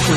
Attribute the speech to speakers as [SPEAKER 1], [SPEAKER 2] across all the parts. [SPEAKER 1] 是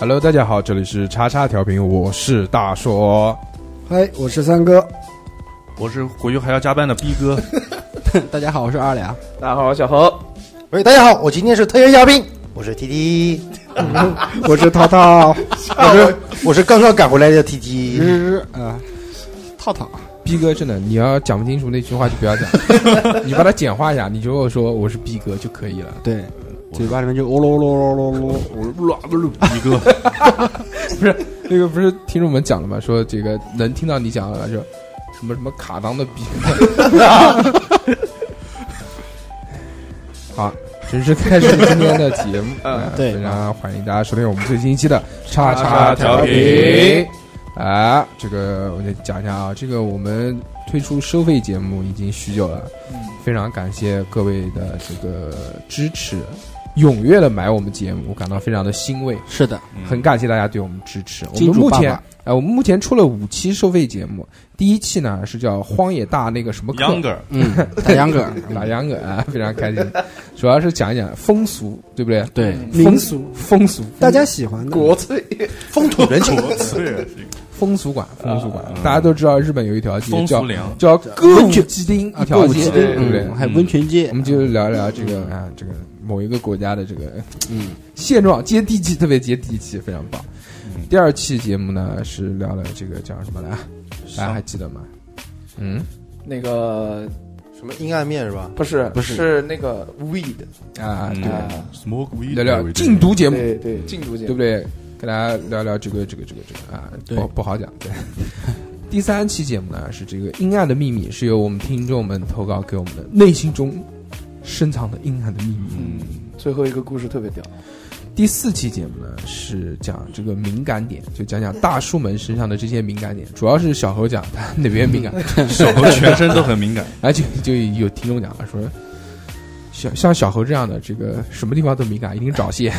[SPEAKER 2] ，Hello，大家好，这里是叉叉调频，我是大硕。
[SPEAKER 3] 哎
[SPEAKER 4] 嗨，我是三哥，
[SPEAKER 5] 我是回去还要加班的逼 哥。
[SPEAKER 1] 大家好，我是二两。
[SPEAKER 6] 大家好，我是小侯。
[SPEAKER 3] 喂，哎大家好，我今天是特约嘉宾，我是 T T，
[SPEAKER 4] 我是涛 涛，
[SPEAKER 3] 我是我是刚刚赶回来的 T T，
[SPEAKER 4] 啊，涛涛，
[SPEAKER 2] 逼哥真的，你要讲不清楚那句话就不要讲，你把它简化一下，你就说我是逼哥就可以了。
[SPEAKER 4] 对，嘴巴里面就哦喽喽喽喽喽，
[SPEAKER 5] 我噜不噜逼哥，
[SPEAKER 2] 不是 那个不是听众们讲了吗？说这个能听到你讲了就什么什么卡当的逼哥。 好，正式开始今天的节目。嗯，
[SPEAKER 4] 对，
[SPEAKER 2] 非常欢迎大家收听我们最新一期的叉
[SPEAKER 5] 叉调
[SPEAKER 2] 频。啊，这个我再讲一下啊，这个我们推出收费节目已经许久了，非常感谢各位的这个支持，踊跃的买我们节目，我感到非常的欣慰。
[SPEAKER 4] 是的，
[SPEAKER 2] 很感谢大家对我们支持。我
[SPEAKER 4] 嗯金
[SPEAKER 2] 们
[SPEAKER 4] 主
[SPEAKER 2] 目
[SPEAKER 4] 爸
[SPEAKER 2] 前，哎
[SPEAKER 4] 爸、
[SPEAKER 2] 我们目前出了五期收费节目，第一期呢是叫《荒野大那个什么课》。
[SPEAKER 5] 秧歌儿，
[SPEAKER 4] 嗯，打秧歌儿，
[SPEAKER 2] 打秧歌啊，非常开心。主要是讲一讲风俗，对不对？
[SPEAKER 4] 对
[SPEAKER 2] 风
[SPEAKER 4] 民
[SPEAKER 2] 俗，风俗，
[SPEAKER 4] 大家喜欢的，
[SPEAKER 6] 国粹，
[SPEAKER 3] 风土人情，
[SPEAKER 2] 啊风俗馆，风俗馆，大家都知道日本有一条街
[SPEAKER 5] 嗯风
[SPEAKER 2] 叫
[SPEAKER 5] 俗良
[SPEAKER 2] 叫歌舞伎町一
[SPEAKER 4] 啊，
[SPEAKER 2] 条
[SPEAKER 4] 歌舞伎
[SPEAKER 2] 街，
[SPEAKER 4] 町，
[SPEAKER 2] 对不对
[SPEAKER 4] 嗯？还有温泉街
[SPEAKER 2] 我，们就聊一聊这
[SPEAKER 6] 嗯
[SPEAKER 2] 个啊，这个某一个国家的这个嗯现状，接地气，特别接地气，非常棒。
[SPEAKER 6] 嗯
[SPEAKER 2] 第二期节目呢是聊了这个叫什么来？啊大家还记得吗？嗯
[SPEAKER 6] 那个
[SPEAKER 3] 什么阴暗面是吧？
[SPEAKER 6] 不是
[SPEAKER 4] 不是
[SPEAKER 6] 是那个 weed，
[SPEAKER 2] 啊，
[SPEAKER 6] 啊
[SPEAKER 2] 对，
[SPEAKER 5] ，smoke weed，
[SPEAKER 2] 聊聊禁毒节目，
[SPEAKER 6] 对对，禁毒节
[SPEAKER 2] 对不对？跟大家聊聊这个这个这个这个啊，不不好讲。对， 第三期节目呢是这个阴暗的秘密，是由我们听众们投稿给我们的内心中深藏的阴暗的秘密。
[SPEAKER 6] 嗯最后一个故事特别屌，
[SPEAKER 2] 第四期节目呢是讲这个敏感点，就讲讲大叔们身上的这些敏感点，主要是小猴讲他哪边敏感，
[SPEAKER 5] 手和全身都很敏感。
[SPEAKER 2] 而且就有听众讲了说。像像小猴这样的，这个什么地方都敏感，一定早泄，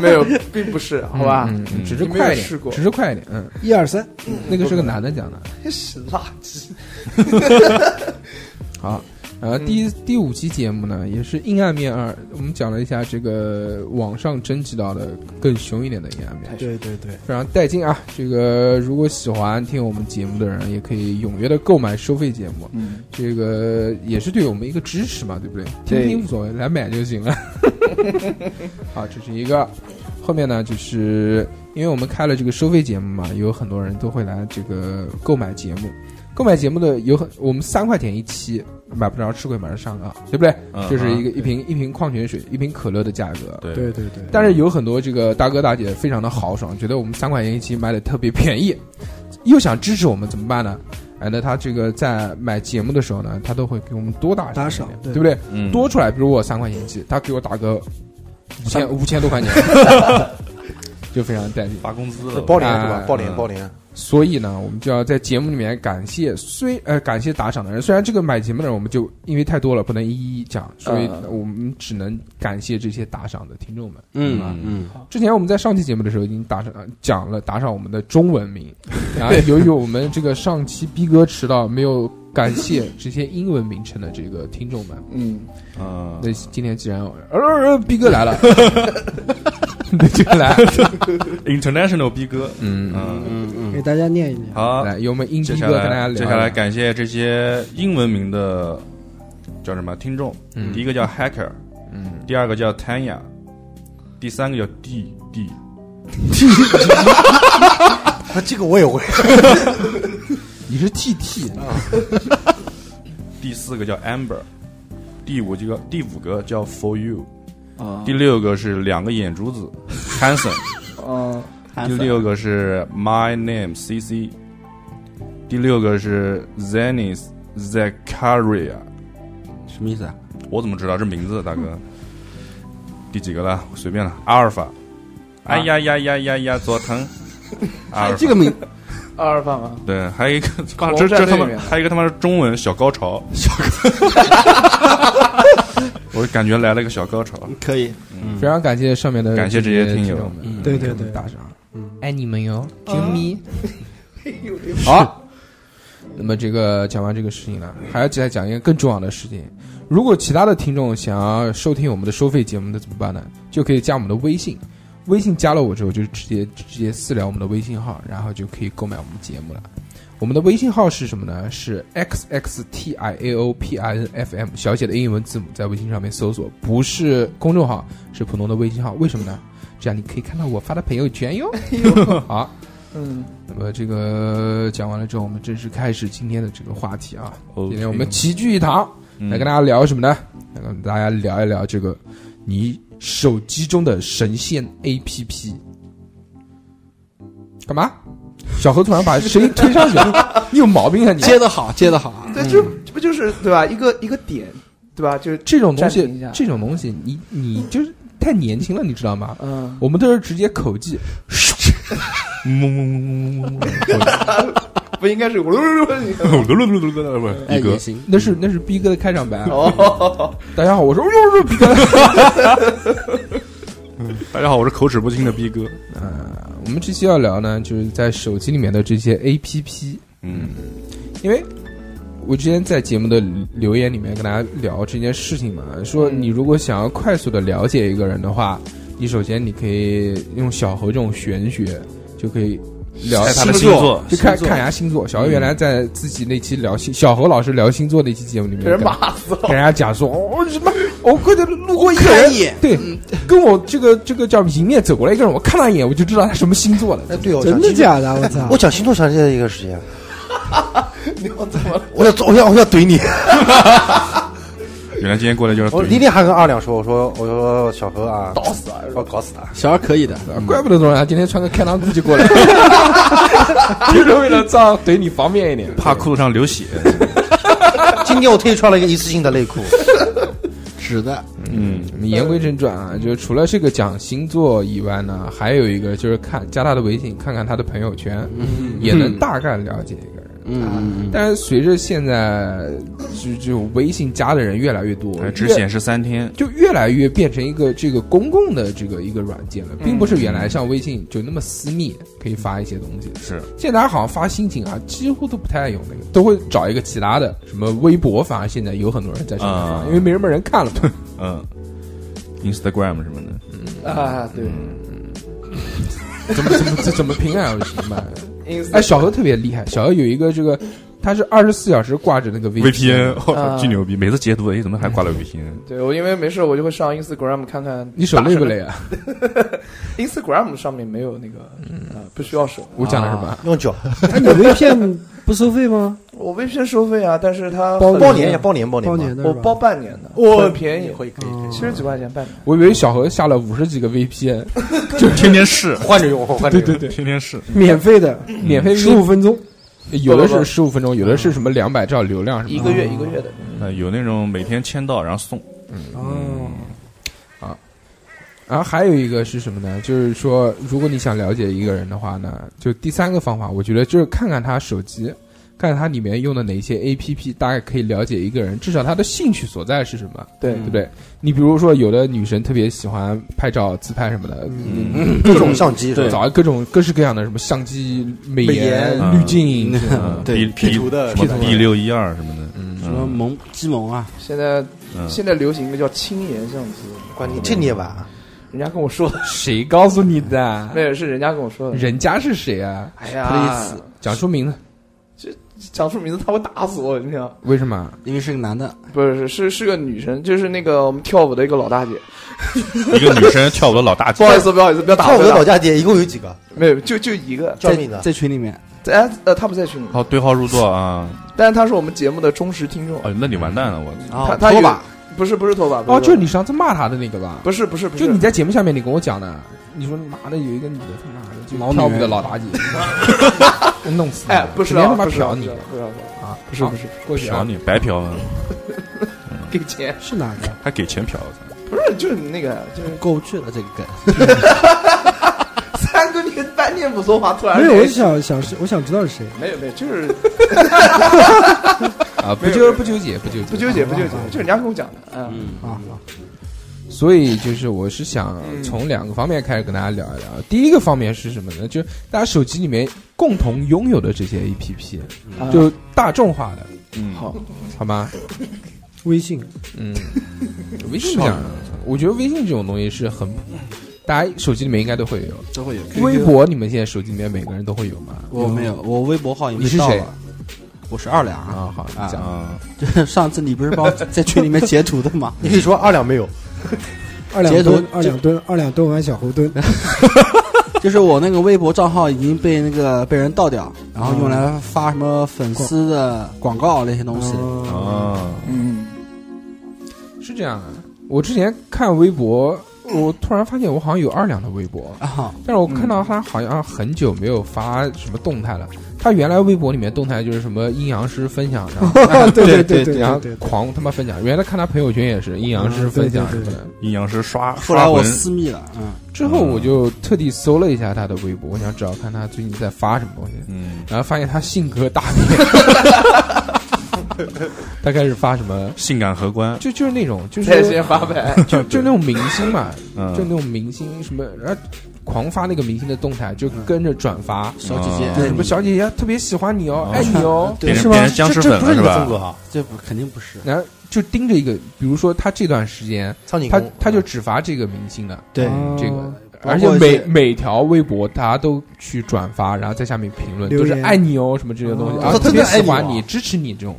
[SPEAKER 6] 没有， 并不是，好吧？
[SPEAKER 2] 嗯嗯只是
[SPEAKER 6] 你没有
[SPEAKER 2] 快一点
[SPEAKER 6] 试过，
[SPEAKER 2] 只是快一点，嗯，
[SPEAKER 4] 一二三，
[SPEAKER 2] 那个是个男的讲的，
[SPEAKER 6] 是垃圾，
[SPEAKER 2] 好，呃，第第五期节目呢，也是阴暗面二，我们讲了一下这个网上征集到的更凶一点的阴暗面，
[SPEAKER 4] 对对对，
[SPEAKER 2] 非常带劲啊！这个如果喜欢听我们节目的人，也可以踊跃的购买收费节目，
[SPEAKER 6] 嗯，
[SPEAKER 2] 这个也是对我们一个支持嘛，对不对？听
[SPEAKER 6] 对
[SPEAKER 2] 听无所谓，来买就行了。 好，这是一个。后面呢，就是因为我们开了这个收费节目嘛，有很多人都会来这个购买节目。购买节目的有很，我们三块钱一期，买不着吃亏，马上上啊，对不对？
[SPEAKER 5] 嗯
[SPEAKER 2] 就是一个
[SPEAKER 4] 对
[SPEAKER 2] 一瓶一瓶矿泉水、一瓶可乐的价格。
[SPEAKER 5] 对
[SPEAKER 4] 对对对，
[SPEAKER 2] 但是有很多这个大哥大姐非常的豪爽，觉得我们三块钱一期买的特别便宜，又想支持我们怎么办呢？哎，那他这个在买节目的时候呢，他都会给我们多打赏
[SPEAKER 4] 打赏
[SPEAKER 2] 一点，
[SPEAKER 4] 对
[SPEAKER 2] 对不对？
[SPEAKER 5] 嗯
[SPEAKER 2] 多出来，比如我三块钱一期，他给我打个五千五千多块钱， 就非常带劲。
[SPEAKER 5] 发工资了，
[SPEAKER 3] 爆脸是吧啊
[SPEAKER 2] 哎？
[SPEAKER 3] 爆脸
[SPEAKER 5] 嗯
[SPEAKER 3] 爆脸，
[SPEAKER 2] 所以呢，我们就要在节目里面感谢虽呃感谢打赏的人，虽然这个买节目的人我们就因为太多了，不能一一讲，所以
[SPEAKER 6] 嗯
[SPEAKER 2] 我们只能感谢这些打赏的听众们。
[SPEAKER 4] 嗯
[SPEAKER 5] 嗯
[SPEAKER 4] 嗯，
[SPEAKER 2] 之前我们在上期节目的时候已经打赏讲了打赏我们的中文名，然后由于我们这个上期逼哥迟到，没有感谢这些英文名称的这个听众们。
[SPEAKER 6] 嗯，
[SPEAKER 5] 嗯，
[SPEAKER 2] 啊那今天既然呃呃逼哥 来了， 那就来，
[SPEAKER 5] International 逼哥，
[SPEAKER 2] 嗯，
[SPEAKER 5] 嗯，
[SPEAKER 4] 给大家念一念，
[SPEAKER 5] 好，
[SPEAKER 2] 来由我们英
[SPEAKER 5] 接
[SPEAKER 2] 逼
[SPEAKER 5] 下
[SPEAKER 2] 哥跟大家
[SPEAKER 5] 来
[SPEAKER 2] 聊，
[SPEAKER 5] 接下来感谢这些英文名的叫什么听众，
[SPEAKER 2] 嗯
[SPEAKER 5] 第一个叫 Hacker，
[SPEAKER 2] 嗯，
[SPEAKER 5] 第二个叫 Tanya，第三个叫 D D，
[SPEAKER 3] 啊，这个我也会，
[SPEAKER 2] 你是 TT，
[SPEAKER 5] 第四个叫 Amber，第五个第五个叫 For You，
[SPEAKER 6] 啊
[SPEAKER 5] 第六个是两个眼珠子 Hanson，
[SPEAKER 6] 啊，
[SPEAKER 5] 第六个是 My Name C C，第六个是 Zenith Zakaria，
[SPEAKER 1] 什么意思啊？
[SPEAKER 5] 我怎么知道这名字，大哥？第几个了？我随便了。阿尔法，哎呀呀呀呀呀，佐藤，阿尔法
[SPEAKER 4] 哎这个名
[SPEAKER 6] 阿尔法吗？
[SPEAKER 5] 对，还有一个，
[SPEAKER 6] 龙
[SPEAKER 5] 这这
[SPEAKER 6] 战
[SPEAKER 5] 他
[SPEAKER 6] 队
[SPEAKER 5] 妈
[SPEAKER 6] 里面
[SPEAKER 5] 还有一个他妈是中文小高潮，小高， 我感觉来了一个小高潮。
[SPEAKER 3] 可以，
[SPEAKER 2] 非常感谢上面的
[SPEAKER 5] 嗯感谢
[SPEAKER 2] 这
[SPEAKER 5] 这
[SPEAKER 2] 些
[SPEAKER 5] 些听友
[SPEAKER 2] 众们，嗯
[SPEAKER 4] 对对
[SPEAKER 2] 给我们
[SPEAKER 4] 对嗯啊
[SPEAKER 2] 打赏，爱哎你们哟，啾 咪。
[SPEAKER 4] 哎
[SPEAKER 2] 好，那么这个讲完这个事情了，还要再讲一个更重要的事情。如果其他的听众想要收听我们的收费节目的怎么办呢？就可以加我们的微信，微信加了我之后就直接直接私聊我们的微信号，然后就可以购买我们节目了。我们的微信号是什么呢？是 x x t i a o p i n f m 小写的英文字母，在微信上面搜索，不是公众号，是普通的微信号。为什么呢？这样你可以看到我发的朋友圈哟。 好，
[SPEAKER 6] 哎嗯，
[SPEAKER 2] 那么这个讲完了之后，我们正式开始今天的这个话题啊。今天
[SPEAKER 5] OK，
[SPEAKER 2] 我们齐聚一堂，来跟大家聊什么呢？来跟大家聊一聊这个你手机中的神仙 APP。干嘛？小何突 然把声音推上去了，你有毛病啊你！
[SPEAKER 4] 接的好，接的好啊！
[SPEAKER 6] 对，这这不就是对吧？一个一个点，对吧？就
[SPEAKER 2] 这种东
[SPEAKER 6] 暂停一
[SPEAKER 2] 西
[SPEAKER 6] 下，
[SPEAKER 2] 这种东西，你你就是太年轻了，你知道吗？
[SPEAKER 6] 嗯，
[SPEAKER 2] 我们都是直接口技，
[SPEAKER 6] 不应该是咕噜噜噜噜
[SPEAKER 4] 哎，
[SPEAKER 5] 一
[SPEAKER 4] 也
[SPEAKER 5] 个
[SPEAKER 4] 行，
[SPEAKER 2] 那是那是逼哥的开场白啊。
[SPEAKER 6] 哦，
[SPEAKER 2] 大家好，我是我是逼哥。
[SPEAKER 5] 大家好，我是口齿不清的逼哥。
[SPEAKER 2] 我们这期要聊呢，就是在手机里面的这些 APP，
[SPEAKER 5] 嗯，
[SPEAKER 2] 因为我之前在节目的留言里面跟大家聊这件事情嘛，说你如果想要快速的了解一个人的话，你首先你可以用小何这种玄学就可以聊
[SPEAKER 5] 看他的
[SPEAKER 2] 星
[SPEAKER 5] 星座，
[SPEAKER 2] 就看看一下星座。小何原来在自己那期聊星，小何老师聊星座那期节目里面
[SPEAKER 6] 被人
[SPEAKER 2] 跟
[SPEAKER 6] 骂死了。
[SPEAKER 2] 给人家讲说，哦什么，我快点路过一个人
[SPEAKER 4] 看一眼，
[SPEAKER 2] 对，跟我这个这个叫迎面走过来一个人，我看了一眼我就知道他什么星座了。
[SPEAKER 3] 哎，对哦，
[SPEAKER 4] 真的
[SPEAKER 3] 的？
[SPEAKER 4] 假的？我操
[SPEAKER 3] 我！讲星座想起来一个 时间，
[SPEAKER 6] 你要怎么？
[SPEAKER 3] 我要我要我要怼你。
[SPEAKER 5] 原来今天过来就是
[SPEAKER 4] 哦
[SPEAKER 3] 我
[SPEAKER 5] 怼
[SPEAKER 3] 那天还跟二两说，我说我说小何啊，
[SPEAKER 6] 搞死啊！
[SPEAKER 3] 要搞死他。
[SPEAKER 4] 小孩可以的，
[SPEAKER 2] 呃怪不得总然今天穿个开裆裤就过来，就是为了这样怼你方便一点。
[SPEAKER 5] 怕裤子上流 血。
[SPEAKER 3] 今天我特意穿了一个一次性的内裤，
[SPEAKER 4] 纸的
[SPEAKER 5] 嗯，
[SPEAKER 2] 我们言归正传啊，就是除了这个讲星座以外呢，还有一个就是看加他的微信，看看他的朋友圈，也能大概了解一个人。嗯，但是随着现在就就微信加的人越来越多，
[SPEAKER 5] 哎只
[SPEAKER 2] 越
[SPEAKER 5] 显示三天。
[SPEAKER 2] 就越来越变成一个这个公共的这个一个软件了，并不是原来像微信就那么私密，可以发一些东西。
[SPEAKER 5] 是，
[SPEAKER 2] 现在大家好像发心情啊，几乎都不太用那个，都会找一个其他的，什么微博，反而现在有很多人在上面发，
[SPEAKER 5] 啊
[SPEAKER 2] 因为没什么人看了嘛。
[SPEAKER 5] 嗯，Instagram 什么的。
[SPEAKER 6] 啊，对
[SPEAKER 2] 怎么怎么怎么拼啊？我什么？
[SPEAKER 6] ，ins
[SPEAKER 2] 哎，小何特别厉害，小何有一个这个，他是二十四小时挂着那个
[SPEAKER 5] VPN，我
[SPEAKER 6] 啊
[SPEAKER 5] 操，巨牛逼！每次截图，哎，怎么还挂了 VPN？
[SPEAKER 6] 对我因为没事我就会上 Instagram 看看。
[SPEAKER 2] 你手累不累啊？
[SPEAKER 6] Instagram 上面没有那个，啊，不需要手。
[SPEAKER 2] 我讲的什么？
[SPEAKER 3] 用脚
[SPEAKER 4] 哎，你 VPN 不收费吗？
[SPEAKER 6] 我 VPN 收费啊，但是它
[SPEAKER 4] 包
[SPEAKER 6] 很
[SPEAKER 3] 包年也包年包年
[SPEAKER 4] 包
[SPEAKER 3] 包
[SPEAKER 4] 年，的是
[SPEAKER 6] 我
[SPEAKER 4] 吧
[SPEAKER 6] 包半年的，
[SPEAKER 3] 我
[SPEAKER 6] 很便宜，哦
[SPEAKER 3] 可以可以
[SPEAKER 6] 七十几块钱半年。
[SPEAKER 2] 我以为小何下了五十几个 VPN，
[SPEAKER 5] 就天天试，
[SPEAKER 3] 换着用换着用。
[SPEAKER 5] 对对，天天试。
[SPEAKER 4] 免费的，
[SPEAKER 2] 免费
[SPEAKER 4] 十五分钟，
[SPEAKER 2] 有的
[SPEAKER 6] 不
[SPEAKER 2] 是
[SPEAKER 6] 不
[SPEAKER 2] 十五分钟，有的是什么两百兆流量什么的。
[SPEAKER 6] 一个月一个月的，
[SPEAKER 5] 那呃有那种每天签到然后送，
[SPEAKER 4] 嗯
[SPEAKER 1] 哦
[SPEAKER 2] 然后还有一个是什么呢？就是说，如果你想了解一个人的话呢，就第三个方法，我觉得就是看看他手机，看看他里面用的哪些 A P P，大概可以了解一个人，至少他的兴趣所在是什么，
[SPEAKER 6] 对
[SPEAKER 2] 对不对？你比如说，有的女生特别喜欢拍照、自拍什么的，
[SPEAKER 5] 嗯，
[SPEAKER 3] 各种相机是吧？
[SPEAKER 2] 找各种各式各样的什么相机、美
[SPEAKER 3] 美颜
[SPEAKER 2] 颜、滤镜，嗯
[SPEAKER 5] 对嗯 P 图的什么 B 六一二什么的，
[SPEAKER 4] 什么
[SPEAKER 5] 嗯
[SPEAKER 4] 萌鸡萌啊？
[SPEAKER 6] 现在
[SPEAKER 5] 嗯，
[SPEAKER 6] 现在流行一个叫轻颜相机，
[SPEAKER 3] 关键这你也玩？
[SPEAKER 6] 人家跟我说的，
[SPEAKER 2] 谁告诉你的？
[SPEAKER 6] 那也是人家跟我说的。
[SPEAKER 2] 人家是谁啊？
[SPEAKER 6] 哎呀，
[SPEAKER 2] 讲出名字，
[SPEAKER 6] 讲出名字他会打死我，你知道？
[SPEAKER 2] 为什么？
[SPEAKER 4] 因为是个男的，
[SPEAKER 6] 不是，是是是个女生，就是那个我们跳舞的一个老大姐。
[SPEAKER 5] 嗯一个女生跳舞的老大
[SPEAKER 6] 不
[SPEAKER 5] 姐
[SPEAKER 6] 好意思，不好意思，不要打
[SPEAKER 3] 看
[SPEAKER 6] 我，
[SPEAKER 3] 我的
[SPEAKER 6] 不要打
[SPEAKER 3] 老家姐一共有几个？
[SPEAKER 6] 没有，就就一个。
[SPEAKER 3] 救
[SPEAKER 4] 在
[SPEAKER 3] 命的！
[SPEAKER 4] 在群里面，
[SPEAKER 6] 哎呃，他不在群里，
[SPEAKER 5] 好对号入座啊！
[SPEAKER 6] 但是他是我们节目的忠实听众。
[SPEAKER 5] 哦，那你完蛋了，我
[SPEAKER 4] 哦
[SPEAKER 6] 他
[SPEAKER 4] 拖
[SPEAKER 6] 有
[SPEAKER 4] 把
[SPEAKER 6] 不是不是拖把，不
[SPEAKER 2] 哦，就是是你上次骂他的那个吧？
[SPEAKER 6] 不是不是不是，
[SPEAKER 2] 就你在节目下面你跟我讲的，你说妈的有一个女的，他妈的就
[SPEAKER 4] 老女
[SPEAKER 2] 跳舞的
[SPEAKER 4] 人
[SPEAKER 2] 老 妲己，弄死你
[SPEAKER 6] 哎，不是
[SPEAKER 2] 直接
[SPEAKER 6] 啊，
[SPEAKER 2] 他妈
[SPEAKER 6] 不是啊
[SPEAKER 2] 嫖你
[SPEAKER 6] 不是啊不是啊不是啊
[SPEAKER 2] 啊！
[SPEAKER 6] 不是
[SPEAKER 2] 好
[SPEAKER 6] 不是
[SPEAKER 2] 过去
[SPEAKER 5] 嫖
[SPEAKER 2] 啊，
[SPEAKER 5] 你白嫖了，
[SPEAKER 6] 给钱，
[SPEAKER 4] 是哪个？
[SPEAKER 5] 还给钱嫖了，
[SPEAKER 6] 不是就是那个就是
[SPEAKER 1] 过不去了这个梗。
[SPEAKER 6] 三哥，你半天不说话，突然
[SPEAKER 4] 没有，我就想想是，我想知道是谁。
[SPEAKER 6] 没有没有，就是
[SPEAKER 2] 啊，不纠不纠结，不纠结，
[SPEAKER 6] 不纠结不纠结
[SPEAKER 4] 好好，
[SPEAKER 6] 就是人家跟我讲的，嗯，
[SPEAKER 4] 啊，好
[SPEAKER 2] 所以就是，我是想
[SPEAKER 6] 嗯
[SPEAKER 2] 从两个方面开始跟大家聊一聊。第一个方面是什么呢？就是大家手机里面共同拥有的这些 APP，、
[SPEAKER 6] 啊
[SPEAKER 2] 就大众化的，
[SPEAKER 5] 嗯，
[SPEAKER 6] 好，
[SPEAKER 2] 好吗？
[SPEAKER 4] 微信
[SPEAKER 2] 嗯，微信这样，我觉得微信这种东西是很，大家手机里面应该都会有。
[SPEAKER 1] 都会有
[SPEAKER 2] 微博你们现在手机里面每个人都会有吗？
[SPEAKER 1] 我没有，我微博号已
[SPEAKER 2] 你是
[SPEAKER 1] 经到
[SPEAKER 2] 谁
[SPEAKER 1] 了。我是二两啊！
[SPEAKER 2] 啊，好，你讲。
[SPEAKER 5] 啊，
[SPEAKER 1] 上次你不是帮我在群里面截图的 吗？
[SPEAKER 3] 你可以说二两没有，
[SPEAKER 4] 二两
[SPEAKER 1] 截图
[SPEAKER 4] 吨，
[SPEAKER 1] 就
[SPEAKER 4] 二两吨，二两吨完小猴吨。
[SPEAKER 1] 就是我那个微博账号已经被那个被人盗掉，然后用来发什么粉丝的广告那些东西。
[SPEAKER 4] 哦
[SPEAKER 5] 啊，
[SPEAKER 6] 嗯，
[SPEAKER 2] 是这样啊，我之前看微博，我突然发现我好像有二两的微博，
[SPEAKER 1] 啊，
[SPEAKER 2] 但是我看到他好像很久没有发什么动态了。他原来微博里面动态就是什么阴阳师分享，然 后
[SPEAKER 4] 对对对
[SPEAKER 2] 然后
[SPEAKER 4] 对对。
[SPEAKER 2] 狂他妈分享。原来看他朋友圈也是阴阳师分享什么
[SPEAKER 4] 嗯对对
[SPEAKER 2] 的。
[SPEAKER 5] 阴阳师刷
[SPEAKER 1] 后来
[SPEAKER 5] 刷
[SPEAKER 1] 我
[SPEAKER 5] 魂，
[SPEAKER 1] 私密了，嗯，
[SPEAKER 2] 之后我就特地搜了一下他的微博，我想找看他最近在发什么东西，
[SPEAKER 5] 嗯，
[SPEAKER 2] 然后发现他性格大变，他开始发什么，
[SPEAKER 5] 性感荷官，
[SPEAKER 2] 就就是那种就是
[SPEAKER 6] 在线发牌，
[SPEAKER 2] 就就那种明星嘛，
[SPEAKER 5] 嗯，
[SPEAKER 2] 就那种明星什么，然后狂发那个明星的动态，就跟着转发。
[SPEAKER 1] 小姐姐，
[SPEAKER 4] 哦
[SPEAKER 2] 什么小姐姐特别喜欢你哦，
[SPEAKER 5] 哦
[SPEAKER 2] 爱你哦，
[SPEAKER 1] 嗯对，
[SPEAKER 5] 变成
[SPEAKER 1] 是
[SPEAKER 5] 变
[SPEAKER 1] 吗？
[SPEAKER 5] 成僵尸
[SPEAKER 3] 这
[SPEAKER 5] 粉
[SPEAKER 3] 不是
[SPEAKER 5] 了
[SPEAKER 3] 你
[SPEAKER 5] 是
[SPEAKER 3] 的风
[SPEAKER 5] 吧？
[SPEAKER 3] 格哈，
[SPEAKER 1] 这不肯定不是，
[SPEAKER 2] 然后就盯着一个，比如说他这段时间，
[SPEAKER 3] 苍井
[SPEAKER 2] 他
[SPEAKER 3] 空
[SPEAKER 2] 他就只发这个明星的
[SPEAKER 3] 对
[SPEAKER 4] 哦
[SPEAKER 2] 这个，
[SPEAKER 1] 嗯包括
[SPEAKER 2] 而且
[SPEAKER 1] 一
[SPEAKER 2] 每
[SPEAKER 1] 些
[SPEAKER 2] 每条微博他都去转发，然后在下面评论
[SPEAKER 4] 留
[SPEAKER 2] 都
[SPEAKER 4] 言
[SPEAKER 2] 是爱你哦什么这些东西，
[SPEAKER 4] 哦
[SPEAKER 2] 然后
[SPEAKER 3] 他
[SPEAKER 2] 特
[SPEAKER 3] 真
[SPEAKER 2] 别
[SPEAKER 3] 的
[SPEAKER 2] 喜
[SPEAKER 3] 爱
[SPEAKER 2] 欢
[SPEAKER 3] 你
[SPEAKER 2] 你、支持你这种。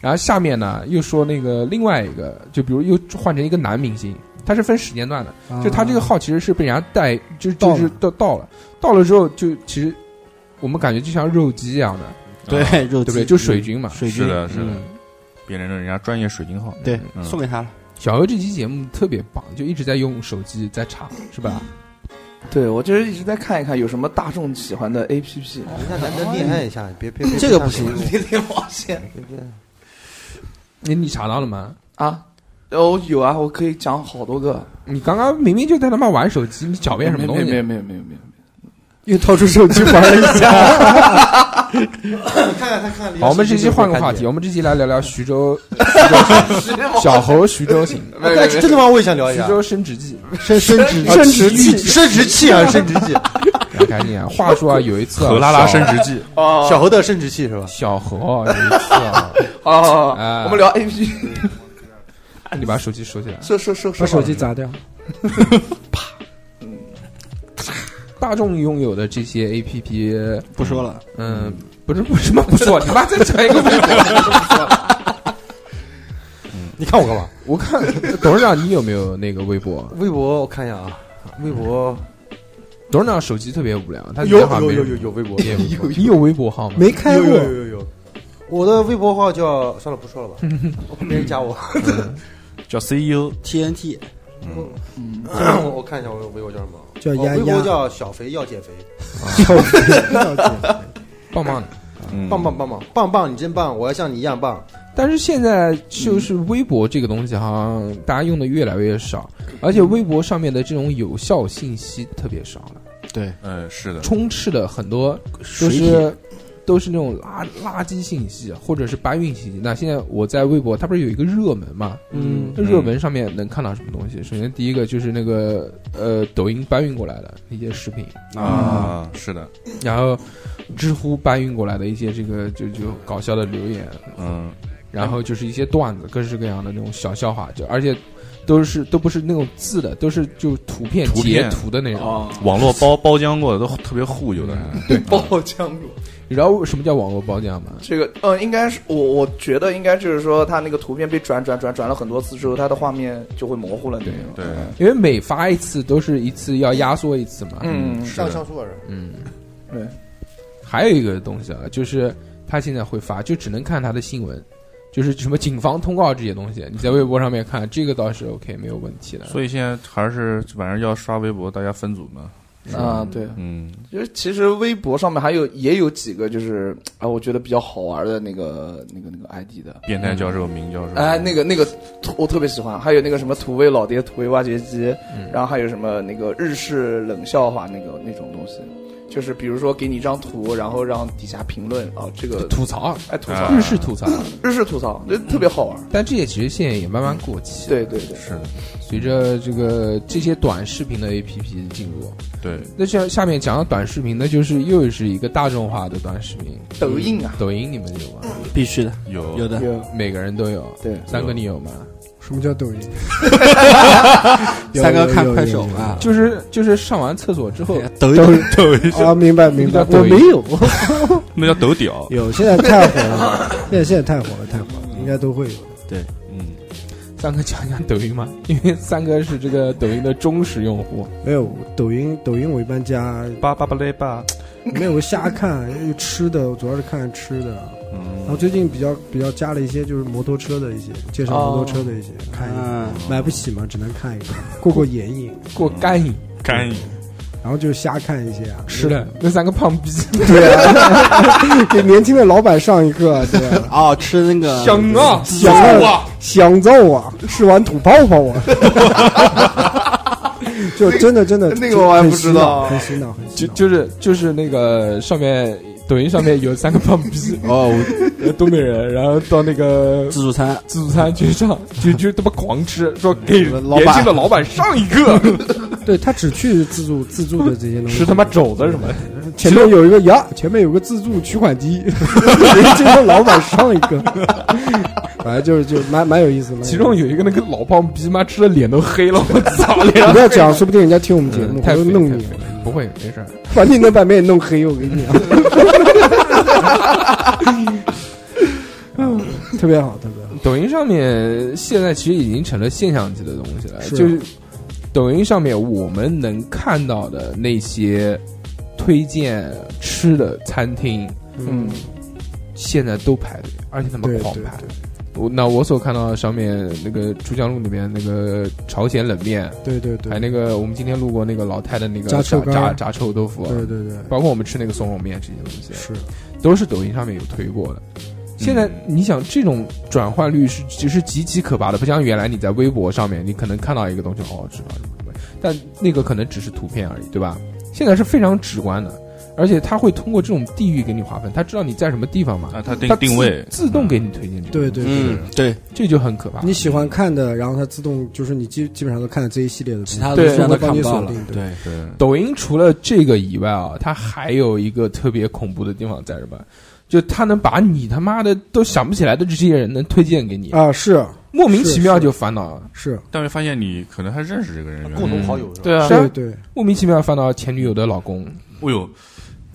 [SPEAKER 2] 然后下面呢又说那个另外一个，就比如又换成一个男明星，他是分时间段的。就他这个
[SPEAKER 4] 啊
[SPEAKER 2] 号其实是被人家带，就
[SPEAKER 4] 到
[SPEAKER 2] 就是
[SPEAKER 4] 了
[SPEAKER 2] 到到了，到了之后就其实我们感觉就像肉鸡一样的，
[SPEAKER 1] 对
[SPEAKER 5] 啊，
[SPEAKER 1] 肉
[SPEAKER 2] 对不
[SPEAKER 1] 鸡
[SPEAKER 2] 对？就水军嘛。
[SPEAKER 1] 水军
[SPEAKER 5] 是的，是的
[SPEAKER 2] 嗯，
[SPEAKER 5] 变成了人家专业水晶号，
[SPEAKER 1] 对，
[SPEAKER 5] 嗯
[SPEAKER 1] 送给他了。
[SPEAKER 2] 小何这期节目特别棒，就一直在用手机在查，是吧？
[SPEAKER 6] 对我就是一直在看一看有什么大众喜欢的 A P P，
[SPEAKER 3] 那咱能恋爱一下，别别别
[SPEAKER 1] 这个不行
[SPEAKER 3] 别别
[SPEAKER 6] 哇塞
[SPEAKER 3] 别别
[SPEAKER 2] 你你查到了吗？
[SPEAKER 6] 啊，哦有啊，我可以讲好多个，
[SPEAKER 2] 你刚刚明明就在他妈玩手机，你狡辩什么东
[SPEAKER 6] 没有
[SPEAKER 2] 西？
[SPEAKER 6] 没有没有没有
[SPEAKER 4] 又掏出手机玩了一下。
[SPEAKER 3] 看看他看看。
[SPEAKER 2] 好，我们这期换个话题，我们这期来聊聊徐 州徐州行小猴徐州行，
[SPEAKER 6] 没有没
[SPEAKER 3] 哎
[SPEAKER 6] 有没
[SPEAKER 3] 真的吗？我也想聊一
[SPEAKER 2] 徐
[SPEAKER 3] 下
[SPEAKER 2] 州生殖记。
[SPEAKER 3] 生生殖
[SPEAKER 4] 啊
[SPEAKER 2] 生殖器
[SPEAKER 3] 生殖器 啊，生殖器，
[SPEAKER 2] 赶紧啊！话说啊，有一次啊，
[SPEAKER 5] 荷拉拉生
[SPEAKER 2] 小
[SPEAKER 5] 殖记，
[SPEAKER 6] 有哦，
[SPEAKER 3] 小猴的生殖器是吧？
[SPEAKER 2] 小猴啊，有一次 啊，
[SPEAKER 6] 好了好了好
[SPEAKER 2] 哎
[SPEAKER 6] 了，我们聊 A P P，
[SPEAKER 2] 你把手机收起来。
[SPEAKER 6] 说说说
[SPEAKER 4] 把
[SPEAKER 6] 说
[SPEAKER 4] 手机砸掉，
[SPEAKER 2] 大众拥有的这些 A P P，
[SPEAKER 1] 不说了，
[SPEAKER 2] 嗯，不是不是什么不错，你妈再讲一个不错。
[SPEAKER 3] 你看我干嘛？
[SPEAKER 2] 我看董事长，你有没有那个微博？
[SPEAKER 3] 微博我看一下啊，微博
[SPEAKER 2] 董事长手机特别无聊，他
[SPEAKER 3] 有
[SPEAKER 2] 里面好像
[SPEAKER 3] 有
[SPEAKER 2] 没
[SPEAKER 3] 有
[SPEAKER 2] 人
[SPEAKER 3] 有有微博，
[SPEAKER 2] 也有你有微博号吗？
[SPEAKER 4] 没开
[SPEAKER 3] 有
[SPEAKER 4] 过
[SPEAKER 3] 有。有有有。我的微博号叫算了不说了吧，我怕别人加我，
[SPEAKER 5] 叫 E CEO，
[SPEAKER 1] TNT
[SPEAKER 3] 我看一下我微博叫什么，
[SPEAKER 4] 叫
[SPEAKER 3] 我
[SPEAKER 4] 丫
[SPEAKER 3] 哦微博
[SPEAKER 4] 丫
[SPEAKER 3] 叫小肥要减肥，
[SPEAKER 2] 棒棒的。
[SPEAKER 5] 嗯
[SPEAKER 3] 棒棒棒棒棒棒，你真棒，我要像你一样棒。
[SPEAKER 2] 但是现在就是微博这个东西，好像大家用的越来越少，而且微博上面的这种有效信息特别少了，
[SPEAKER 5] 嗯，是的，
[SPEAKER 2] 充斥了很多
[SPEAKER 1] 水
[SPEAKER 2] 就
[SPEAKER 1] 体
[SPEAKER 2] 是都是那种垃垃圾信息或者是搬运信息。那现在我在微博，它不是有一个热门嘛？
[SPEAKER 4] 嗯，
[SPEAKER 2] 那热门上面能看到什么东西？首先第一个就是那个呃，抖音搬运过来的那些视频，
[SPEAKER 5] 啊，是的，
[SPEAKER 2] 然后知乎搬运过来的一些这个就就搞笑的留言，
[SPEAKER 5] 嗯，
[SPEAKER 2] 然后就是一些段子，各式各样的那种小笑话，就而且都是都不是那种字的，都是就图片
[SPEAKER 5] 图
[SPEAKER 2] 截
[SPEAKER 5] 片
[SPEAKER 2] 图的那种。
[SPEAKER 6] 哦，
[SPEAKER 5] 网络包包浆过的都特别糊，有的人，对，
[SPEAKER 6] 爆浆果。
[SPEAKER 2] 你知道什么叫网络包浆吗？
[SPEAKER 6] 这个，嗯，应该是我，我觉得应该就是说，它那个图片被转转转转了很多次之后，它的画面就会模糊了，对嗯
[SPEAKER 5] 对，
[SPEAKER 2] 因为每发一次都是一次要压缩一次嘛。
[SPEAKER 6] 嗯，
[SPEAKER 5] 是
[SPEAKER 3] 像
[SPEAKER 5] 的，
[SPEAKER 3] 像素人，
[SPEAKER 2] 嗯，
[SPEAKER 6] 对。
[SPEAKER 2] 还有一个东西啊，就是他现在会发，就只能看他的新闻，就是什么警方通告这些东西，你在微博上面看，这个倒是 OK 没有问题的。
[SPEAKER 5] 所以现在还是晚上要刷微博，大家分组嘛。是吧
[SPEAKER 6] 啊对
[SPEAKER 5] 嗯，
[SPEAKER 6] 就是其实微博上面还有也有几个就是啊，我觉得比较好玩的那个那个那个 ID 的。
[SPEAKER 5] 变态教授、明教授，
[SPEAKER 6] 哎，那个那个我特别喜欢，还有那个什么土味老爹、土味挖掘机，
[SPEAKER 5] 嗯
[SPEAKER 6] 然后还有什么那个日式冷笑话那个那种东西，就是比如说给你一张图，然后让底下评论啊、哦这个
[SPEAKER 2] 吐槽，
[SPEAKER 6] 哎吐槽
[SPEAKER 5] 啊
[SPEAKER 2] 日式吐槽，
[SPEAKER 6] 日式吐槽，就特别好玩。
[SPEAKER 2] 但这些其实现在也慢慢过气。
[SPEAKER 6] 对对对，
[SPEAKER 5] 是的，
[SPEAKER 2] 随着这个这些短视频的 APP 进入，
[SPEAKER 5] 对，
[SPEAKER 2] 那像下面讲到短视频，那就是又是一个大众化的短视频，嗯
[SPEAKER 6] 抖音啊，
[SPEAKER 2] 抖音你们有吗？
[SPEAKER 1] 必须的，
[SPEAKER 5] 有
[SPEAKER 1] 有的。
[SPEAKER 6] 有
[SPEAKER 2] 每个人都有。
[SPEAKER 6] 对
[SPEAKER 2] 三哥你有吗？
[SPEAKER 4] 什么叫抖音？有
[SPEAKER 1] 三哥看快手啊，
[SPEAKER 2] 就是就是上完厕所之后，
[SPEAKER 1] 抖
[SPEAKER 4] 有有有有
[SPEAKER 1] 音
[SPEAKER 4] 有抖啊，明白明白，
[SPEAKER 2] 抖
[SPEAKER 4] 我
[SPEAKER 2] 音
[SPEAKER 4] 没有，
[SPEAKER 5] 那叫抖屌。
[SPEAKER 4] 有现在太火了，现在现在太火了，太火了，应该都会有。
[SPEAKER 5] 嗯，
[SPEAKER 2] 三哥讲讲抖音吗？因为三哥是这个抖音的忠实用户。
[SPEAKER 4] 没有抖音，抖音我一般加
[SPEAKER 5] 叭叭叭嘞叭。
[SPEAKER 4] 没有瞎看，因为吃的我主要是看吃的。啊
[SPEAKER 3] 嗯
[SPEAKER 4] 然后最近比较比较加了一些就是摩托车的一些介绍摩托车的一些、看一下，
[SPEAKER 1] 嗯，
[SPEAKER 4] 买不起嘛，只能看一看，过过眼瘾。
[SPEAKER 2] 过干瘾
[SPEAKER 6] 嗯
[SPEAKER 5] 干
[SPEAKER 4] 然后就瞎看一些啊，
[SPEAKER 2] 吃了那三个胖逼，
[SPEAKER 4] 对啊，给年轻的老板上一课，对吧、
[SPEAKER 1] 哦，吃那个，
[SPEAKER 2] 香啊，
[SPEAKER 4] 想造想造啊，吃完吐泡泡啊， 就真的真的
[SPEAKER 6] 那个我还
[SPEAKER 4] 很
[SPEAKER 6] 不知
[SPEAKER 4] 洗脑
[SPEAKER 6] 道
[SPEAKER 4] 很洗脑，很洗
[SPEAKER 2] 就
[SPEAKER 4] 脑。
[SPEAKER 2] 就是就是那个上面抖音上面有三个胖逼
[SPEAKER 1] 哦，
[SPEAKER 2] 呃东北人，然后到那个
[SPEAKER 1] 自助餐
[SPEAKER 2] 自助餐去上，就就他妈狂吃，说给
[SPEAKER 1] 老板
[SPEAKER 2] 年轻的老板上一课，
[SPEAKER 4] 对他只去自助自助的这些东西，
[SPEAKER 2] 吃他妈肘子什么的。
[SPEAKER 4] 前面有一个呀，前面有个自助取款机，人家的老板上一个， 反正就是就蛮蛮有意思。蛮有意思
[SPEAKER 2] 其中有一个那个老胖逼妈吃的脸都黑 了，我操！脸
[SPEAKER 4] 你不要讲，说不定人家听我们节目
[SPEAKER 2] 嗯太
[SPEAKER 4] 会
[SPEAKER 2] 肥
[SPEAKER 4] 弄
[SPEAKER 2] 太
[SPEAKER 4] 你
[SPEAKER 2] 肥，不会没事儿。
[SPEAKER 4] 把你那版面也弄黑，我跟你讲。特别好，特别好。
[SPEAKER 2] 抖音上面现在其实已经成了现象级的东西了，
[SPEAKER 4] 是啊
[SPEAKER 2] 就是抖音上面我们能看到的那些推荐吃的餐厅，
[SPEAKER 4] 嗯，
[SPEAKER 2] 现在都排队，而且他们
[SPEAKER 4] 对
[SPEAKER 2] 狂
[SPEAKER 4] 对
[SPEAKER 2] 排。我那我所看到的上面那个珠江路那边那个朝鲜冷面，
[SPEAKER 4] 对对
[SPEAKER 2] 还
[SPEAKER 4] 对
[SPEAKER 2] 有，那个我们今天路过那个老太的那个
[SPEAKER 4] 炸
[SPEAKER 2] 炸
[SPEAKER 4] 臭干
[SPEAKER 2] 炸炸臭豆腐，啊
[SPEAKER 4] 对对对，
[SPEAKER 2] 包括我们吃那个松茸面这些东西，啊
[SPEAKER 4] 是
[SPEAKER 2] 都是抖音上面有推过的。现在
[SPEAKER 5] 嗯
[SPEAKER 2] 你想，这种转换率是其实极其可怕的，不像原来你在微博上面，你可能看到一个东西好好吃啊什么什么，但那个可能只是图片而已，对吧？现在是非常直观的，而且它会通过这种地域给你划分，它知道你在什么地方嘛，
[SPEAKER 5] 啊，他定
[SPEAKER 2] 它自
[SPEAKER 5] 定位
[SPEAKER 2] 自动给你推荐这个，
[SPEAKER 4] 对，对对。
[SPEAKER 1] 嗯，对，
[SPEAKER 2] 这就很可怕。
[SPEAKER 4] 你喜欢看的，然后它自动就是你基基本上都看了这一系列的东西，
[SPEAKER 1] 其他的
[SPEAKER 2] 对
[SPEAKER 1] 虽然都
[SPEAKER 4] 我帮
[SPEAKER 1] 看
[SPEAKER 4] 你
[SPEAKER 1] 不到
[SPEAKER 4] 锁
[SPEAKER 1] 了
[SPEAKER 4] 定，对
[SPEAKER 1] 对，
[SPEAKER 5] 对，
[SPEAKER 2] 抖音除了这个以外啊，它还有一个特别恐怖的地方在什么？就它能把你他妈的都想不起来的这些人能推荐给你，
[SPEAKER 4] 啊，是
[SPEAKER 2] 莫名其妙
[SPEAKER 4] 是是
[SPEAKER 2] 就烦恼了。
[SPEAKER 4] 是，
[SPEAKER 5] 但是发现你可能还认识这个人，嗯原来
[SPEAKER 3] 共同好友是吧？
[SPEAKER 6] 对啊
[SPEAKER 2] 是啊
[SPEAKER 4] 对对。
[SPEAKER 2] 莫名其妙翻到前女友的老公，
[SPEAKER 5] 哦呦，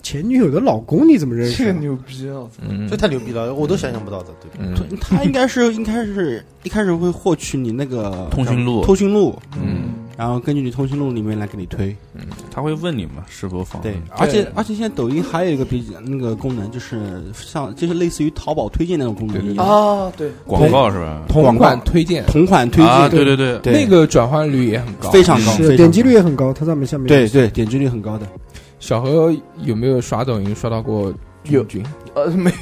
[SPEAKER 4] 前女友的老公你怎么认识啊？
[SPEAKER 6] 牛逼啊！
[SPEAKER 2] 嗯
[SPEAKER 3] 这太牛逼了，我都想象不到的，对不对？
[SPEAKER 2] 嗯
[SPEAKER 1] 他应该是应该是一开始会获取你那个
[SPEAKER 5] 通讯录
[SPEAKER 1] 通讯录，
[SPEAKER 2] 嗯，
[SPEAKER 1] 然后根据你通讯录里面来给你推。
[SPEAKER 5] 他会问你嘛，是否访问
[SPEAKER 1] 对，而且而且现在抖音还有一个比那个功能，就是像就是类似于淘宝推荐那种功能
[SPEAKER 2] 对对
[SPEAKER 1] 一样，
[SPEAKER 6] 啊，对，
[SPEAKER 5] 广告是吧？
[SPEAKER 2] 同款推荐，
[SPEAKER 1] 同款推
[SPEAKER 5] 啊，
[SPEAKER 1] 荐，
[SPEAKER 5] 对对对，
[SPEAKER 1] 对
[SPEAKER 2] 那个转换率也很高。
[SPEAKER 1] 非常高，非常
[SPEAKER 4] 是
[SPEAKER 1] 高
[SPEAKER 4] 点击率也很高，它上面下面
[SPEAKER 1] 对对点击率很高的。
[SPEAKER 2] 小何有没有刷抖音刷到过俊俊？
[SPEAKER 6] 呃，没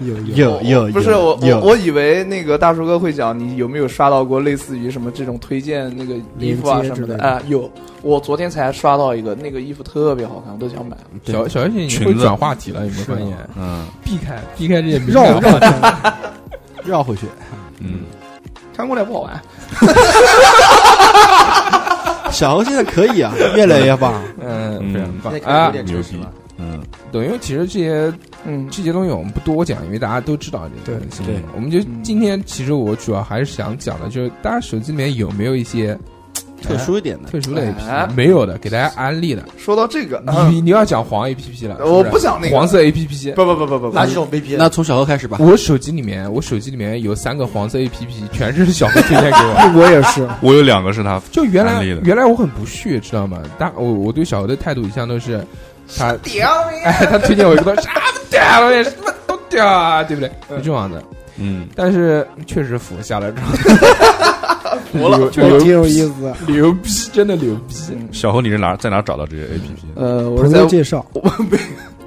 [SPEAKER 4] 有有
[SPEAKER 1] 有有
[SPEAKER 6] 不是我我我以为那个大叔哥会讲你有没有刷到过类似于什么这种推荐那个衣服啊
[SPEAKER 4] 链接
[SPEAKER 6] 什么
[SPEAKER 4] 之类
[SPEAKER 6] 的
[SPEAKER 4] 的
[SPEAKER 6] 啊、有，我昨天才刷到一个，那个衣服特别好看，我都想买。嗯
[SPEAKER 1] 对
[SPEAKER 2] 小小何现在已经
[SPEAKER 5] 裙
[SPEAKER 2] 会
[SPEAKER 5] 子
[SPEAKER 2] 转话题了，有没有发现？
[SPEAKER 5] 嗯
[SPEAKER 2] 避开避开这些敏
[SPEAKER 4] 绕
[SPEAKER 2] 感话
[SPEAKER 4] 绕
[SPEAKER 2] 题，
[SPEAKER 4] 开，
[SPEAKER 1] 绕回去，
[SPEAKER 5] 嗯，
[SPEAKER 6] 看过来不好玩，
[SPEAKER 1] 小猴现在可以啊，越来越棒。
[SPEAKER 2] 嗯，
[SPEAKER 5] 嗯
[SPEAKER 2] 非常棒
[SPEAKER 3] 现在可能有
[SPEAKER 2] 啊！
[SPEAKER 3] 点
[SPEAKER 5] 牛
[SPEAKER 3] 诚实
[SPEAKER 5] 逼
[SPEAKER 3] 了。，
[SPEAKER 5] 嗯，
[SPEAKER 2] 抖音其实这些
[SPEAKER 6] 嗯，
[SPEAKER 2] 这些东西我们不多讲，因为大家都知道这些东西。
[SPEAKER 1] 对对，
[SPEAKER 2] 我们就今天其实我主要还是想讲的，就是大家手机里面有没有一些
[SPEAKER 1] 特殊一点的，
[SPEAKER 2] 特殊的
[SPEAKER 6] 哎
[SPEAKER 2] APP？没有的，给大家安利的。
[SPEAKER 6] 说到这个，啊
[SPEAKER 2] 你你要讲黄 APP 了，是
[SPEAKER 6] 我
[SPEAKER 2] 是
[SPEAKER 6] 不讲那个
[SPEAKER 2] 黄色 APP。
[SPEAKER 6] 不不不不不不，
[SPEAKER 3] 垃圾种 VPN，
[SPEAKER 1] 那从小猴开始吧。
[SPEAKER 2] 我手机里面，我手机里面有三个黄色 A P P，全是小黑推荐给 我。
[SPEAKER 4] 我也是，
[SPEAKER 5] 我有两个是他，
[SPEAKER 2] 就原来
[SPEAKER 5] 安利的
[SPEAKER 2] 原来我很不屑，知道吗？但我我对小 何的态度一向都是，他哎，他推荐我一个东西，啥子屌东西，什么都掉啊，对不对？是这样的，
[SPEAKER 5] 嗯，
[SPEAKER 2] 但是确实服下来之后，
[SPEAKER 6] 服了
[SPEAKER 2] 就牛
[SPEAKER 4] 挺有意思的。
[SPEAKER 2] 牛逼，真的牛逼。
[SPEAKER 5] 小侯，你是哪在哪找到这些 A P P？
[SPEAKER 6] 呃，我是
[SPEAKER 4] 朋
[SPEAKER 6] 在
[SPEAKER 4] 友介绍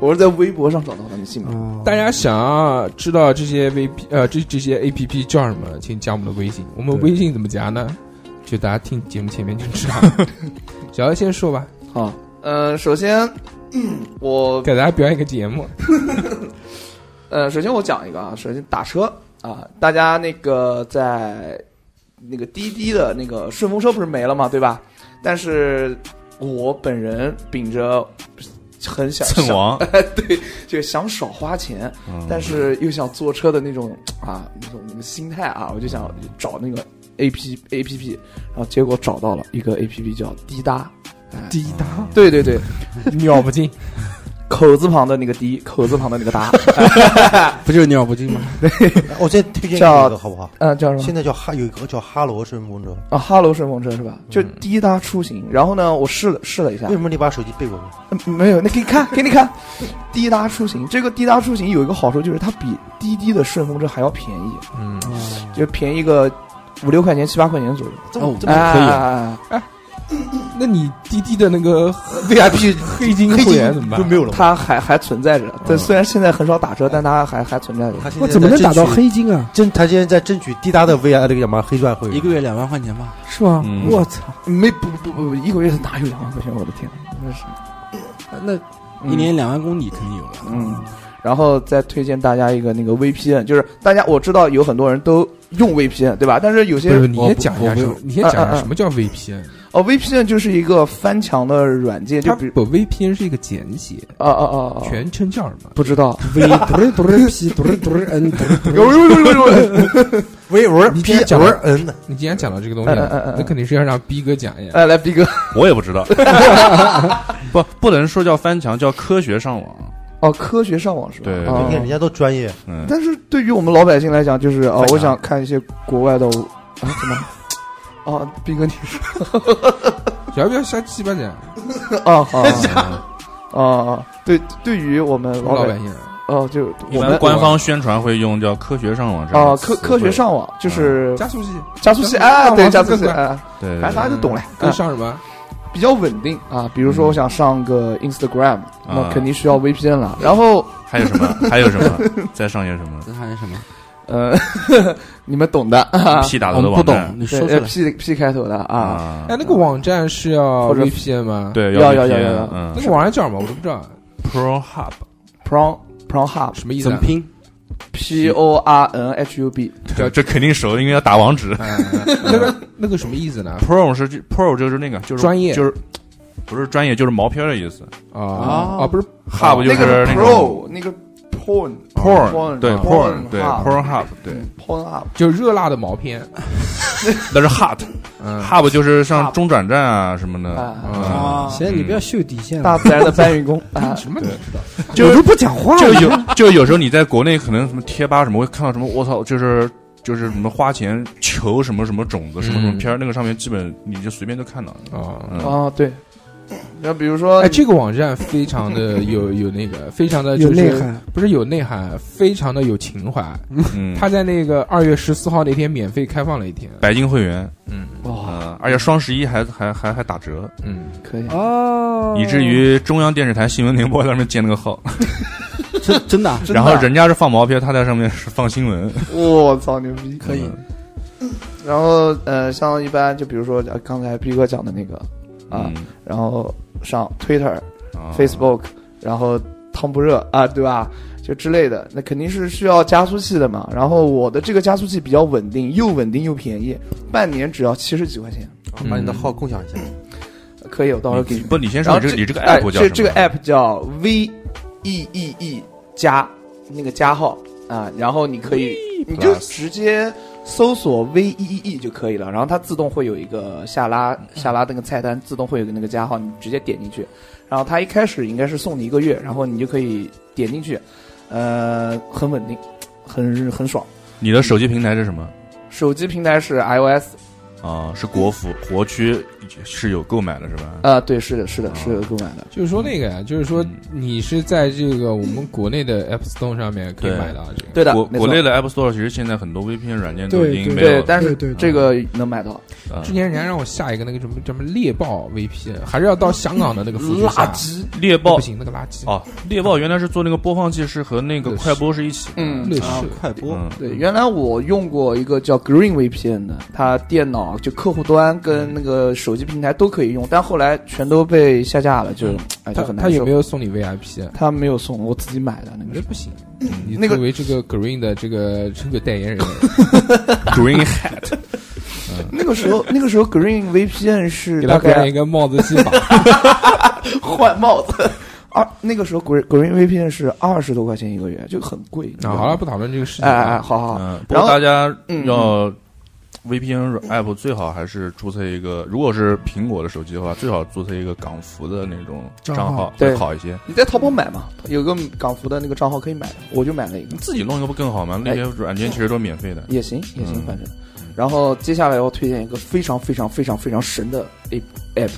[SPEAKER 6] 我是在微博上找到的，你信吗？
[SPEAKER 4] 啊，
[SPEAKER 2] 大家想要知道这些 V P 呃这这些 A P P 叫什么，请加我们的微信。我们
[SPEAKER 4] 对
[SPEAKER 2] 微信怎么加呢？就大家听节目前面就 知道。小姚先说吧，
[SPEAKER 6] 好，呃，首先、 嗯我
[SPEAKER 2] 给大家表演个节目。
[SPEAKER 6] 呃，首先我讲一个啊，首先打车啊，大家那个在那个滴滴的那个顺风车不是没了嘛，对吧？但是我本人秉着很想
[SPEAKER 5] 蹭王，
[SPEAKER 6] 就想少花钱，
[SPEAKER 5] 嗯
[SPEAKER 6] 但是又想坐车的那种啊那种那个心态啊，我就想找那个 A P A P P，然后结果找到了一个 A P P 叫滴答，哎
[SPEAKER 2] 滴答，
[SPEAKER 6] 对对对，
[SPEAKER 2] 鸟不进，
[SPEAKER 6] 口字旁的那个滴，口字旁的那个答，
[SPEAKER 1] 不就是尿不尽吗？
[SPEAKER 3] 我再推荐一
[SPEAKER 6] 叫
[SPEAKER 3] 个好不好？
[SPEAKER 6] 嗯，叫什么？
[SPEAKER 3] 现在叫哈有一个叫哈罗顺风车，
[SPEAKER 6] 啊，哈喽顺风车是吧？就滴答出行。然后呢，我试了试了一下
[SPEAKER 3] 为，什么你把手机背过来？
[SPEAKER 6] 嗯没有，那给你看，给你看，滴答出行。这个滴答出行有一个好处，就是它比滴滴的顺风车还要便宜，
[SPEAKER 2] 嗯，
[SPEAKER 6] 就便宜个五六块钱、七八块钱左右。
[SPEAKER 3] 这么
[SPEAKER 1] 哦
[SPEAKER 3] 这么
[SPEAKER 6] 哎，
[SPEAKER 1] 可以
[SPEAKER 2] 那你滴滴的那个
[SPEAKER 6] VIP
[SPEAKER 2] 黑金
[SPEAKER 3] 黑
[SPEAKER 2] 会
[SPEAKER 3] 金
[SPEAKER 2] 员怎么办
[SPEAKER 3] 就？没有了吗？
[SPEAKER 6] 它还还存在着，但虽然现在很少打折，但它还还存在着。
[SPEAKER 3] 他现
[SPEAKER 4] 我
[SPEAKER 3] 在
[SPEAKER 4] 怎么能
[SPEAKER 3] 在
[SPEAKER 4] 打
[SPEAKER 3] 争
[SPEAKER 4] 到
[SPEAKER 3] 取
[SPEAKER 4] 黑金啊？
[SPEAKER 3] 争？他现在在争取滴答的 VR 那个叫什么黑钻会员
[SPEAKER 1] 一个 月两万块钱吧，
[SPEAKER 4] 是吗
[SPEAKER 5] 嗯？
[SPEAKER 4] 我操，
[SPEAKER 6] 没不不不不，一个月哪有两万块钱？我的天，那是
[SPEAKER 1] 那一年两万公里肯定有了。
[SPEAKER 6] 嗯，然后再推荐大家一个那个 VPN，就是大家我知道有很多人都用 VPN，对吧？但是有
[SPEAKER 2] 不
[SPEAKER 6] 些
[SPEAKER 2] 是，你先讲一下什
[SPEAKER 1] 我
[SPEAKER 2] 么？你先讲一
[SPEAKER 6] 啊
[SPEAKER 2] 下什么叫 VPN？
[SPEAKER 6] 哦，VPN 就是一个翻墙的软件，就
[SPEAKER 2] 它
[SPEAKER 6] 比如
[SPEAKER 2] 不 VPN 是一个简写，
[SPEAKER 6] 啊啊啊啊，
[SPEAKER 2] 全称叫什么？
[SPEAKER 6] 不知 道，
[SPEAKER 4] 喂，嘟儿嘟儿皮嘟儿嘟儿嗯嘟儿嘟儿，
[SPEAKER 3] 微文
[SPEAKER 2] 你
[SPEAKER 3] P
[SPEAKER 2] 先讲
[SPEAKER 3] 文嗯 N 的，
[SPEAKER 2] 你既然讲到这个东西
[SPEAKER 6] 嗯嗯嗯
[SPEAKER 2] 了
[SPEAKER 6] 嗯，
[SPEAKER 2] 那肯定是要让逼哥讲一下。
[SPEAKER 6] 哎，来逼哥，
[SPEAKER 5] 我也不知道， 不不能说叫翻墙，叫科学上网。
[SPEAKER 6] 哦，科学上网是吧？
[SPEAKER 5] 对对对
[SPEAKER 3] 你看人
[SPEAKER 6] 哦
[SPEAKER 3] 家都专业，
[SPEAKER 5] 嗯，
[SPEAKER 6] 但是对于我们老百姓来讲，就是哦
[SPEAKER 5] 翻，墙
[SPEAKER 6] 我想看一些国外的啊，怎么？哦，逼哥你说
[SPEAKER 2] 要不要瞎鸡巴讲？
[SPEAKER 6] 啊，好，啊啊，对，对于我们老
[SPEAKER 2] 老
[SPEAKER 6] 百
[SPEAKER 2] 百
[SPEAKER 6] 姓，
[SPEAKER 2] 姓，
[SPEAKER 6] 哦，就
[SPEAKER 5] 一
[SPEAKER 6] 我
[SPEAKER 5] 般
[SPEAKER 6] 们
[SPEAKER 5] 官方宣传会用叫科学上网这样
[SPEAKER 6] 啊，
[SPEAKER 5] 的
[SPEAKER 6] 科
[SPEAKER 5] 词汇嗯
[SPEAKER 6] 科学上网就是
[SPEAKER 2] 加速器
[SPEAKER 6] 加速
[SPEAKER 2] 加
[SPEAKER 6] 器，
[SPEAKER 2] 速器
[SPEAKER 6] 哎，对，加
[SPEAKER 2] 加
[SPEAKER 6] 速
[SPEAKER 2] 速
[SPEAKER 6] 器，
[SPEAKER 2] 器
[SPEAKER 6] 哎，
[SPEAKER 5] 对，
[SPEAKER 6] 反正大家就懂了。
[SPEAKER 2] 跟
[SPEAKER 6] 啊
[SPEAKER 2] 上什么？
[SPEAKER 6] 比较稳定啊。比如说，我想上个 Instagram，、那
[SPEAKER 5] 嗯啊
[SPEAKER 6] 肯定需要 VPN 了。然后，
[SPEAKER 5] 还有什 么？还有什么？再上些什么
[SPEAKER 1] 这还是什么？
[SPEAKER 6] 呃， 你们懂的 啊，
[SPEAKER 5] ？P 打
[SPEAKER 1] 我
[SPEAKER 5] 头的
[SPEAKER 1] 们不
[SPEAKER 5] 网
[SPEAKER 1] 懂
[SPEAKER 5] 站，
[SPEAKER 1] 你说
[SPEAKER 6] 对
[SPEAKER 1] 出
[SPEAKER 6] 呃
[SPEAKER 1] 来。
[SPEAKER 6] P P 开头的啊，
[SPEAKER 5] 啊
[SPEAKER 2] 哎，那个网站是要
[SPEAKER 6] 或者
[SPEAKER 2] VPN 吗？，
[SPEAKER 5] 对，
[SPEAKER 6] 要要
[SPEAKER 5] VPN，
[SPEAKER 6] 要要
[SPEAKER 2] 那
[SPEAKER 5] 嗯
[SPEAKER 2] 个网站叫什么？我都不知道，
[SPEAKER 5] ，Pro Hub，
[SPEAKER 6] porn porn hub
[SPEAKER 2] 什么意思
[SPEAKER 1] 怎
[SPEAKER 2] 啊
[SPEAKER 1] 么？拼？
[SPEAKER 6] P O R N H U B
[SPEAKER 5] 这这肯定熟，因为要打网址。
[SPEAKER 6] 啊
[SPEAKER 2] 哎哎哎那个那个什么意思呢？
[SPEAKER 5] Pro 是 Pro 就是那个就是
[SPEAKER 2] 专业
[SPEAKER 5] 就是不是专业就是毛片儿的意思
[SPEAKER 2] 啊啊，不是
[SPEAKER 5] ，Hub 就
[SPEAKER 6] 哦那
[SPEAKER 5] 是
[SPEAKER 6] 个
[SPEAKER 5] 那种
[SPEAKER 6] pro 那个 porn 啊
[SPEAKER 5] Porn 对
[SPEAKER 6] porn 啊
[SPEAKER 5] Porn 对 Porn Hub 对，
[SPEAKER 6] porn hub
[SPEAKER 2] 就热辣的毛片，
[SPEAKER 5] 那是 Hub
[SPEAKER 2] 嗯，
[SPEAKER 5] Hub 就是像中转站啊什么的，嗯
[SPEAKER 6] 啊，
[SPEAKER 2] 啊，
[SPEAKER 4] 哎行，你不要秀底线啊
[SPEAKER 6] 大
[SPEAKER 4] 了，
[SPEAKER 6] 自然的搬运工啊，
[SPEAKER 2] 什么都知道，
[SPEAKER 5] 就
[SPEAKER 4] 我都不讲话
[SPEAKER 5] 就
[SPEAKER 4] 了。
[SPEAKER 5] 有就有时候你在国内可能什么贴吧什么会看到什么，我操，就是就是什么花钱求什么什么种子什么什么片儿，那个上面基本你就随便就看到了。
[SPEAKER 2] 啊。
[SPEAKER 5] 嗯，
[SPEAKER 6] 啊对。那比如说
[SPEAKER 2] 哎，，这个网站非常的有有那个，非常的
[SPEAKER 4] 有
[SPEAKER 2] 就是
[SPEAKER 4] 内，涵，
[SPEAKER 2] 不是有内涵，非常的有情怀。
[SPEAKER 5] 嗯
[SPEAKER 2] 他在那个二月十四号那天免费开放了一天，
[SPEAKER 5] 白金会员，
[SPEAKER 6] 哇，
[SPEAKER 5] 嗯，而且双十一还还还还打折，
[SPEAKER 2] 嗯，
[SPEAKER 6] 可以，
[SPEAKER 4] 哦，
[SPEAKER 5] 以至于中央电视台新闻联播在上面建了个号，
[SPEAKER 1] 真真的 啊
[SPEAKER 6] 真的
[SPEAKER 5] 然后人家是放毛片，他在上面是放新闻。
[SPEAKER 6] 我操牛逼，
[SPEAKER 1] 可以，
[SPEAKER 6] 然后呃，像一般就比如说呃刚才逼哥讲的那个啊，
[SPEAKER 5] 嗯
[SPEAKER 6] 然后上 Twitter、
[SPEAKER 5] 啊
[SPEAKER 6] Facebook，然后汤不热啊，对吧？就之类的，那肯定是需要加速器的嘛。然后我的这个加速器比较稳定，又稳定又便宜，半年只要七十几块钱，
[SPEAKER 3] 啊把你的号共享一下。
[SPEAKER 6] 可以，我到时候给
[SPEAKER 5] 你
[SPEAKER 6] 你。
[SPEAKER 5] 不，你先
[SPEAKER 6] 然
[SPEAKER 5] 说
[SPEAKER 6] 后
[SPEAKER 5] 你这个你这个
[SPEAKER 6] 哎
[SPEAKER 5] app 叫
[SPEAKER 6] 这这个
[SPEAKER 5] 什么
[SPEAKER 6] app 叫 V E E E 加那个加号啊，然后你可以你就
[SPEAKER 5] Plus
[SPEAKER 6] 直接搜索 V E E E 就可以了，然后它自动会有一个下拉
[SPEAKER 5] 嗯
[SPEAKER 6] 下拉那个菜单，自动会有一个那个加号，你直接点进去，然后它一开始应该是送你一个月，然后你就可以点进去，呃，很稳定，很很爽。
[SPEAKER 5] 你的手机平台是什么？
[SPEAKER 6] 手机平台是 iOS，
[SPEAKER 5] 啊，是国服、国区是有购买的是吧？
[SPEAKER 6] 啊，对，是的，是的，是有购买的。
[SPEAKER 2] 就是说那个呀，就是说你是在这个我们国内的 App Store 上面可以买到这个。
[SPEAKER 6] 对的，
[SPEAKER 5] 国
[SPEAKER 6] 没
[SPEAKER 5] 国
[SPEAKER 6] 错
[SPEAKER 5] 内的 App Store 其实现在很多 VPN 软件都
[SPEAKER 4] 对
[SPEAKER 5] 已经
[SPEAKER 4] 对
[SPEAKER 5] 没有
[SPEAKER 6] 对
[SPEAKER 5] 了，，
[SPEAKER 6] 但是
[SPEAKER 4] 对对
[SPEAKER 6] 这个能买到。
[SPEAKER 5] 嗯
[SPEAKER 2] 之前人家让我下一个那个什么什么猎豹 VPN，还是要到香港的那个服务器下。
[SPEAKER 5] 啊猎
[SPEAKER 2] 那
[SPEAKER 5] 豹
[SPEAKER 2] 不行，那个垃圾。
[SPEAKER 5] 哦，猎豹原来是做那个播放器，是和那个快播是一起的。
[SPEAKER 6] 嗯
[SPEAKER 2] 乐
[SPEAKER 1] 啊
[SPEAKER 2] 视，
[SPEAKER 1] 快播
[SPEAKER 5] 嗯，
[SPEAKER 6] 对，原来我用过一个叫 Green VPN 的，它电脑就客户端跟那个手机平台都可以用，但后来全都被下架了，
[SPEAKER 2] 嗯
[SPEAKER 6] 就哎就
[SPEAKER 2] 他
[SPEAKER 6] 很难
[SPEAKER 2] 他
[SPEAKER 6] 受。
[SPEAKER 2] 有没嗯有送你 VIP？
[SPEAKER 6] 他没有送，我自己买的那
[SPEAKER 2] 我觉
[SPEAKER 6] 个
[SPEAKER 2] 得
[SPEAKER 6] 是。
[SPEAKER 2] 不行。你
[SPEAKER 6] 嗯那个
[SPEAKER 2] 作为这个 Green 的这个这个代 言人，
[SPEAKER 5] Green Hat
[SPEAKER 6] 那个时候， 那个时候 Green VPN 是
[SPEAKER 2] 给
[SPEAKER 6] 大
[SPEAKER 2] 他表演
[SPEAKER 6] 概啊
[SPEAKER 2] 一个帽子戏法。
[SPEAKER 6] 换帽子。 二那个时候 Green Green VPN 是二十多块钱一个月，就很贵。
[SPEAKER 2] 啊，好 了，，不讨论这个事情啊
[SPEAKER 6] 哎哎哎，
[SPEAKER 2] 了。
[SPEAKER 6] 好好，好
[SPEAKER 5] 嗯，不过
[SPEAKER 6] 然后
[SPEAKER 5] 大家
[SPEAKER 6] 嗯
[SPEAKER 5] 要 VPN app 最好还是注册一个，如果是苹果的手机的话，最好注册一个港服的那种
[SPEAKER 4] 账
[SPEAKER 5] 账
[SPEAKER 4] 号
[SPEAKER 5] 号会
[SPEAKER 6] 对
[SPEAKER 5] 好一些。
[SPEAKER 6] 你在淘宝买嘛，有个港服的那个账号可以买的，我就买了一个
[SPEAKER 5] 你。自己弄一个不更好吗？
[SPEAKER 2] 哎
[SPEAKER 5] 那些软件其实都免费的。
[SPEAKER 6] 也行，也行，
[SPEAKER 5] 嗯
[SPEAKER 6] 反正。然后接下来我推荐一个非常非常非常非常神的 A app。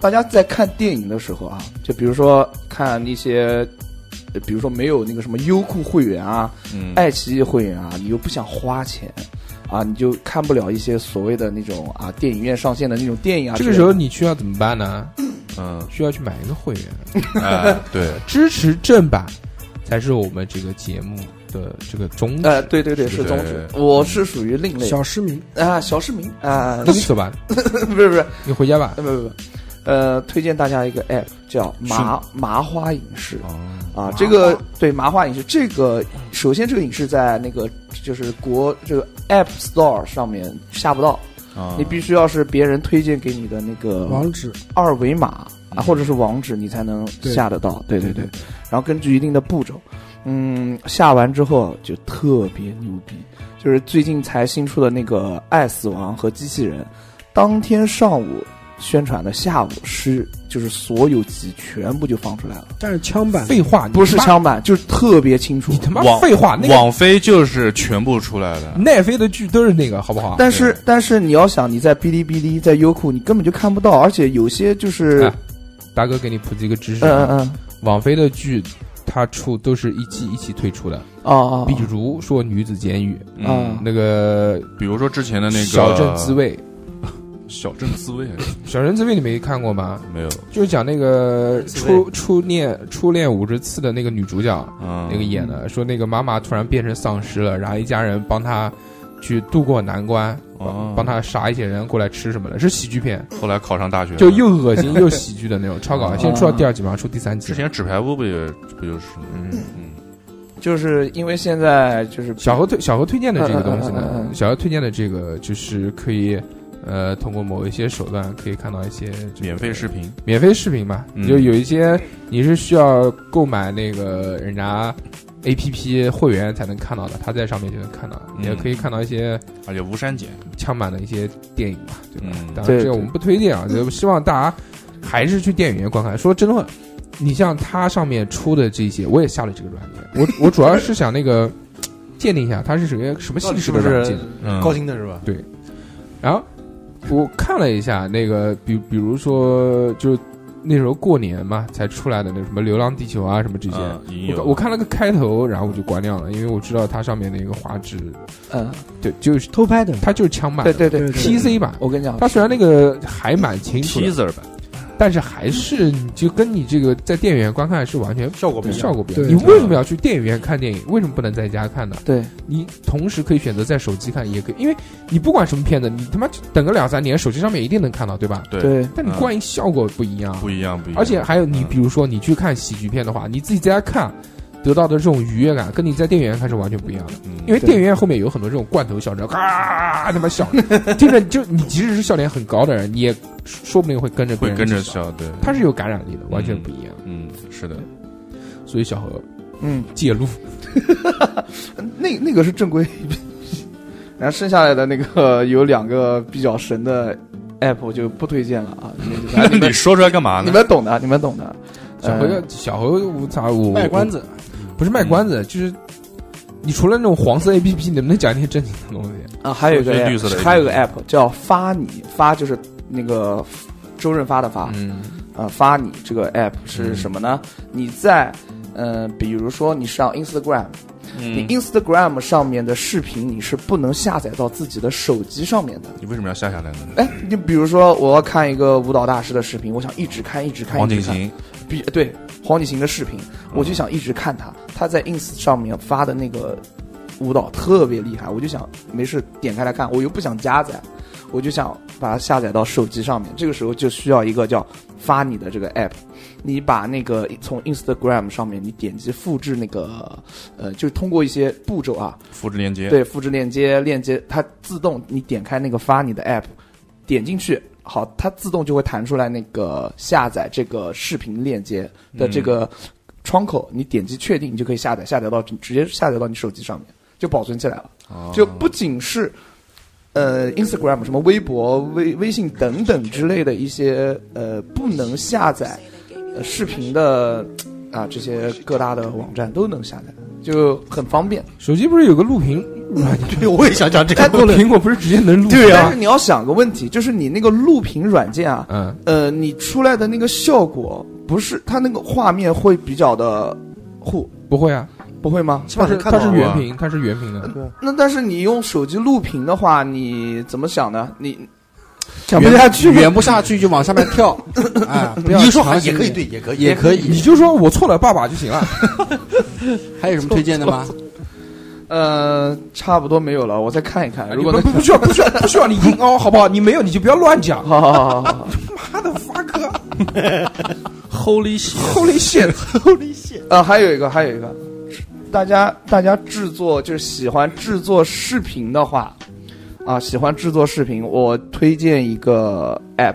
[SPEAKER 6] 大家在看电影的时候啊，就比如说看那些，呃比如说没有那个什么优酷会员啊、
[SPEAKER 5] 嗯，
[SPEAKER 2] 哎
[SPEAKER 6] 爱奇艺会员啊，你又不想花钱啊，你就看不了一些所谓的那种啊电影院上线的那种电影啊。
[SPEAKER 2] 这个时候你需要怎么办呢？
[SPEAKER 5] 嗯，
[SPEAKER 2] 需要去买一个会员，
[SPEAKER 5] 哎，对，
[SPEAKER 2] 支持正版，才是我们这个节目的这个宗旨。
[SPEAKER 6] 呃，对对对，是宗旨。我是属于另类
[SPEAKER 4] 小市民，
[SPEAKER 6] 啊，小市民 啊，
[SPEAKER 2] 那你走吧，
[SPEAKER 6] 不是不是，
[SPEAKER 2] 你回家吧。
[SPEAKER 6] 不不不，呃，推荐大家一个 app 叫麻麻花影视。
[SPEAKER 5] 哦
[SPEAKER 6] 啊，这个对麻花影视，这个首先这个影视在那个就是国这个 App Store 上面下不到，
[SPEAKER 5] 啊，
[SPEAKER 6] 你必须要是别人推荐给你的那个
[SPEAKER 4] 网址
[SPEAKER 6] 二维码
[SPEAKER 2] 嗯
[SPEAKER 6] 啊，或者是网址，你才能
[SPEAKER 4] 对
[SPEAKER 6] 下得到。对对对，然后根据一定的步骤，嗯，下完之后就特别牛逼，就是最近才新出的那个《爱死亡》和《机器人》，当天上午宣传的，下午是就是所有集全部就放出来了。
[SPEAKER 4] 但是枪版
[SPEAKER 2] 废话，你
[SPEAKER 6] 不是
[SPEAKER 2] 嗯妈，
[SPEAKER 6] 枪版，就是特别清楚
[SPEAKER 2] 你。他妈
[SPEAKER 5] 网
[SPEAKER 2] 废话，那个
[SPEAKER 5] 网飞就是全部出来的。
[SPEAKER 2] 奈飞的剧都是那个，好不好？
[SPEAKER 6] 但是但是你要想你在哔哩哔哩在优酷你根本就看不到，而且有些就是
[SPEAKER 2] 哎达哥给你普及一个知识，
[SPEAKER 6] 嗯嗯嗯
[SPEAKER 2] 网飞的剧它出都是一季一起推出的，
[SPEAKER 6] 哦哦
[SPEAKER 2] 比如说《女子监狱》，
[SPEAKER 6] 啊
[SPEAKER 5] 嗯，
[SPEAKER 2] 那个
[SPEAKER 5] 比如说之前的那个
[SPEAKER 2] 小镇滋，味》，
[SPEAKER 5] 小镇滋味
[SPEAKER 2] 《小镇滋味》你没看过吗？
[SPEAKER 5] 没有，
[SPEAKER 2] 就是讲那个
[SPEAKER 3] 滋味
[SPEAKER 2] 初初恋初恋五十次的那个女主角，
[SPEAKER 5] 嗯，
[SPEAKER 2] 那个演的，说那个妈妈突然变成丧尸了，然后一家人帮她去渡过难关，
[SPEAKER 5] 哦
[SPEAKER 2] 帮她杀一些人过来吃什么的，是喜剧片，
[SPEAKER 5] 后来考上大学
[SPEAKER 2] 就又恶心又喜剧的那种，超搞笑。
[SPEAKER 6] 嗯
[SPEAKER 2] 现在出到第二季，马上出第三季
[SPEAKER 5] 之。前纸牌屋不也不就是吗？嗯
[SPEAKER 6] 就是因为现在就是
[SPEAKER 2] 小何推小何推荐的这个东西
[SPEAKER 6] 嗯嗯嗯
[SPEAKER 2] 呢
[SPEAKER 6] 嗯，嗯
[SPEAKER 2] 小何推荐的这个就是可以。呃，通过某一些手段可以看到一些这个
[SPEAKER 5] 免费视频，
[SPEAKER 2] 免费视频嘛，
[SPEAKER 5] 嗯
[SPEAKER 2] 就有一些你是需要购买那个人家 A P P 会员才能看到的，他在上面就能看到，
[SPEAKER 5] 嗯
[SPEAKER 2] 也可以看到一些
[SPEAKER 5] 而且无删减，
[SPEAKER 2] 枪版的一些电影嘛，对吧？
[SPEAKER 5] 嗯
[SPEAKER 2] 当
[SPEAKER 6] 对
[SPEAKER 2] 然这个我们不推荐啊，就希望大家还是去电影院观看。说真的，你像它上面出的这些，我也下了这个软件， 我我主要是想那个 鉴定一下它是属于什么
[SPEAKER 3] 到
[SPEAKER 2] 性
[SPEAKER 3] 底
[SPEAKER 2] 质
[SPEAKER 3] 是
[SPEAKER 2] 的
[SPEAKER 3] 不
[SPEAKER 2] 软
[SPEAKER 3] 是
[SPEAKER 2] 件。
[SPEAKER 5] 嗯
[SPEAKER 3] 高清的是吧？
[SPEAKER 2] 然后我看了一下那个，比比如说，就是那时候过年嘛才出来的那什么《流浪地球》啊，什么这些。
[SPEAKER 5] 嗯已经
[SPEAKER 2] 我
[SPEAKER 5] 有
[SPEAKER 2] 看我看了个开头，然后我就关掉了，因为我知道它上面那个画质，
[SPEAKER 6] 嗯，
[SPEAKER 2] 对，就是
[SPEAKER 4] 偷拍的，
[SPEAKER 2] 它就是枪版
[SPEAKER 6] 对
[SPEAKER 2] 的
[SPEAKER 6] 对对
[SPEAKER 4] 对
[SPEAKER 6] 哦是
[SPEAKER 2] PC 版。
[SPEAKER 6] 我跟你讲，
[SPEAKER 2] 它虽然那个还蛮清楚的，
[SPEAKER 5] teaser 版，
[SPEAKER 2] 但是还是你就跟你这个在电影院观看是完全
[SPEAKER 3] 效果不一样
[SPEAKER 2] 效。果不一样。
[SPEAKER 4] 对
[SPEAKER 2] 你为什么要去电影院看电影？为什么不能在家看呢？
[SPEAKER 6] 对
[SPEAKER 2] 你同时可以选择在手机看，也可以，因为你不管什么片子，你他妈等个两三年，手机上面一定能看到，对吧？
[SPEAKER 5] 对，
[SPEAKER 6] 对
[SPEAKER 2] 但你观影效果不一样，
[SPEAKER 5] 不一样不一样，
[SPEAKER 2] 而且还有你，比如说你去看喜剧片的话，你自己在家看。得到的这种愉悦感，跟你在电影院看是完全不一样的，
[SPEAKER 5] 嗯
[SPEAKER 2] 因为电影院后面有很多这种罐头笑声，啊，他妈笑，听着就你即使是笑点很高的人，你也说不定会跟着别
[SPEAKER 5] 会
[SPEAKER 2] 人
[SPEAKER 5] 跟着
[SPEAKER 2] 一起笑，
[SPEAKER 5] 笑，对，
[SPEAKER 2] 它是有感染力的，完全不一样。
[SPEAKER 5] 嗯 是的，
[SPEAKER 2] 所以小何
[SPEAKER 6] 嗯，
[SPEAKER 2] 介入，
[SPEAKER 6] 那那个是正规。然后剩下来的那个有两个比较神的 app 我就不推荐了啊，你
[SPEAKER 5] 那
[SPEAKER 6] 们你
[SPEAKER 5] 哎你
[SPEAKER 6] 们
[SPEAKER 5] 说出来干嘛
[SPEAKER 6] 你
[SPEAKER 5] 呢？
[SPEAKER 6] 们懂的，你们懂的。
[SPEAKER 2] 小
[SPEAKER 6] 呃
[SPEAKER 2] 何要小何我操我
[SPEAKER 1] 卖关子，
[SPEAKER 2] 不是
[SPEAKER 5] 嗯
[SPEAKER 2] 卖关子，就是你除了那种黄色 A P P，你能不能讲一些正经的东西？
[SPEAKER 6] 啊，还有一个
[SPEAKER 5] 是
[SPEAKER 6] app,
[SPEAKER 5] 绿色的
[SPEAKER 6] 还有一个 app 叫发你发，就是那个周润发的发，
[SPEAKER 2] 嗯，
[SPEAKER 6] 呃，发你这个 app
[SPEAKER 5] 嗯
[SPEAKER 6] 是什么呢？你在呃，比如说你上 Instagram，、你
[SPEAKER 5] 嗯
[SPEAKER 6] Instagram 上面的视频你是不能下载到自己的手机上面的。
[SPEAKER 5] 你为什么要下下来呢？
[SPEAKER 6] 哎，你比如说我要看一个舞蹈大师的视频，我想一直看一直看，
[SPEAKER 5] 黄
[SPEAKER 6] 一直
[SPEAKER 5] 景
[SPEAKER 6] 看
[SPEAKER 5] 行，嗯
[SPEAKER 6] 比对黄景行的视频，我就想一直看他，他在 ins 上面发的那个舞蹈特别厉害，我就想没事点开来看，我又不想加载，我就想把它下载到手机上面。这个时候就需要一个叫发你的这个 app，你把那个从 Instagram 上面你点击复制那个呃，就是通过一些步骤啊，
[SPEAKER 5] 复制链接，
[SPEAKER 6] 对，复制链接，链接它自动你点开那个发你的 app，点进去，好，它自动就会弹出来那个下载这个视频链接的这个窗口，你点击确定，你就可以下载，下载到直接下载到你手机上面，就保存起来了。就不仅是呃 Instagram 什么微博、微微信等等之类的一些呃不能下载、呃、视频的啊这些各大的网站都能下载，就很方便。
[SPEAKER 2] 手机不是有个录屏软件？
[SPEAKER 3] 对，我也想讲这
[SPEAKER 6] 但
[SPEAKER 3] 个。
[SPEAKER 6] 不能
[SPEAKER 2] 苹果不是直接能录？
[SPEAKER 1] 啊
[SPEAKER 5] 啊
[SPEAKER 6] 但是你要想个问题，就是你那个录屏软件啊，
[SPEAKER 2] 嗯，
[SPEAKER 6] 呃，你出来的那个效果不是它那个画面会比较的糊，
[SPEAKER 2] 不会啊，
[SPEAKER 6] 不会吗？
[SPEAKER 3] 起码
[SPEAKER 2] 它是
[SPEAKER 3] 能看
[SPEAKER 2] 它
[SPEAKER 3] 到
[SPEAKER 2] 是
[SPEAKER 3] 啊
[SPEAKER 2] 原屏，它是原屏的。
[SPEAKER 6] 那但是你用手机录屏的话，你怎么想呢？你
[SPEAKER 1] 讲不下去，演不下去就往下面跳，哎，不要
[SPEAKER 3] 你说好
[SPEAKER 1] 强
[SPEAKER 3] 也
[SPEAKER 1] 行
[SPEAKER 3] 可以，对，也可以，
[SPEAKER 1] 也可以。
[SPEAKER 2] 你就说我错了，爸爸就行了。
[SPEAKER 1] 还有什么推荐的吗？
[SPEAKER 6] 呃，差不多没有了，我再看一看。如果
[SPEAKER 2] 啊不
[SPEAKER 6] 能，
[SPEAKER 2] 不不需要不需要不需要你硬凹好不好？你没有你就不要乱讲。
[SPEAKER 6] 好好好好好，
[SPEAKER 2] 妈的，发哥
[SPEAKER 7] Holy shit！
[SPEAKER 2] ，Holy shit！
[SPEAKER 6] 呃，还有一个，还有一个，大家大家制作就是喜欢制作视频的话，啊，喜欢制作视频，我推荐一个 app，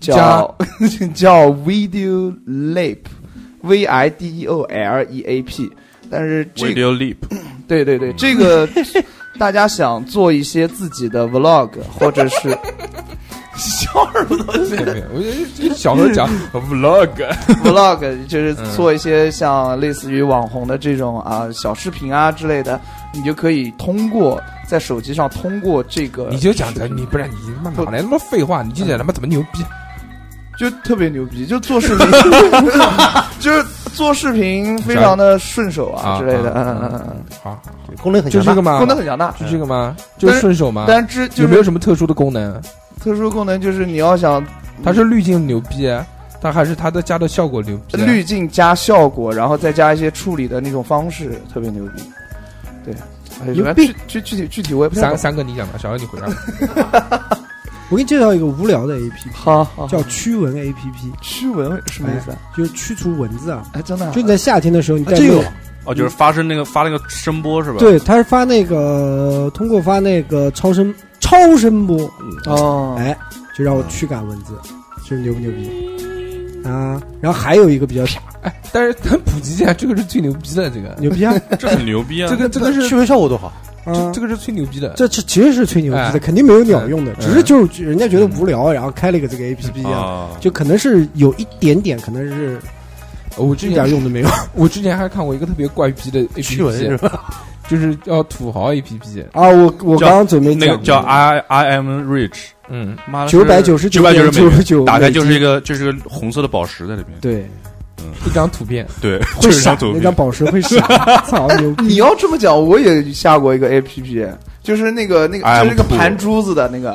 [SPEAKER 6] 叫 叫 Video Lab，V I D E O L E A P，但是这个
[SPEAKER 5] Video Leap，
[SPEAKER 6] 对对对，这个大家想做一些自己的 vlog 或者是。
[SPEAKER 2] 我觉得这小何讲 vlog，
[SPEAKER 6] vlog 就是
[SPEAKER 2] 嗯
[SPEAKER 6] 做一些像类似于网红的这种啊小视频啊之类的，你就可以通过在手机上通过这 个
[SPEAKER 2] 你就讲这，你不然你他妈哪来那么废话？你就讲他妈怎么牛逼？
[SPEAKER 6] 就特别牛逼，就做 视频，就是做视频非常的顺手啊
[SPEAKER 2] 啊
[SPEAKER 6] 之类的，
[SPEAKER 2] 啊
[SPEAKER 6] 嗯嗯嗯
[SPEAKER 2] 好，
[SPEAKER 3] 功能很
[SPEAKER 2] 就
[SPEAKER 3] 强
[SPEAKER 2] 这
[SPEAKER 3] 大
[SPEAKER 2] 个。
[SPEAKER 6] 嗯，
[SPEAKER 2] 嘛
[SPEAKER 6] 功，能很强大。
[SPEAKER 2] 就这个嘛，就是顺手嘛。
[SPEAKER 6] 但是
[SPEAKER 2] 啊有
[SPEAKER 6] 就
[SPEAKER 2] 没有
[SPEAKER 6] 是
[SPEAKER 2] 什么特殊的功能？
[SPEAKER 6] 特殊功能，就是你要想
[SPEAKER 2] 它是滤镜牛逼，它还是它的加的效果牛逼？啊
[SPEAKER 6] 滤镜加效果，然后再加一些处理的那种方式，特别牛逼。对，哎
[SPEAKER 3] 牛
[SPEAKER 6] 具具具体具体我也不太
[SPEAKER 2] 三
[SPEAKER 6] 懂。
[SPEAKER 2] 三个你讲吧，小何你回 答吧。
[SPEAKER 4] 我给你介绍一个无聊的 A P P，
[SPEAKER 6] 好好，
[SPEAKER 4] 叫驱蚊 A P P，
[SPEAKER 6] 驱蚊什么意思啊？
[SPEAKER 4] 就是驱除蚊子啊。
[SPEAKER 6] 哎，真的啊
[SPEAKER 4] 就你在夏天的时候，你戴
[SPEAKER 1] 啊这
[SPEAKER 4] 那
[SPEAKER 1] 有
[SPEAKER 4] 个
[SPEAKER 5] 哦，就是发生那个发那个声波是吧？，
[SPEAKER 4] 对，它是发那个通过发那个超声超声波，
[SPEAKER 6] 哦，
[SPEAKER 4] 哎，就让我驱赶蚊子，这牛不牛逼？啊，然后还有一个比较
[SPEAKER 2] 哎，但是它普及一下，这个是最牛逼的，这个
[SPEAKER 4] 牛逼啊，
[SPEAKER 5] 这很牛逼啊！
[SPEAKER 2] 这个这个是
[SPEAKER 3] 驱蚊效果多好，
[SPEAKER 4] 啊
[SPEAKER 2] 这个是最牛逼的。
[SPEAKER 4] 这这其实是吹牛逼
[SPEAKER 2] 哎
[SPEAKER 4] 的，肯定没有鸟用的，
[SPEAKER 2] 嗯
[SPEAKER 4] 只是就是人家觉得无聊，然后开了一个这个 A P P 啊，
[SPEAKER 5] 啊，
[SPEAKER 4] 就可能是有一点点，可能是
[SPEAKER 2] 我之
[SPEAKER 4] 一
[SPEAKER 2] 前
[SPEAKER 4] 点用都没有。
[SPEAKER 2] 我之前还看过一个特别怪逼的 A
[SPEAKER 3] 驱蚊是
[SPEAKER 2] P P，
[SPEAKER 3] 吧？
[SPEAKER 2] 就是叫土豪 A P P。
[SPEAKER 4] 啊，我我刚刚准备
[SPEAKER 5] 那个
[SPEAKER 4] 讲
[SPEAKER 5] 叫 I I am rich，
[SPEAKER 2] 嗯，
[SPEAKER 5] 妈的
[SPEAKER 4] 九百九十
[SPEAKER 5] 九
[SPEAKER 4] 百
[SPEAKER 5] 百九
[SPEAKER 4] 九
[SPEAKER 5] 十
[SPEAKER 4] 十
[SPEAKER 5] 美
[SPEAKER 4] 九，
[SPEAKER 5] 元，打开就是一个就是一个红色的宝石在里面，
[SPEAKER 4] 对，
[SPEAKER 2] 一张图片，
[SPEAKER 5] 对，
[SPEAKER 4] 会
[SPEAKER 5] 就是一张
[SPEAKER 4] 闪
[SPEAKER 5] 图
[SPEAKER 4] 那
[SPEAKER 5] 片
[SPEAKER 4] 张宝石会 闪，操牛逼！
[SPEAKER 6] 你要这么讲，我也下过一个 A P P，就是那个那个
[SPEAKER 5] I am
[SPEAKER 6] 就是那个盘珠子的那个，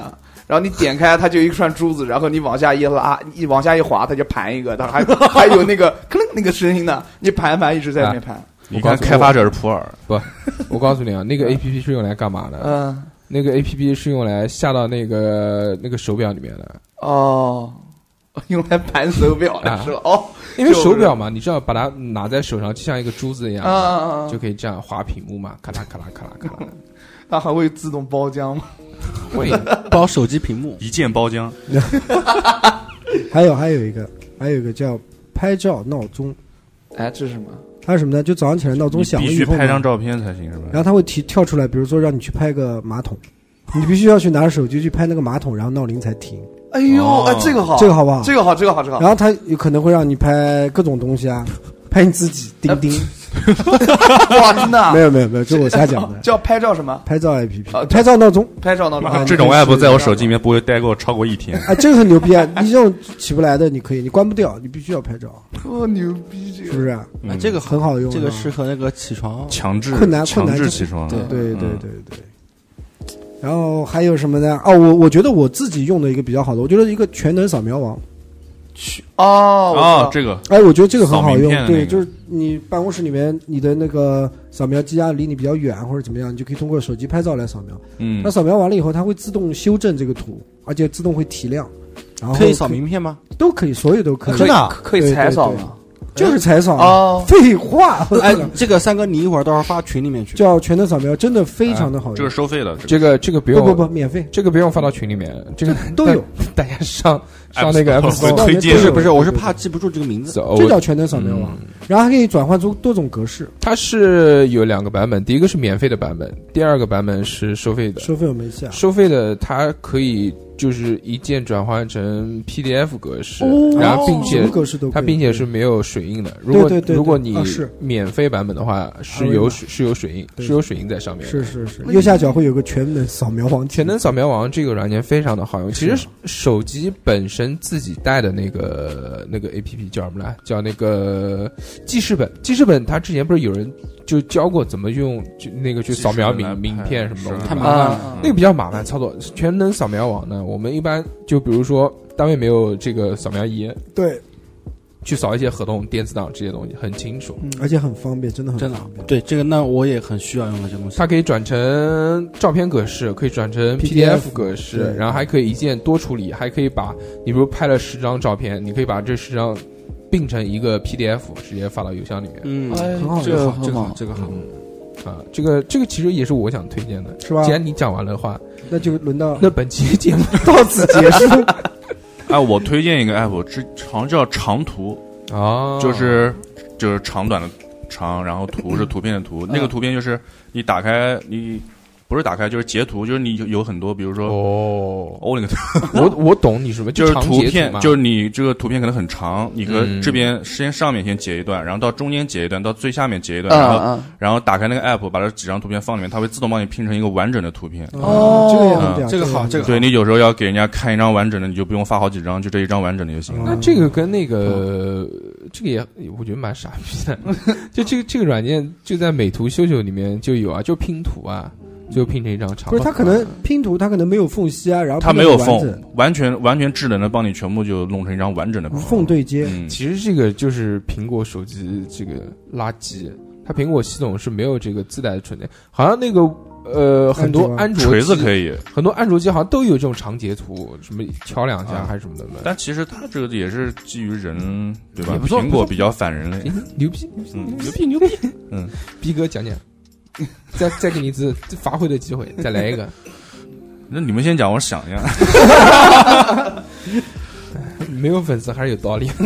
[SPEAKER 6] 然后你点开它就一串珠子，然后你往下一拉，一往下一滑，它就盘一个，它还 还有那个吭那个声音呢，你盘盘一直在那边盘，
[SPEAKER 5] 你看开发者是普洱，
[SPEAKER 2] 我告诉你啊，那个 A P P 是用来干嘛的？
[SPEAKER 6] 嗯，
[SPEAKER 2] 那个 A P P 是用来下到那个那个手表里面的，
[SPEAKER 6] 哦，用来盘手表的是吧？哦，
[SPEAKER 2] 因为手表嘛，你知道把它拿在手上，就像一个珠子一
[SPEAKER 6] 啊啊
[SPEAKER 2] 样，
[SPEAKER 6] 啊啊
[SPEAKER 2] 就，可以这样划屏幕嘛，咔啦咔啦咔啦咔啦。
[SPEAKER 6] 它还会自动包浆吗？
[SPEAKER 2] 会，
[SPEAKER 1] 包手机屏幕，
[SPEAKER 5] 一键包浆，
[SPEAKER 4] 还有还有一个，还有一个叫拍照闹钟，
[SPEAKER 6] 哎，这是什么？
[SPEAKER 4] 它是什么呢？就早上起来闹钟
[SPEAKER 5] 你
[SPEAKER 4] 响了
[SPEAKER 5] 必
[SPEAKER 4] 以
[SPEAKER 5] 须
[SPEAKER 4] 后
[SPEAKER 5] 拍张
[SPEAKER 4] 呢，
[SPEAKER 5] 照片才行是吧？
[SPEAKER 4] 然后它会提跳出来，比如说让你去拍个马桶，
[SPEAKER 5] 哦
[SPEAKER 4] 你必须要去拿着手机去拍那个马桶，然后闹铃才停，
[SPEAKER 6] 哎呦，
[SPEAKER 5] 哦
[SPEAKER 6] 哎，这个好，
[SPEAKER 4] 这个好不 好？
[SPEAKER 6] 这个好，这个好，这个好，
[SPEAKER 4] 然后它有可能会让你拍各种东西啊，拍你自己钉 钉。
[SPEAKER 6] 哇，真的啊。
[SPEAKER 4] 没有没有没有，这我瞎讲的
[SPEAKER 6] 叫拍照什么？
[SPEAKER 4] 拍照 A P
[SPEAKER 6] 啊
[SPEAKER 4] P，拍照闹钟
[SPEAKER 6] 拍照闹钟
[SPEAKER 5] 这种 app 在我手机里面不会待过超过一天。
[SPEAKER 4] 啊，这个很牛逼啊！ 你这种起不来的，你可以，你关不掉，你必须要拍照，
[SPEAKER 6] 特牛逼，这
[SPEAKER 4] 是不
[SPEAKER 6] 个
[SPEAKER 4] 是啊？
[SPEAKER 5] 嗯
[SPEAKER 1] 哎，这个
[SPEAKER 4] 很好用啊，
[SPEAKER 1] 这个适合那个起床，
[SPEAKER 5] 强制
[SPEAKER 4] 困难
[SPEAKER 5] 强
[SPEAKER 4] 困
[SPEAKER 5] 制
[SPEAKER 4] 难
[SPEAKER 5] 起床，
[SPEAKER 1] 对
[SPEAKER 4] 对
[SPEAKER 5] 嗯
[SPEAKER 4] 对对对。然后还有什么呢？哦，我我觉得我自己用的一个比较好的，我觉得一个全能扫描王，
[SPEAKER 5] 啊，
[SPEAKER 6] 哦我知道
[SPEAKER 5] 这个
[SPEAKER 4] 哎，我觉得这个很好
[SPEAKER 5] 扫名
[SPEAKER 4] 用
[SPEAKER 5] 片的，啊那
[SPEAKER 4] 对，
[SPEAKER 5] 个
[SPEAKER 4] 就是你办公室里面你的那个扫描机啊，离你比较远或者怎么样，你就可以通过手机拍照来扫描。
[SPEAKER 5] 嗯
[SPEAKER 4] 那，扫描完了以后，它会自动修正这个图，而且自动会提亮，然后
[SPEAKER 1] 可以扫，名片吗？
[SPEAKER 4] 都可以，所有都可以，
[SPEAKER 3] 真的啊
[SPEAKER 6] 可以裁扫吗？
[SPEAKER 4] 就是采扫啊，
[SPEAKER 6] 哦，
[SPEAKER 4] 废话，
[SPEAKER 1] 哎，这个三哥，你一会儿到时候发群里面去。
[SPEAKER 4] 叫全能扫描，真的非常的好
[SPEAKER 5] 这
[SPEAKER 4] 用
[SPEAKER 5] 个，收费的，
[SPEAKER 2] 这
[SPEAKER 5] 这个
[SPEAKER 2] 个这个不
[SPEAKER 4] 不
[SPEAKER 2] 用
[SPEAKER 4] 不不，免费
[SPEAKER 2] 这个不用发到群里面，这个
[SPEAKER 4] 都有，
[SPEAKER 2] 大家上上那个
[SPEAKER 5] App
[SPEAKER 2] App
[SPEAKER 5] Store
[SPEAKER 2] Store
[SPEAKER 5] 推
[SPEAKER 4] 荐
[SPEAKER 1] 不是
[SPEAKER 4] 对
[SPEAKER 1] 不是，我是
[SPEAKER 4] 对
[SPEAKER 1] 怕记不住这个名字。
[SPEAKER 2] 走
[SPEAKER 4] 这叫全能扫描王，然后还可以转换出多种格式，
[SPEAKER 2] 它是有两个版本，第一个是免费的版本，第二个版本是收费的。
[SPEAKER 4] 收费我们一下。
[SPEAKER 2] 收费的它可以就是一键转换成 PDF 格式，然后并
[SPEAKER 4] 哦什
[SPEAKER 2] 且
[SPEAKER 4] 么格式都可以
[SPEAKER 2] 它并且是没有水印的。如果
[SPEAKER 4] 对对对
[SPEAKER 2] 如果你
[SPEAKER 4] 啊是
[SPEAKER 2] 免费版本的话，是
[SPEAKER 4] 二维
[SPEAKER 2] 有
[SPEAKER 4] 码
[SPEAKER 2] 水是有水印
[SPEAKER 4] 对
[SPEAKER 2] 是有水印在上面的。
[SPEAKER 4] 是是是，右下角会有个全能扫描王，
[SPEAKER 2] 全能扫描王这个软件非常的好用，其
[SPEAKER 4] 是
[SPEAKER 2] 实手机本身自己带的那个那个 A P P 叫什么来？叫那个记事本。记事本它之前不是有人就教过怎么用就那个去扫描
[SPEAKER 5] 记事
[SPEAKER 2] 名
[SPEAKER 5] 本来
[SPEAKER 2] 名
[SPEAKER 5] 拍
[SPEAKER 2] 片什么东西
[SPEAKER 5] 是嗯
[SPEAKER 2] 吗，
[SPEAKER 1] 太麻
[SPEAKER 6] 啊
[SPEAKER 1] 烦了
[SPEAKER 6] 啊
[SPEAKER 2] 那个比较麻烦操作。全能扫描网呢，我们一般就比如说单位没有这个扫描仪，
[SPEAKER 4] 对，
[SPEAKER 2] 去扫一些合同、电子档这些东西很清楚。
[SPEAKER 4] 而且很方便，真的很
[SPEAKER 1] 真的
[SPEAKER 4] 方便。
[SPEAKER 1] 对这个，那我也很需要用的这东西。
[SPEAKER 2] 它可以转成照片格式，可以转成
[SPEAKER 4] PDF
[SPEAKER 2] PDF 格式，
[SPEAKER 4] 对
[SPEAKER 2] 然后还可以一键多处理，还可以把你比如拍了十张照片，你可以把这十张并成一个 PDF，直接发到邮箱里面。
[SPEAKER 1] 嗯，
[SPEAKER 6] 哎
[SPEAKER 4] 很好
[SPEAKER 1] 这个好，
[SPEAKER 6] 这
[SPEAKER 1] 这
[SPEAKER 6] 个
[SPEAKER 1] 个
[SPEAKER 6] 好
[SPEAKER 1] 好，这个好。
[SPEAKER 2] 啊，这个这个其实也是我想推荐的，
[SPEAKER 4] 是吧
[SPEAKER 2] 既然你讲完了的话，
[SPEAKER 4] 那就轮到
[SPEAKER 2] 那本期节 目
[SPEAKER 4] 到此结 束。
[SPEAKER 5] 哎，我推荐一个 app，这好像叫长图，
[SPEAKER 2] 啊
[SPEAKER 5] 就是就是长短的长，然后图是图片的图，
[SPEAKER 2] 嗯
[SPEAKER 5] 那个图片就是你打开你不是打开就是截图，就是你有有很多，比如说
[SPEAKER 2] 哦，
[SPEAKER 5] 我那个
[SPEAKER 2] 我我懂你什么，
[SPEAKER 5] 就是
[SPEAKER 2] 长
[SPEAKER 5] 图
[SPEAKER 2] 截
[SPEAKER 5] 片
[SPEAKER 2] 嘛，
[SPEAKER 5] 就是你这个图片可能很长，你和
[SPEAKER 2] 嗯
[SPEAKER 5] 这边先上面先截一段，然后到中间截一段，到最下面截一段，
[SPEAKER 6] 啊
[SPEAKER 5] 然后
[SPEAKER 6] 啊，
[SPEAKER 5] 然后打开那个 app，把这几张图片放里面，它会自动帮你拼成一个完整的图片。
[SPEAKER 4] 哦，这个也很屌，
[SPEAKER 1] 这个好这个
[SPEAKER 5] 对你有时候要给人家看一张完整的，你就不用发好几张，就这一张完整的就行了。
[SPEAKER 2] 那这个跟那个、这个也，我觉得蛮傻逼的。 就这个这个软件就在美图秀秀里面就有啊，就拼图啊，就拼成一张长。啊
[SPEAKER 4] 不是他可能拼图，他可能没有缝隙啊，然后
[SPEAKER 5] 它没有
[SPEAKER 4] 拼得很完
[SPEAKER 5] 缝，完全完全智能的帮你全部就弄成一张完整的
[SPEAKER 4] 整，无缝。对接。
[SPEAKER 5] 嗯，
[SPEAKER 2] 其实这个就是苹果手机这个垃圾，它苹果系统是没有这个自带的存在，好像那个。呃，很多安
[SPEAKER 4] 安
[SPEAKER 2] 卓
[SPEAKER 5] 锤子
[SPEAKER 2] 以，
[SPEAKER 5] 可以，
[SPEAKER 2] 很多安卓机好像都有这种长截图，什么敲两下
[SPEAKER 5] 啊
[SPEAKER 2] 还是什么的吧。
[SPEAKER 5] 但其实它这个也是基于人，对吧
[SPEAKER 2] 也？不错
[SPEAKER 5] 苹果比较反人类，
[SPEAKER 2] 诶牛逼牛逼
[SPEAKER 5] 嗯
[SPEAKER 2] 牛逼牛逼！
[SPEAKER 5] 嗯，
[SPEAKER 2] 逼哥讲讲，再再给你一次发挥的机会，再来一个。
[SPEAKER 5] 那你们先讲，我想一下。
[SPEAKER 2] 没有粉丝还是有道理。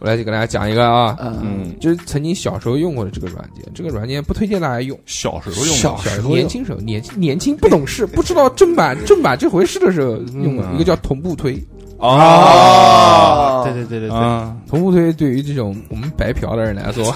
[SPEAKER 2] 我来给大家讲一个啊，
[SPEAKER 5] 嗯，
[SPEAKER 2] 就是曾经小时候用过的这个软件，这个软件不推荐大家用。
[SPEAKER 5] 小时候用
[SPEAKER 2] 小
[SPEAKER 5] 的，
[SPEAKER 2] 时候，年轻时候，年轻年轻不懂事，不知道正 版正版这回事的时候用的
[SPEAKER 5] 嗯
[SPEAKER 2] 一个叫同步推。
[SPEAKER 6] 哦
[SPEAKER 1] 对对对对对，
[SPEAKER 5] 啊，
[SPEAKER 2] 同步推对于这种我们白嫖的人来 说，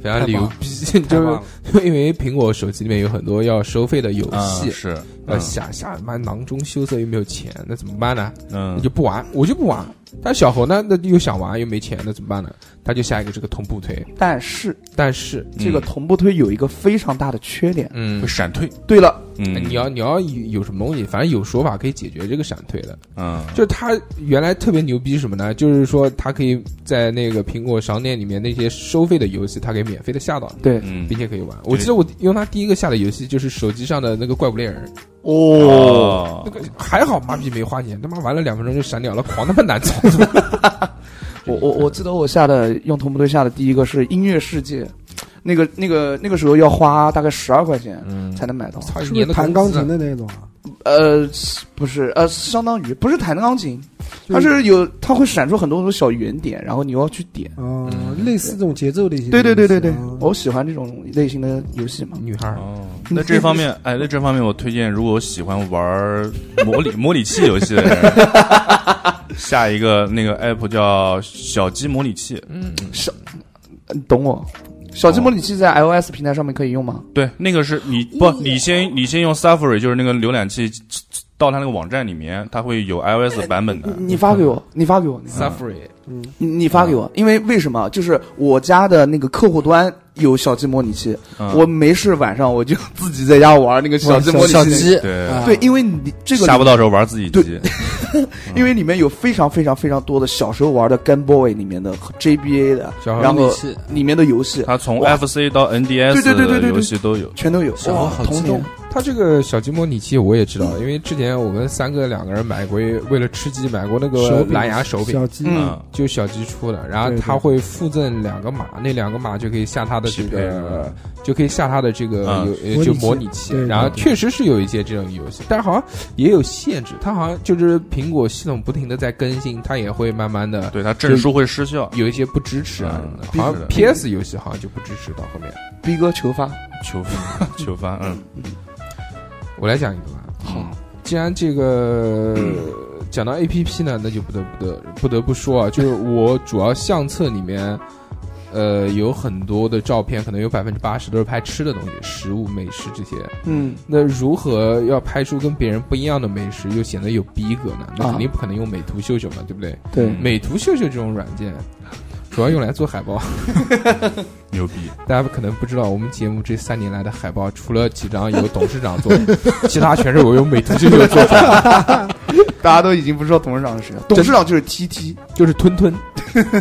[SPEAKER 2] 非常牛逼， 就是因为苹果手机里面有很多要收费的游
[SPEAKER 5] 啊
[SPEAKER 2] 戏，
[SPEAKER 5] 是，
[SPEAKER 2] 要
[SPEAKER 5] 嗯
[SPEAKER 2] 下下妈囊中羞涩又没有钱，那怎么办呢？你
[SPEAKER 5] 嗯
[SPEAKER 2] 就不玩，我就不玩。但小猴呢，那又想玩又没钱，那怎么办呢？他就下一个这个同步推，
[SPEAKER 6] 但是
[SPEAKER 2] 但是，
[SPEAKER 6] 这
[SPEAKER 5] 嗯
[SPEAKER 6] 个同步推有一个非常大的缺点。
[SPEAKER 2] 嗯
[SPEAKER 5] 会，闪退，
[SPEAKER 6] 对了，
[SPEAKER 5] 嗯，
[SPEAKER 2] 你要你要有有什么东西，反正有说法可以解决这个闪退的。
[SPEAKER 5] 嗯，
[SPEAKER 2] 就是他原来特别牛逼是什么呢？就是说他可以在那个苹果商店里面那些收费的游戏，他可以免费的下到。
[SPEAKER 6] 对，
[SPEAKER 5] 嗯
[SPEAKER 2] 并且可以玩。我记得我用它第一个下的游戏就是手机上的那个怪物猎人，
[SPEAKER 5] 哦
[SPEAKER 2] 那，个还好妈逼没花钱，他妈玩了两分钟就闪掉了，狂他妈难 操作。
[SPEAKER 6] 我我我记得我下的用同步推下的第一个是音乐世界，那个那个那个时候要花大概十二块钱
[SPEAKER 5] 嗯
[SPEAKER 6] 才能买到。
[SPEAKER 2] 操，一
[SPEAKER 4] 是不
[SPEAKER 2] 年
[SPEAKER 4] 是
[SPEAKER 2] 的
[SPEAKER 4] 弹
[SPEAKER 2] 工
[SPEAKER 4] 钢
[SPEAKER 2] 资
[SPEAKER 4] 琴的那种啊？
[SPEAKER 6] 呃，不是，呃，相当于不是弹钢琴，它是有它会闪出很多很多小圆点，然后你要去点。
[SPEAKER 4] 啊，类似这种节奏的一些。
[SPEAKER 6] 对对对对对
[SPEAKER 4] 啊，
[SPEAKER 6] 我喜欢这种类型的游戏嘛。
[SPEAKER 2] 女孩儿
[SPEAKER 5] 哦，那这方面，哎，那这方面我推荐，如果喜欢玩模拟模拟器游戏的人，下一个那个 app 叫小鸡模拟器，
[SPEAKER 2] 嗯，
[SPEAKER 6] 小，你懂我。小鸡模拟器在 iOS 平台上面可以用吗？
[SPEAKER 5] 对，那个是
[SPEAKER 6] 哎
[SPEAKER 5] 你不，你先你先用 Safari，就是那个浏览器，到它那个网站里面，它会有 iOS 版本的。
[SPEAKER 6] 你发给我，你发给
[SPEAKER 2] 嗯
[SPEAKER 6] 我，你发
[SPEAKER 2] Safari，
[SPEAKER 6] 你你发给我，因为为什么？就是我家的那个客户端有小鸡模拟器，
[SPEAKER 5] 嗯
[SPEAKER 6] 我没事晚上我就自己在家玩那个小鸡模拟器。
[SPEAKER 1] 小鸡，
[SPEAKER 5] 对
[SPEAKER 1] 啊
[SPEAKER 6] 对，因为你这个
[SPEAKER 5] 下不到时候玩自己
[SPEAKER 6] 对
[SPEAKER 5] 机，
[SPEAKER 6] 因为里面有非常非常非常多的小时候玩的 Game Boy 里面的和 JBA 的，
[SPEAKER 2] 小孩
[SPEAKER 6] 然后
[SPEAKER 1] 游戏
[SPEAKER 6] 里面的游戏啊
[SPEAKER 5] 它从
[SPEAKER 6] 哇
[SPEAKER 5] FC 到
[SPEAKER 6] 对
[SPEAKER 5] NDS
[SPEAKER 6] 对对对
[SPEAKER 5] 的
[SPEAKER 6] 对对
[SPEAKER 5] 游戏都有。
[SPEAKER 6] 全都有。
[SPEAKER 1] 小
[SPEAKER 6] 哇
[SPEAKER 1] 好，
[SPEAKER 6] 童
[SPEAKER 1] 自
[SPEAKER 6] 年
[SPEAKER 1] 恋
[SPEAKER 2] 它这个小鸡模拟器我也知道，因为之前我们三个两个人买过，为了吃鸡买过那个
[SPEAKER 4] 手柄啊
[SPEAKER 2] 蓝牙手柄，
[SPEAKER 4] 小鸡，
[SPEAKER 6] 嗯
[SPEAKER 5] 嗯，
[SPEAKER 2] 就小鸡出的，然后
[SPEAKER 4] 对对
[SPEAKER 2] 它会附赠两个码，那两个码就可以下它的这
[SPEAKER 5] 匹配是
[SPEAKER 2] 个
[SPEAKER 5] 吧，
[SPEAKER 2] 就可以下它的这个有
[SPEAKER 5] 嗯
[SPEAKER 4] 模拟器
[SPEAKER 2] 呃就模拟器
[SPEAKER 4] 对，对
[SPEAKER 2] 然后
[SPEAKER 4] 对
[SPEAKER 2] 确实是有一些这种游戏，但是好像也有限制，它好像就是苹果系统不停的在更新，它也会慢慢的
[SPEAKER 5] 对，它证书会失效，
[SPEAKER 2] 有一些不支持啊
[SPEAKER 5] 嗯，
[SPEAKER 2] 好
[SPEAKER 5] 是的
[SPEAKER 2] 像 PS 游戏好像就不支持到后面。
[SPEAKER 6] 逼哥求发，
[SPEAKER 5] 求求翻，嗯，
[SPEAKER 2] 我来讲一个吧。好，既然这 个讲到 A P P 呢，那就不得不得不得不说啊，就是我主要相册里面，呃，有很多的照片，可能有百分之八十都是拍吃的东西，食物、美食这些。
[SPEAKER 6] 嗯，
[SPEAKER 2] 那如何要拍出跟别人不一样的美食，又显得有逼格呢？那
[SPEAKER 6] 啊嗯
[SPEAKER 2] 肯定不可能用美图秀秀嘛，对不对？
[SPEAKER 6] 对，
[SPEAKER 2] 美图秀秀这种软件，主要用来做海报。
[SPEAKER 5] 牛逼，
[SPEAKER 2] 大家可能不知道，我们节目这三年来的海报，除了几张由董事 长做，其他全是我用美图秀秀做出来的，
[SPEAKER 6] 大家都已经不知道董事长是谁了，董事长就是 TT，
[SPEAKER 2] 就是吞吞，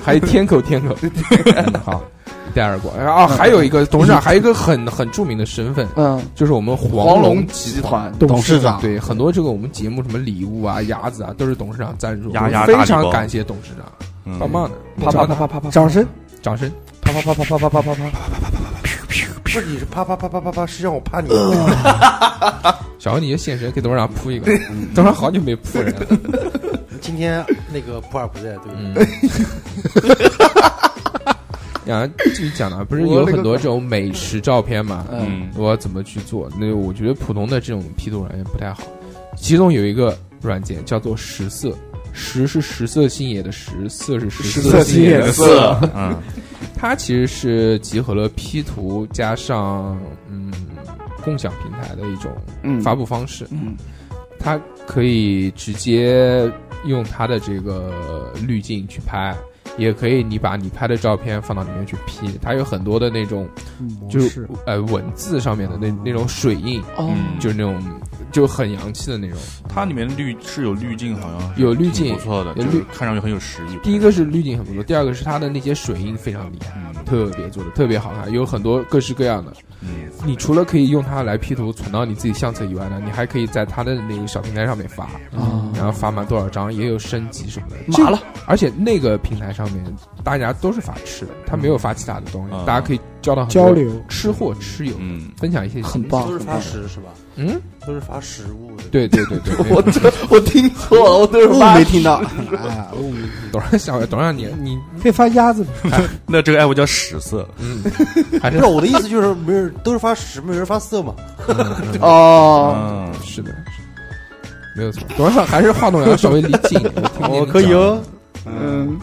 [SPEAKER 2] 还有天口天口。嗯 好，一带而过。然后啊，还有一个董事长，还有一个很很著名的身份，
[SPEAKER 6] 嗯，
[SPEAKER 2] 就是我们
[SPEAKER 6] 黄
[SPEAKER 2] 黄
[SPEAKER 6] 龙
[SPEAKER 2] 龙。
[SPEAKER 6] 集团，
[SPEAKER 1] 董事长
[SPEAKER 2] 对，很多这个我们节目什么礼物啊、鸭子啊，都是董事长赞助，
[SPEAKER 5] 鸭
[SPEAKER 2] 我们
[SPEAKER 5] 鸭
[SPEAKER 2] 非
[SPEAKER 5] 大礼
[SPEAKER 2] 常
[SPEAKER 5] 包
[SPEAKER 2] 感谢董事长，
[SPEAKER 5] 嗯
[SPEAKER 2] 棒棒的，
[SPEAKER 6] 啪啪啪啪啪啪，
[SPEAKER 1] 掌声，
[SPEAKER 2] 掌声。
[SPEAKER 3] 啪啪啪啪啪啪啪啪啪啪啪啪啪，不是你是啪啪啪啪啪啪，是让我啪你。
[SPEAKER 2] 小何，你就现身给董事长扑一个，董事长好久没扑人了。
[SPEAKER 3] 今天那个普洱不在，对不对？
[SPEAKER 2] 嗯，然后啊继续讲了，不是有很多这种美食照片嘛？
[SPEAKER 5] 嗯，
[SPEAKER 2] 我要怎么去做？那我觉得普通的这种 P 图软件不太好。其中有一个软件叫做食色，食是食色性也的食，色是食色性也的色。
[SPEAKER 5] 色，嗯，
[SPEAKER 2] 它其实是集合了 P 图加上嗯共享平台的一种
[SPEAKER 6] 嗯，
[SPEAKER 2] 发布方式。
[SPEAKER 6] 嗯，
[SPEAKER 2] 它可以直接用它的这个滤镜去拍，也可以你把你拍的照片放到里面去 P，它有很多的那种就
[SPEAKER 4] 嗯模
[SPEAKER 2] 是
[SPEAKER 4] 式，
[SPEAKER 2] 呃文字上面的那那种水印，
[SPEAKER 6] 哦，
[SPEAKER 5] 嗯
[SPEAKER 2] 就是那种就很洋气的那种。
[SPEAKER 5] 它里面滤是有滤镜，好像是
[SPEAKER 2] 有滤镜
[SPEAKER 5] 挺不错的，
[SPEAKER 2] 有
[SPEAKER 5] 就是
[SPEAKER 2] 滤
[SPEAKER 5] 看上去很有食欲。
[SPEAKER 2] 第一个是滤镜很不错，第二个是它的那些水印非常厉害，
[SPEAKER 5] 嗯，
[SPEAKER 2] 特别做的特别好啊看，有很多各式各样的。
[SPEAKER 5] 嗯
[SPEAKER 2] 你除了可以用它来 P 图存到你自己相册以外呢，你还可以在它的那个小平台上面发，然后发满多少张，也有升级什么的。这
[SPEAKER 6] 哦麻了，
[SPEAKER 2] 而且那个平台上面大家都是发吃的，它没有发其他的东西，
[SPEAKER 6] 哦
[SPEAKER 5] 嗯
[SPEAKER 2] 大家可以交到很多
[SPEAKER 4] 交流
[SPEAKER 2] 吃货吃友，
[SPEAKER 5] 嗯，
[SPEAKER 2] 分享一些
[SPEAKER 6] 很
[SPEAKER 2] 心
[SPEAKER 6] 棒
[SPEAKER 3] 都是发食是吧？
[SPEAKER 2] 情。嗯，
[SPEAKER 3] 都是发食物的。
[SPEAKER 2] 对对对 对，
[SPEAKER 6] 我这我听错了，我都是
[SPEAKER 1] 雾
[SPEAKER 6] 发
[SPEAKER 1] 没听到，啊，雾没听
[SPEAKER 2] 董事长，董事长你你
[SPEAKER 4] 可以发鸭子，
[SPEAKER 5] 那这个 app 叫屎色，
[SPEAKER 2] 嗯，还
[SPEAKER 3] 不
[SPEAKER 2] 是
[SPEAKER 3] 是我的意思就是没人都是发食，没有人发色嘛。
[SPEAKER 6] 哦，
[SPEAKER 5] 嗯，
[SPEAKER 2] 是的，没有错。董事长还是话筒要稍微离近一点，我听见你
[SPEAKER 3] 可以
[SPEAKER 2] 讲
[SPEAKER 3] 哦。
[SPEAKER 6] 嗯，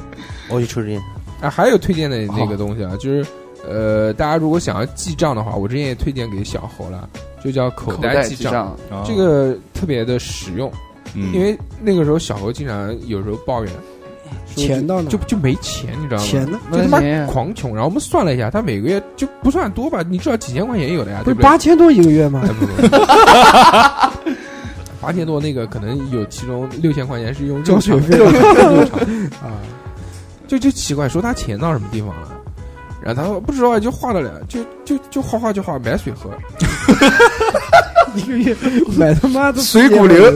[SPEAKER 3] 我去抽根烟。
[SPEAKER 2] 啊，还有推荐的那个东西啊，就是呃，大家如果想要记账的话，我之前也推荐给小侯了，就叫口
[SPEAKER 6] 口袋
[SPEAKER 2] 记
[SPEAKER 6] 记。账，
[SPEAKER 5] 啊
[SPEAKER 2] 这个特别的实用，
[SPEAKER 5] 嗯
[SPEAKER 2] 因为那个时候小侯经常有时候抱怨，说
[SPEAKER 4] 钱到哪
[SPEAKER 2] 就就没钱，你知道吗？
[SPEAKER 4] 嗯钱呢？
[SPEAKER 2] 就他妈
[SPEAKER 6] 没钱
[SPEAKER 2] 狂穷。然后我们算了一下，他每个月就不算多吧，你至少几千块钱有的呀，
[SPEAKER 4] 不
[SPEAKER 2] 对
[SPEAKER 4] 是
[SPEAKER 2] 对？
[SPEAKER 4] 八千多一个月吗
[SPEAKER 2] 哎？不不不 八千多那个可能有其中六千块钱是用
[SPEAKER 4] 交学费
[SPEAKER 2] 入场入场
[SPEAKER 4] 啊，
[SPEAKER 2] 就就奇怪，说他钱到什么地方了？然后他说不知道啊，就花了两，就就就花花就花，买水喝。
[SPEAKER 4] 一个月买他妈的
[SPEAKER 6] 水谷流，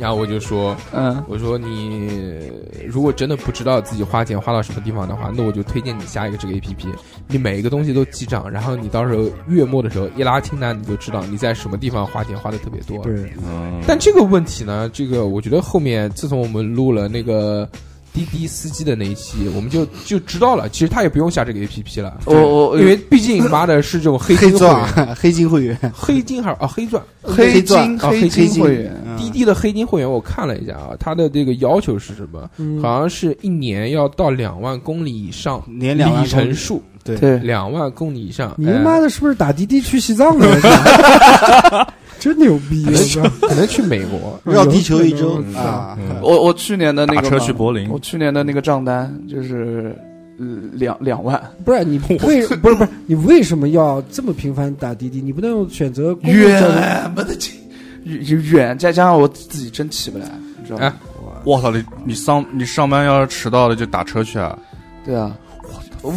[SPEAKER 2] 然后我就说，
[SPEAKER 6] 嗯，
[SPEAKER 2] 我说你如果真的不知道自己花钱花到什么地方的话，那我就推荐你下一个这个 A P P，你每一个东西都记账，然后你到时候月末的时候一拉清单，你就知道你在什么地方花钱花的特别多。
[SPEAKER 4] 对，
[SPEAKER 5] 嗯
[SPEAKER 2] 但这个问题呢，这个我觉得后面自从我们录了那个滴滴司机的那一期，我们就就知道了，其实他也不用下这个 A P P 了。
[SPEAKER 6] 我我
[SPEAKER 2] 因为毕竟妈的是这种黑
[SPEAKER 1] 黑
[SPEAKER 2] 金会员，
[SPEAKER 1] 钻，黑金会员，
[SPEAKER 2] 黑金还是啊黑钻，
[SPEAKER 6] 呃黑
[SPEAKER 1] 钻
[SPEAKER 6] 金
[SPEAKER 2] 啊
[SPEAKER 6] 黑
[SPEAKER 2] 黑
[SPEAKER 6] 金
[SPEAKER 1] 金
[SPEAKER 6] 会员，
[SPEAKER 1] 嗯
[SPEAKER 2] 滴滴的黑金会员我看了一下啊，它的这个要求是什么？好像是一年要到两万公里以上，
[SPEAKER 1] 年两万
[SPEAKER 2] 里程数，
[SPEAKER 1] 对
[SPEAKER 6] 对
[SPEAKER 2] 两万公里以上。
[SPEAKER 4] 你
[SPEAKER 2] 哎
[SPEAKER 4] 他妈的是不是打滴滴去西藏的？ 真牛逼！啊
[SPEAKER 2] 可能去
[SPEAKER 4] 我操
[SPEAKER 2] 可能去美国，
[SPEAKER 1] 绕地球一周
[SPEAKER 4] 嗯
[SPEAKER 1] 啊，
[SPEAKER 6] 我我去年的那
[SPEAKER 5] 打
[SPEAKER 6] 个
[SPEAKER 5] 车
[SPEAKER 6] 嘛
[SPEAKER 5] 去柏林
[SPEAKER 6] 我，去年的那个账单就是呃两两万，
[SPEAKER 4] 不是你为不是不是你为什么要这么频繁打滴滴？你不能用选择公共交通
[SPEAKER 6] 远没得近，远远再加上我自己真起不来，你知道吗？
[SPEAKER 2] 哎
[SPEAKER 5] 我操你你上你上班要是迟到了就打车去啊！
[SPEAKER 6] 对啊，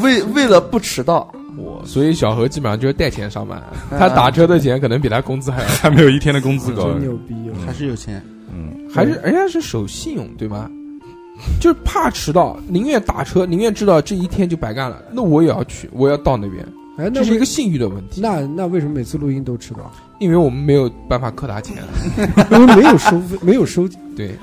[SPEAKER 6] 为为了不迟到，
[SPEAKER 5] 我
[SPEAKER 2] 所以小何基本上就是带钱上班，他打车的钱可能比他工资还要
[SPEAKER 5] 还没有一天的工资高，
[SPEAKER 4] 真牛逼啊！
[SPEAKER 1] 还是有钱。
[SPEAKER 5] 嗯，
[SPEAKER 2] 还是人家是守信用对吗？就是怕迟到，宁愿打车，宁愿知道这一天就白干了。那我也要去，我要到那边，
[SPEAKER 4] 哎，那
[SPEAKER 2] 这是一
[SPEAKER 4] 为
[SPEAKER 2] 个信誉的问题。
[SPEAKER 4] 那那为什么每次录音都迟到？
[SPEAKER 2] 因为我们没有办法扣他钱。啊
[SPEAKER 4] 因为没有收费，没有收
[SPEAKER 2] 对，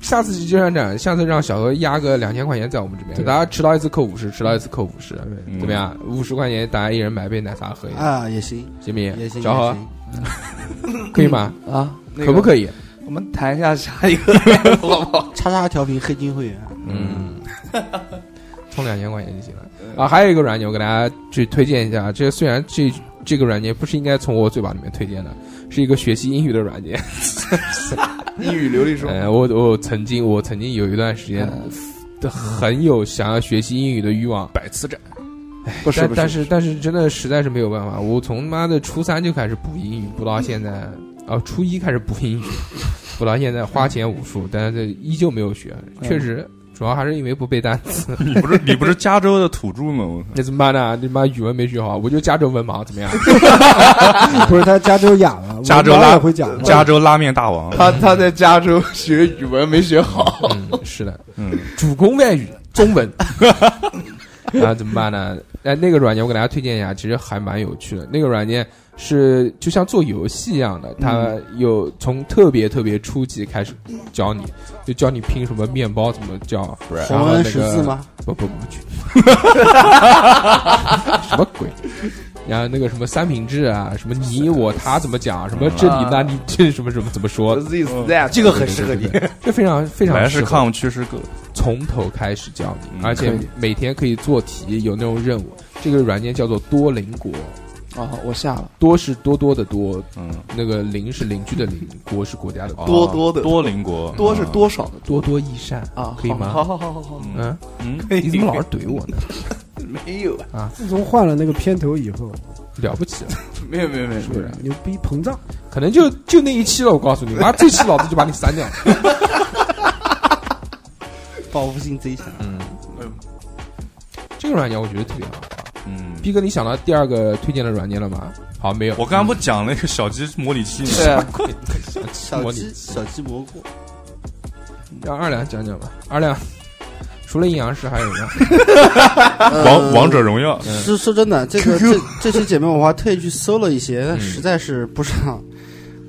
[SPEAKER 2] 下次就像这样，下次让小何压个两千块钱在我们这边，大家迟到一次扣五十，迟到一次扣五十，
[SPEAKER 5] 嗯
[SPEAKER 2] 怎么？样？五十块钱大家一人买杯奶茶喝一下，
[SPEAKER 1] 啊，也行，
[SPEAKER 2] 行不行？
[SPEAKER 1] 也行，
[SPEAKER 2] 小
[SPEAKER 1] 也
[SPEAKER 2] 何
[SPEAKER 1] 行。
[SPEAKER 2] 可以吗？
[SPEAKER 6] 啊，那
[SPEAKER 2] 可不
[SPEAKER 6] 以？
[SPEAKER 2] 可以？
[SPEAKER 6] 我们谈一下下一个好不好？
[SPEAKER 1] 叉叉调频黑金会员，
[SPEAKER 2] 嗯， 充两千块钱就行了
[SPEAKER 6] 嗯
[SPEAKER 2] 啊！还有一个软件，我给大家去推荐一下。这虽然这这个软件不是应该从我嘴巴里面推荐的，是一个学习英语的软件。
[SPEAKER 6] 英语流利 说，
[SPEAKER 2] 呃，我我曾经我曾经有一段时间
[SPEAKER 6] 嗯
[SPEAKER 2] 很有想要学习英语的欲望，哎
[SPEAKER 5] 百词斩，
[SPEAKER 6] 不是
[SPEAKER 2] 但
[SPEAKER 6] 不
[SPEAKER 2] 但是但是真的实在是没有办法，我从妈的初三就开始补英语，补到现在，
[SPEAKER 6] 嗯
[SPEAKER 2] 啊初一开始补英语，补到现在花钱无数，但是依旧没有学，确实主要还是因为不背单词。
[SPEAKER 5] 你不是你不是加州的土著吗？我操
[SPEAKER 2] 那怎么办呢？你妈语文没学好，我就加州文盲怎么样？
[SPEAKER 4] 不是他加州哑了，
[SPEAKER 5] 加州
[SPEAKER 4] 我老
[SPEAKER 5] 拉
[SPEAKER 4] 也会讲，
[SPEAKER 5] 加州拉面大王，
[SPEAKER 6] 他他在加州学语文没学好，
[SPEAKER 2] 嗯，是的，
[SPEAKER 5] 嗯，
[SPEAKER 2] 主攻外语中文。 啊，怎么办呢？哎，那个软件我给大家推荐一下，其实还蛮有趣的。那个软件是就像做游戏一样的，它有从特别特别初级开始教你，就教你拼什么面包怎么叫，然
[SPEAKER 1] 红
[SPEAKER 2] 后那
[SPEAKER 1] 恩
[SPEAKER 2] 个
[SPEAKER 1] 识字吗？
[SPEAKER 2] 不不不去，什么鬼？然后那个什么三明治啊，什么你我他怎么讲？什么这里那里这什么什么怎么说？
[SPEAKER 6] this that 这
[SPEAKER 2] 这个很适合你，这非常非常
[SPEAKER 5] 来
[SPEAKER 2] 适
[SPEAKER 5] 是
[SPEAKER 2] 合
[SPEAKER 5] 抗去是个，
[SPEAKER 2] 从头开始教你，
[SPEAKER 5] 嗯
[SPEAKER 2] 而且
[SPEAKER 6] 可以
[SPEAKER 2] 每天可以做题，有那种任务。这个软件叫做多邻国，
[SPEAKER 6] 啊，我下了
[SPEAKER 2] 多是多多的多，
[SPEAKER 5] 嗯，
[SPEAKER 2] 那个邻是邻居的邻，国是国家的国。
[SPEAKER 6] 多多的
[SPEAKER 5] 多邻国，
[SPEAKER 6] 多是多少的
[SPEAKER 2] 多多益善
[SPEAKER 6] 啊？
[SPEAKER 2] 可以吗？
[SPEAKER 6] 好好好好好好，
[SPEAKER 5] 嗯，
[SPEAKER 2] 嗯，
[SPEAKER 5] 嗯，
[SPEAKER 2] 你怎么老是怼我呢？
[SPEAKER 6] 没有啊，
[SPEAKER 4] 自从换了那个片头以后，
[SPEAKER 2] 了不起了，
[SPEAKER 6] 没有没有没有
[SPEAKER 2] 是不是？
[SPEAKER 4] 牛逼膨胀，
[SPEAKER 2] 可能就就那一期了，我告诉你，妈这期老子就把你删掉了。
[SPEAKER 1] 报复性贼强，
[SPEAKER 2] 嗯
[SPEAKER 5] 哎
[SPEAKER 2] 这个软件我觉得特别好。
[SPEAKER 5] 嗯，
[SPEAKER 2] 逼哥，你想到第二个推荐的软件了吗？好，没有。
[SPEAKER 5] 我刚刚不讲那个小鸡模拟器吗？
[SPEAKER 6] 对啊，
[SPEAKER 1] 小
[SPEAKER 2] 模拟
[SPEAKER 1] 鸡小鸡蘑菇，
[SPEAKER 2] 让二两讲讲吧。二两，除了阴阳师还有吗？
[SPEAKER 5] 王王者荣耀，
[SPEAKER 1] 说说真的，这个这这期姐妹我还特意去搜了一些，但实在是不上。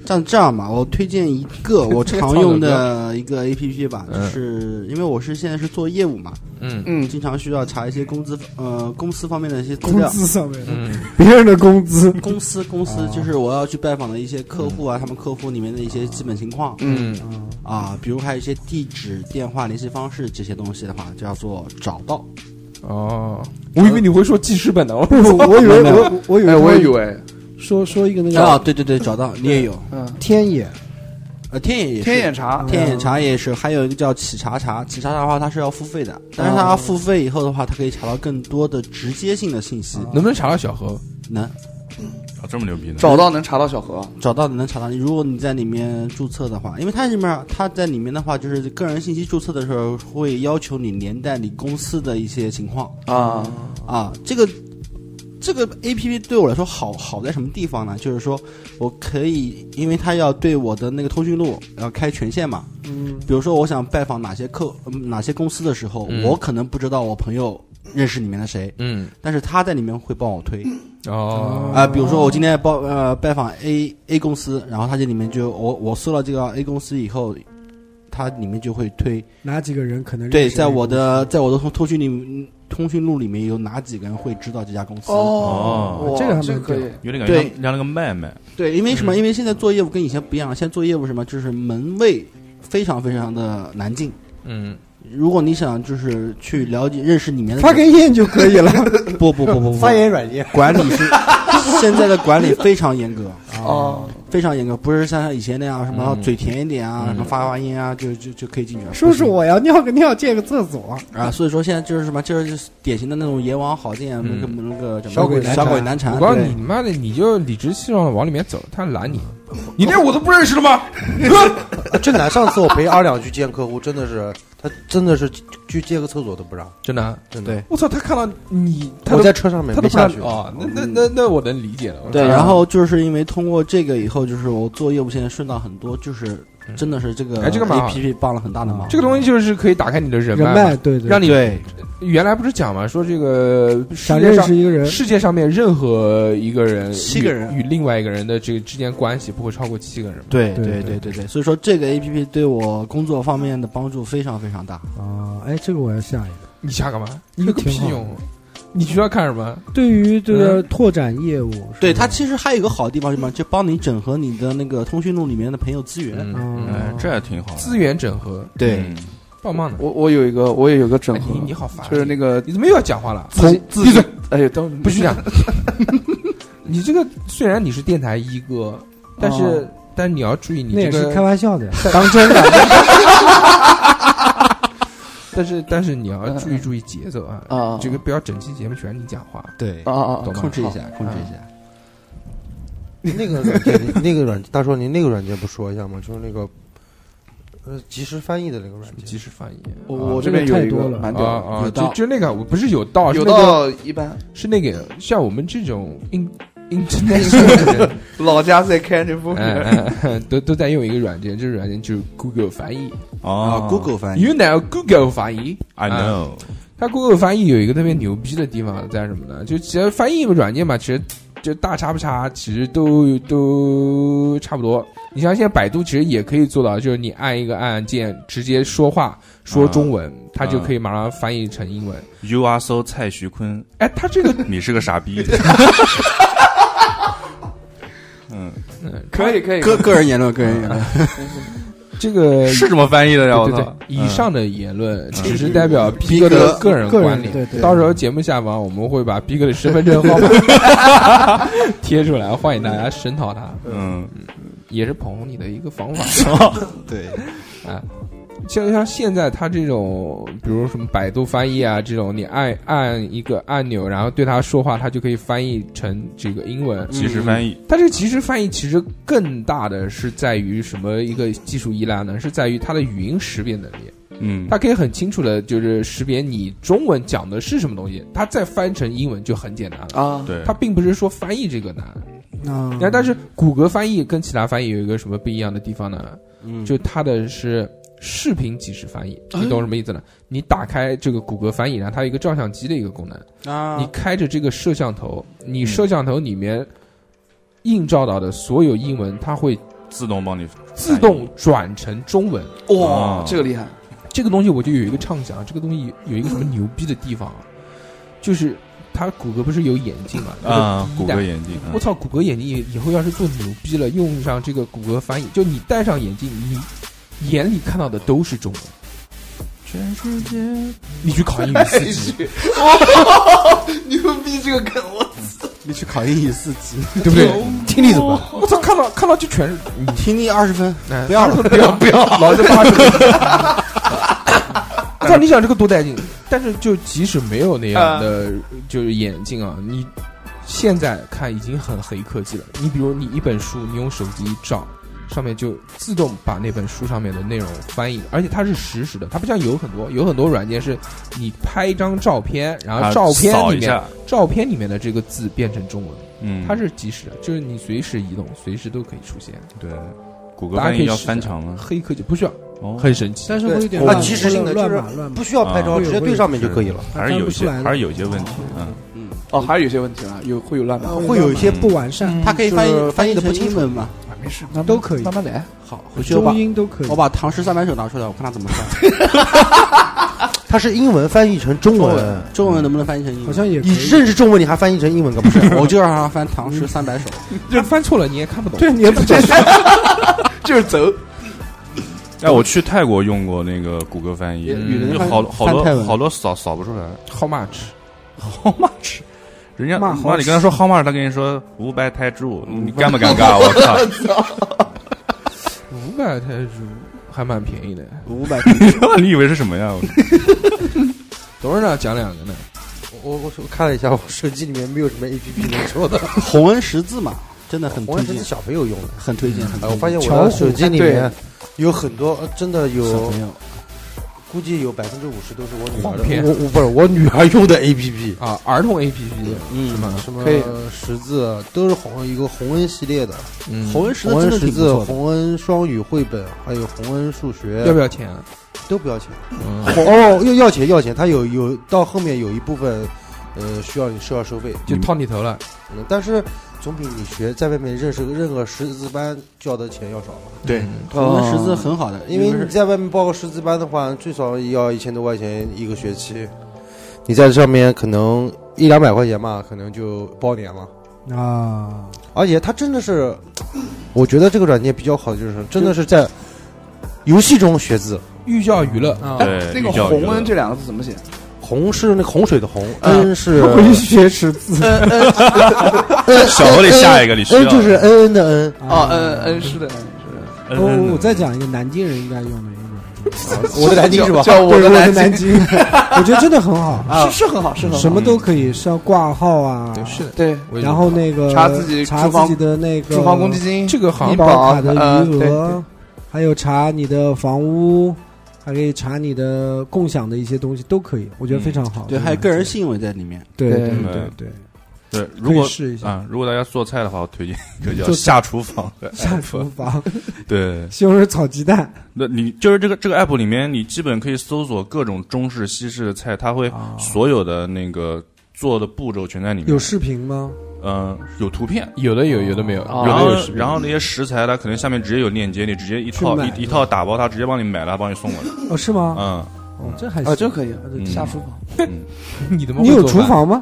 [SPEAKER 1] 这样这样吧，我推荐一个我常用的一个 A P P 吧，就
[SPEAKER 2] 嗯
[SPEAKER 1] 是因为我是现在是做业务嘛，
[SPEAKER 2] 嗯
[SPEAKER 6] 嗯，
[SPEAKER 1] 经常需要查一些工资呃公司方面的一些资
[SPEAKER 4] 工
[SPEAKER 1] 料。
[SPEAKER 4] 资上面
[SPEAKER 2] 嗯。
[SPEAKER 4] 别人的工资，
[SPEAKER 1] 公司公司就是我要去拜访的一些客户啊，他们客户里面的一些基本情况
[SPEAKER 2] 嗯
[SPEAKER 1] 啊，比如还有一些地址、电话、联系方式这些东西的话，叫做找到。
[SPEAKER 2] 哦，我以为你会说记事本呢。我
[SPEAKER 4] 不是我以为我我以为
[SPEAKER 6] 哎，我也以
[SPEAKER 4] 为
[SPEAKER 6] 为，
[SPEAKER 4] 说说一个那
[SPEAKER 1] 啊，
[SPEAKER 4] 个
[SPEAKER 1] 对对对，找到你也有，
[SPEAKER 6] 嗯，
[SPEAKER 4] 天野，
[SPEAKER 1] 呃，天眼也是
[SPEAKER 6] 天眼查，
[SPEAKER 1] 天眼查也是，还有一个叫企查查，企查查的话它是要付费的，但是它付费以后的话，它可以查到更多的直接性的信息，
[SPEAKER 2] 能不能查到小何？
[SPEAKER 1] 能
[SPEAKER 5] 啊这么牛逼呢？
[SPEAKER 6] 找到能查到小何，
[SPEAKER 1] 找到的能查到。如果你在里面注册的话，因为它里面它在里面的话，就是个人信息注册的时候会要求你连带你公司的一些情况
[SPEAKER 6] 啊，
[SPEAKER 1] 啊，这个。这个 A P P 对我来说好好在什么地方呢？就是说我可以，因为它要对我的那个通讯录要开权限嘛，
[SPEAKER 4] 嗯，
[SPEAKER 1] 比如说，我想拜访哪些客、嗯哪些公司的时候，
[SPEAKER 2] 嗯
[SPEAKER 1] 我可能不知道我朋友认识里面的谁，
[SPEAKER 2] 嗯，
[SPEAKER 1] 但是他在里面会帮我推
[SPEAKER 2] 哦
[SPEAKER 1] 啊、，比如说，我今天报呃拜访 A A 公司，然后他这里面就我我搜到这个 A 公司以后，它里面就会推
[SPEAKER 4] 哪几个人可能认识
[SPEAKER 1] 对，
[SPEAKER 4] 这
[SPEAKER 1] 在
[SPEAKER 4] 个
[SPEAKER 1] 我的在我的通通讯里嗯通讯录里面有哪几个人会知道这家公司？
[SPEAKER 6] 哦
[SPEAKER 5] 哦
[SPEAKER 6] 哇
[SPEAKER 4] 这个还蛮
[SPEAKER 6] 这个可
[SPEAKER 4] 屌
[SPEAKER 6] 以，
[SPEAKER 5] 有点感
[SPEAKER 1] 对
[SPEAKER 5] 觉像像那个麦麦，
[SPEAKER 1] 对，因为
[SPEAKER 2] 嗯
[SPEAKER 1] 什么？因为现在做业务跟以前不一样，现在做业务什么就是门卫非常非常的难进。
[SPEAKER 2] 嗯，
[SPEAKER 1] 如果你想就是去了解认识里面的，
[SPEAKER 4] 发根烟就可以了。
[SPEAKER 1] 不不不不不，
[SPEAKER 3] 发言软件
[SPEAKER 1] 管理是 现在的管理非常严格，
[SPEAKER 6] 哦，
[SPEAKER 1] 非常严格，不是像以前那样什么
[SPEAKER 2] 嗯
[SPEAKER 1] 嘴甜一点啊，
[SPEAKER 2] 嗯
[SPEAKER 1] 什么发发音啊，就就就可以进去了。
[SPEAKER 4] 叔叔，我要尿个尿，借个厕所。
[SPEAKER 1] 啊，所以说现在就是什么，就是典型的那种阎王好进，那
[SPEAKER 2] 嗯
[SPEAKER 1] 个那个什么
[SPEAKER 3] 小鬼难缠
[SPEAKER 1] 小鬼难缠
[SPEAKER 2] 我，告诉你，
[SPEAKER 1] 对
[SPEAKER 2] 你妈的，你就理直气壮的往里面走，他拦你，
[SPEAKER 5] 你连我都不认识了吗？
[SPEAKER 3] 真的，上次我陪二两去见客户，真的是他真的是去借个厕所都不让，
[SPEAKER 2] 真的。啊
[SPEAKER 3] 真的。
[SPEAKER 2] 我操，他看到你，他
[SPEAKER 3] 我
[SPEAKER 2] 都
[SPEAKER 3] 在车上面
[SPEAKER 2] 他都
[SPEAKER 3] 没
[SPEAKER 2] 不
[SPEAKER 3] 下
[SPEAKER 2] 让
[SPEAKER 3] 去。
[SPEAKER 2] 哦，那那那那我能理解了。我
[SPEAKER 1] 对，
[SPEAKER 2] 操
[SPEAKER 1] 然后就是因为通过这个以后，就是我做业务现在顺道很多，就是真的是嗯这个
[SPEAKER 2] 哎这个蛮好
[SPEAKER 1] A P P 帮了很大的忙。
[SPEAKER 2] 这个东西就是可以打开你的人
[SPEAKER 4] 人
[SPEAKER 2] 脉
[SPEAKER 4] 脉，
[SPEAKER 2] 嘛，
[SPEAKER 4] 对对，
[SPEAKER 2] 让你
[SPEAKER 1] 对
[SPEAKER 2] 原来不是讲嘛，说这个世
[SPEAKER 4] 想
[SPEAKER 2] 界
[SPEAKER 4] 认
[SPEAKER 2] 上
[SPEAKER 4] 识一个人，
[SPEAKER 2] 世界上面任何一个人
[SPEAKER 1] 七个人
[SPEAKER 2] 与与另外一个人的这个之间关系不会超过七个人嘛。
[SPEAKER 1] 对
[SPEAKER 4] 对
[SPEAKER 1] 对
[SPEAKER 4] 对
[SPEAKER 1] 对对对，所以说这个 A P P 对我工作方面的帮助非常非常大。
[SPEAKER 4] 啊，哎，这个我要下一个。
[SPEAKER 2] 你瞎干嘛？
[SPEAKER 4] 一
[SPEAKER 2] 有
[SPEAKER 4] 个
[SPEAKER 2] 个
[SPEAKER 4] 挺
[SPEAKER 2] 屁
[SPEAKER 4] 好的
[SPEAKER 2] 用！啊你需要看什么？
[SPEAKER 4] 对于这个嗯拓展业务，
[SPEAKER 1] 对它
[SPEAKER 4] 他
[SPEAKER 1] 其实还有一个好地方是什么，就帮你整合你的那个通讯录里面的朋友资源。
[SPEAKER 2] 嗯
[SPEAKER 4] 嗯
[SPEAKER 5] 哎，这还挺好的。
[SPEAKER 2] 资源整合，
[SPEAKER 1] 对，
[SPEAKER 5] 嗯，
[SPEAKER 2] 棒棒的。
[SPEAKER 6] 我我有一个，我也有个整
[SPEAKER 2] 哎
[SPEAKER 6] 合
[SPEAKER 2] 你，你好烦，
[SPEAKER 6] 就是那个
[SPEAKER 2] 你怎么又要讲话了？
[SPEAKER 6] 自信自信，哎呦，等
[SPEAKER 2] 不许讲。 你这个虽然你是电台一哥，但是、
[SPEAKER 6] 哦
[SPEAKER 2] 但你要注意你
[SPEAKER 4] 那
[SPEAKER 2] 这
[SPEAKER 4] 也是开
[SPEAKER 2] 个，
[SPEAKER 4] 玩笑的，
[SPEAKER 3] 当真的，
[SPEAKER 2] 但是但是你要注意注意节奏啊，
[SPEAKER 6] 啊，
[SPEAKER 2] 这个不要整期节目全是你讲话，嗯
[SPEAKER 1] 对
[SPEAKER 6] 啊啊啊
[SPEAKER 2] 懂吗？
[SPEAKER 1] 控制一下
[SPEAKER 2] 好，
[SPEAKER 1] 控制一下。
[SPEAKER 3] 那个软件，那个软件，大叔，您那个软件不说一下吗？就是那个呃，即时翻译的那个软
[SPEAKER 2] 什么
[SPEAKER 3] 件
[SPEAKER 2] 及。时翻译。
[SPEAKER 6] 我
[SPEAKER 2] 啊
[SPEAKER 6] 我
[SPEAKER 4] 这
[SPEAKER 6] 这
[SPEAKER 4] 个
[SPEAKER 6] 边有
[SPEAKER 4] 太
[SPEAKER 6] 一
[SPEAKER 4] 多
[SPEAKER 6] 个
[SPEAKER 4] 了
[SPEAKER 6] 蛮屌
[SPEAKER 2] 啊
[SPEAKER 6] 的，
[SPEAKER 2] 啊，
[SPEAKER 1] 有
[SPEAKER 2] 就
[SPEAKER 1] 道
[SPEAKER 2] 就那个，我不是有道，
[SPEAKER 6] 有
[SPEAKER 2] 是那个
[SPEAKER 6] 到一般，
[SPEAKER 2] 是那个像我们这种 in international 的人，
[SPEAKER 6] 老家在开这部
[SPEAKER 2] 哎哎哎 都都在用一个软件，这个软件就是 Google 翻译。啊
[SPEAKER 5] 哦
[SPEAKER 1] 啊 Google 翻译
[SPEAKER 2] You know Google 翻译
[SPEAKER 5] I
[SPEAKER 2] 啊
[SPEAKER 5] know，
[SPEAKER 2] 它 Google 翻译有一个特别牛逼的地方在什么呢？就其实翻译软件嘛，其实就大差不差，其实都都差不多。你像现在百度其实也可以做到，就是你按一个按键直接说话说中文，它就可以马上翻译成英文。
[SPEAKER 5] You are so 蔡 徐坤，
[SPEAKER 2] 哎，它这个
[SPEAKER 5] 你是个傻 逼。嗯，
[SPEAKER 6] 可以可 以，
[SPEAKER 1] 个个人言论，个人言论。
[SPEAKER 2] 这个
[SPEAKER 5] 是这么翻译的呀？我
[SPEAKER 2] 对对
[SPEAKER 5] 操
[SPEAKER 2] 对！，以上的言论只是
[SPEAKER 1] 嗯
[SPEAKER 2] 代表逼哥的个人
[SPEAKER 4] 个
[SPEAKER 2] 观
[SPEAKER 4] 人
[SPEAKER 2] 点。
[SPEAKER 4] 对对，
[SPEAKER 2] 到时候节目下方我们会把逼哥的身份证号码贴出来，欢迎大家声讨他，
[SPEAKER 5] 嗯，
[SPEAKER 2] 也是捧红你的一个方法。
[SPEAKER 1] 对，
[SPEAKER 2] 啊，像像现在它这种，比如什么百度翻译啊这种，你按按一个按钮，然后对它说话，它就可以翻译成这个英文。
[SPEAKER 5] 即时翻译，
[SPEAKER 2] 它这个即时翻译其实更大的是在于什么一个技术依赖呢？是在于它的语音识别能力，
[SPEAKER 5] 嗯，
[SPEAKER 2] 它可以很清楚的就是识别你中文讲的是什么东西，它再翻成英文就很简单了。
[SPEAKER 6] 啊，
[SPEAKER 5] 对
[SPEAKER 2] 它，并不是说翻译这个难，
[SPEAKER 1] 嗯
[SPEAKER 4] 啊，
[SPEAKER 2] 然后但是谷歌翻译跟其他翻译有一个什么不一样的地方呢？
[SPEAKER 1] 嗯，
[SPEAKER 2] 就它的是视频即时翻译，你懂什么意思呢？你打开这个谷歌翻译，然后它有一个照相机的一个功能，你
[SPEAKER 1] 啊，嗯
[SPEAKER 2] 开着这个摄像头，你摄像头里面映照到的所有英文，它会
[SPEAKER 5] 自动帮你
[SPEAKER 2] 自动转成中文。
[SPEAKER 6] 哇
[SPEAKER 5] 哦，
[SPEAKER 6] 这个厉害，
[SPEAKER 2] 这个东西我就有一个畅想，啊这个东西有有一个什么牛逼的地方啊，就是它谷歌不是有眼镜嘛？它的
[SPEAKER 5] 啊
[SPEAKER 2] 第，一
[SPEAKER 5] 谷
[SPEAKER 2] 代
[SPEAKER 5] 歌眼镜，
[SPEAKER 2] 我操，谷歌眼镜以以后要是做牛逼了，用上这个谷歌翻译，就你戴上眼镜，你眼里看到的都是中文。全世界，你去考英语四级，
[SPEAKER 6] 牛逼这个梗，我
[SPEAKER 1] 你去考英语四级，
[SPEAKER 2] 对不对？
[SPEAKER 3] 听力怎么办？
[SPEAKER 2] 我操，看到看到就全是，
[SPEAKER 1] 哦听力二十分，
[SPEAKER 2] 哎
[SPEAKER 1] 不要了，
[SPEAKER 2] 不要不要，老子八十分。
[SPEAKER 5] 啊
[SPEAKER 2] 我操，你想这个多带劲！但是就即使没有那样的就是眼镜啊，你现在看已经很黑科技了。你比如你一本书，你用手机一照，上面就自动把那本书上面的内容翻译，而且它是实时的，它不像有很多有很多软件是你拍一张照片，然后
[SPEAKER 5] 啊
[SPEAKER 2] 照片
[SPEAKER 5] 扫
[SPEAKER 2] 里
[SPEAKER 5] 一
[SPEAKER 2] 面、
[SPEAKER 5] 下，
[SPEAKER 2] 照片里面的这个字变成中文，
[SPEAKER 5] 嗯，
[SPEAKER 2] 它是即时的，就是你随时移动，随时都可以出现。
[SPEAKER 5] 对谷歌
[SPEAKER 2] 大家
[SPEAKER 5] 翻
[SPEAKER 2] 可
[SPEAKER 5] 译
[SPEAKER 2] 以
[SPEAKER 5] 要
[SPEAKER 2] 试一
[SPEAKER 5] 翻
[SPEAKER 2] 下
[SPEAKER 5] 墙吗？
[SPEAKER 2] 黑科技不需要，
[SPEAKER 5] 哦，
[SPEAKER 2] 很神奇。
[SPEAKER 4] 但是会有点
[SPEAKER 3] 啊，
[SPEAKER 4] 乱
[SPEAKER 3] 即时性的就
[SPEAKER 4] 乱
[SPEAKER 3] 是
[SPEAKER 4] 码乱码
[SPEAKER 3] 不，需要拍照，
[SPEAKER 4] 啊
[SPEAKER 3] 直接对上面就可以了。
[SPEAKER 5] 还是有一些
[SPEAKER 4] 翻不出来，的
[SPEAKER 5] 还是有一些问题，嗯，
[SPEAKER 6] 哦，还是有些问题啊，有会有乱码，
[SPEAKER 4] 会有一些不完善。
[SPEAKER 1] 它可以翻
[SPEAKER 3] 就
[SPEAKER 1] 译
[SPEAKER 3] 是翻译
[SPEAKER 1] 译
[SPEAKER 3] 得不
[SPEAKER 1] 成
[SPEAKER 3] 清
[SPEAKER 1] 英
[SPEAKER 3] 楚
[SPEAKER 1] 文嘛？
[SPEAKER 6] 没没事，
[SPEAKER 1] 慢慢
[SPEAKER 4] 都可以
[SPEAKER 6] 慢慢来。
[SPEAKER 1] 好，回去我把
[SPEAKER 4] 嗯中英都可以
[SPEAKER 1] 我。把《唐诗三百首》拿出来，我看他怎么翻。
[SPEAKER 3] 它是英文翻译成中文，
[SPEAKER 1] 中文能不能翻译成英文？
[SPEAKER 4] 好像也可
[SPEAKER 3] 你
[SPEAKER 4] 以
[SPEAKER 3] 认识中文，你还翻译成英文干嘛？
[SPEAKER 1] 我就让他翻《唐诗三百首》。
[SPEAKER 2] 就翻错了你也看不懂。
[SPEAKER 4] 对，你也不这啊
[SPEAKER 6] 就是走，
[SPEAKER 5] 哎，我去泰国用过那个谷歌翻译，
[SPEAKER 1] 嗯语文
[SPEAKER 5] 就
[SPEAKER 1] 翻
[SPEAKER 5] 好好
[SPEAKER 1] 翻泰
[SPEAKER 5] 多
[SPEAKER 1] 文
[SPEAKER 5] 好多扫扫不出来。
[SPEAKER 2] How much？
[SPEAKER 5] How much？人家
[SPEAKER 4] 骂
[SPEAKER 5] 妈，
[SPEAKER 4] 好
[SPEAKER 5] 你跟他说 How much，他跟你说五百泰铢，你尴不尴尬？我操！
[SPEAKER 2] 五百泰铢还蛮便宜的。
[SPEAKER 1] 五百
[SPEAKER 5] 你以为是什么呀？
[SPEAKER 2] 董事长讲两个呢，
[SPEAKER 3] 我我我看了一下，我手机里面没有什么 A P P 能说 的，
[SPEAKER 1] 红恩识字嘛，真的很
[SPEAKER 3] 我
[SPEAKER 1] 推
[SPEAKER 3] 也是
[SPEAKER 1] 荐，
[SPEAKER 3] 小朋友用的。
[SPEAKER 1] 很推荐，很推荐。
[SPEAKER 3] 哎，我发现我
[SPEAKER 4] 巧
[SPEAKER 3] 的
[SPEAKER 4] 虎
[SPEAKER 3] 手机里
[SPEAKER 6] 对
[SPEAKER 3] 面有很多，呃真的
[SPEAKER 1] 小
[SPEAKER 3] 有
[SPEAKER 1] 朋，友
[SPEAKER 3] 估计有百分之五十都是我女儿
[SPEAKER 2] 黄片
[SPEAKER 3] 的，我我不是我女儿用的 A P P，
[SPEAKER 2] 啊，儿童 A P P
[SPEAKER 1] 嗯
[SPEAKER 2] 是吗？
[SPEAKER 3] 什么
[SPEAKER 6] 可以
[SPEAKER 3] 识字啊都是红一个红恩系列的，
[SPEAKER 2] 嗯，
[SPEAKER 1] 红恩识
[SPEAKER 3] 红
[SPEAKER 1] 字真的
[SPEAKER 3] 恩识
[SPEAKER 1] 挺不
[SPEAKER 3] 字、
[SPEAKER 1] 错的。
[SPEAKER 3] 红恩双语绘本，还有红恩数
[SPEAKER 2] 要
[SPEAKER 3] 学
[SPEAKER 2] 不要钱啊？
[SPEAKER 3] 都不要钱。
[SPEAKER 2] 嗯
[SPEAKER 3] 哦，要要钱要钱，它有有到后面有一部分，呃，需要你是要收费，
[SPEAKER 2] 就套你头了。
[SPEAKER 3] 嗯但是总比你学在外面认识个任何识字班交的钱要少吧。
[SPEAKER 1] 对
[SPEAKER 2] 嗯
[SPEAKER 1] 红恩
[SPEAKER 6] 哦
[SPEAKER 1] 识字很好的，
[SPEAKER 3] 因为你
[SPEAKER 1] 呃是
[SPEAKER 3] 在外面报个识字班的话，最少也要一千多块钱一个学期，你在这上面可能一两百块钱吧，可能就包年了。
[SPEAKER 6] 嗯
[SPEAKER 4] 啊，
[SPEAKER 3] 而且它真的是，我觉得这个软件比较好的就是真的是在游戏中学字。
[SPEAKER 2] 寓教于乐，
[SPEAKER 6] 啊
[SPEAKER 5] 对
[SPEAKER 6] 那个
[SPEAKER 5] 寓教于乐
[SPEAKER 6] 洪恩这两个字怎么写？
[SPEAKER 3] 红是那洪水的洪，恩是
[SPEAKER 4] 文学识字
[SPEAKER 5] 小河里下一个，你需要
[SPEAKER 3] 恩哦就是恩恩的恩。
[SPEAKER 6] 哦，恩恩是的，恩
[SPEAKER 5] 嗯
[SPEAKER 4] 我
[SPEAKER 5] 嗯
[SPEAKER 4] 哦我再讲一个南京人应该用的一个软件，
[SPEAKER 3] 我的南京是吧？
[SPEAKER 6] 叫我
[SPEAKER 4] 对
[SPEAKER 6] 的
[SPEAKER 4] 我的
[SPEAKER 6] 南啊
[SPEAKER 4] 南京，我觉得真的很好，
[SPEAKER 6] 京，是是很好，是很好。
[SPEAKER 4] 什么都可以，像挂号啊，
[SPEAKER 2] 对，是的。
[SPEAKER 6] 对，
[SPEAKER 2] 我也
[SPEAKER 4] 然后那个
[SPEAKER 6] 查自己
[SPEAKER 4] 查
[SPEAKER 6] 住房
[SPEAKER 4] 自己的那个
[SPEAKER 6] 住房公积金
[SPEAKER 2] 这个
[SPEAKER 4] 医
[SPEAKER 2] 行
[SPEAKER 6] 吧
[SPEAKER 4] 保卡的
[SPEAKER 6] 呃
[SPEAKER 4] 余
[SPEAKER 6] 对对
[SPEAKER 4] 额，还有查你的房屋，还可以查你的共享的一些东西都可以，我觉得非常好。
[SPEAKER 1] 对，
[SPEAKER 4] 这
[SPEAKER 1] 还有
[SPEAKER 4] 软
[SPEAKER 1] 个人
[SPEAKER 4] 件
[SPEAKER 1] 行为在里面。
[SPEAKER 4] 对
[SPEAKER 6] 对
[SPEAKER 4] 对
[SPEAKER 5] 对
[SPEAKER 4] 对对，
[SPEAKER 5] 对，如果
[SPEAKER 4] 可以试一下
[SPEAKER 5] 啊，如果大家做菜的话，我推荐一个叫
[SPEAKER 4] 做菜
[SPEAKER 5] 下厨房的 app。
[SPEAKER 4] 下厨房
[SPEAKER 5] 对，
[SPEAKER 4] 西红柿炒鸡蛋，
[SPEAKER 5] 那你就是这个这个 app 里面，你基本可以搜索各种中式、西式的菜，它会所有的那个做的步骤全在里面。
[SPEAKER 4] 有视频吗？
[SPEAKER 5] 嗯、有图片，
[SPEAKER 2] 有的有，有的没有，
[SPEAKER 6] 哦
[SPEAKER 4] 啊
[SPEAKER 2] 有的
[SPEAKER 5] 然后
[SPEAKER 2] 啊有视频，
[SPEAKER 5] 然后那些食材它可能下面直接有链接，你直接一套
[SPEAKER 4] 去买
[SPEAKER 5] 一一套打包，它直接帮你买了，它帮你送过来。
[SPEAKER 4] 哦，是吗？
[SPEAKER 5] 嗯，
[SPEAKER 4] 哦，这还
[SPEAKER 6] 啊，
[SPEAKER 4] 行。
[SPEAKER 6] 这可以
[SPEAKER 5] 嗯
[SPEAKER 6] 下厨房。
[SPEAKER 2] 你怎么
[SPEAKER 4] 你有厨？房吗？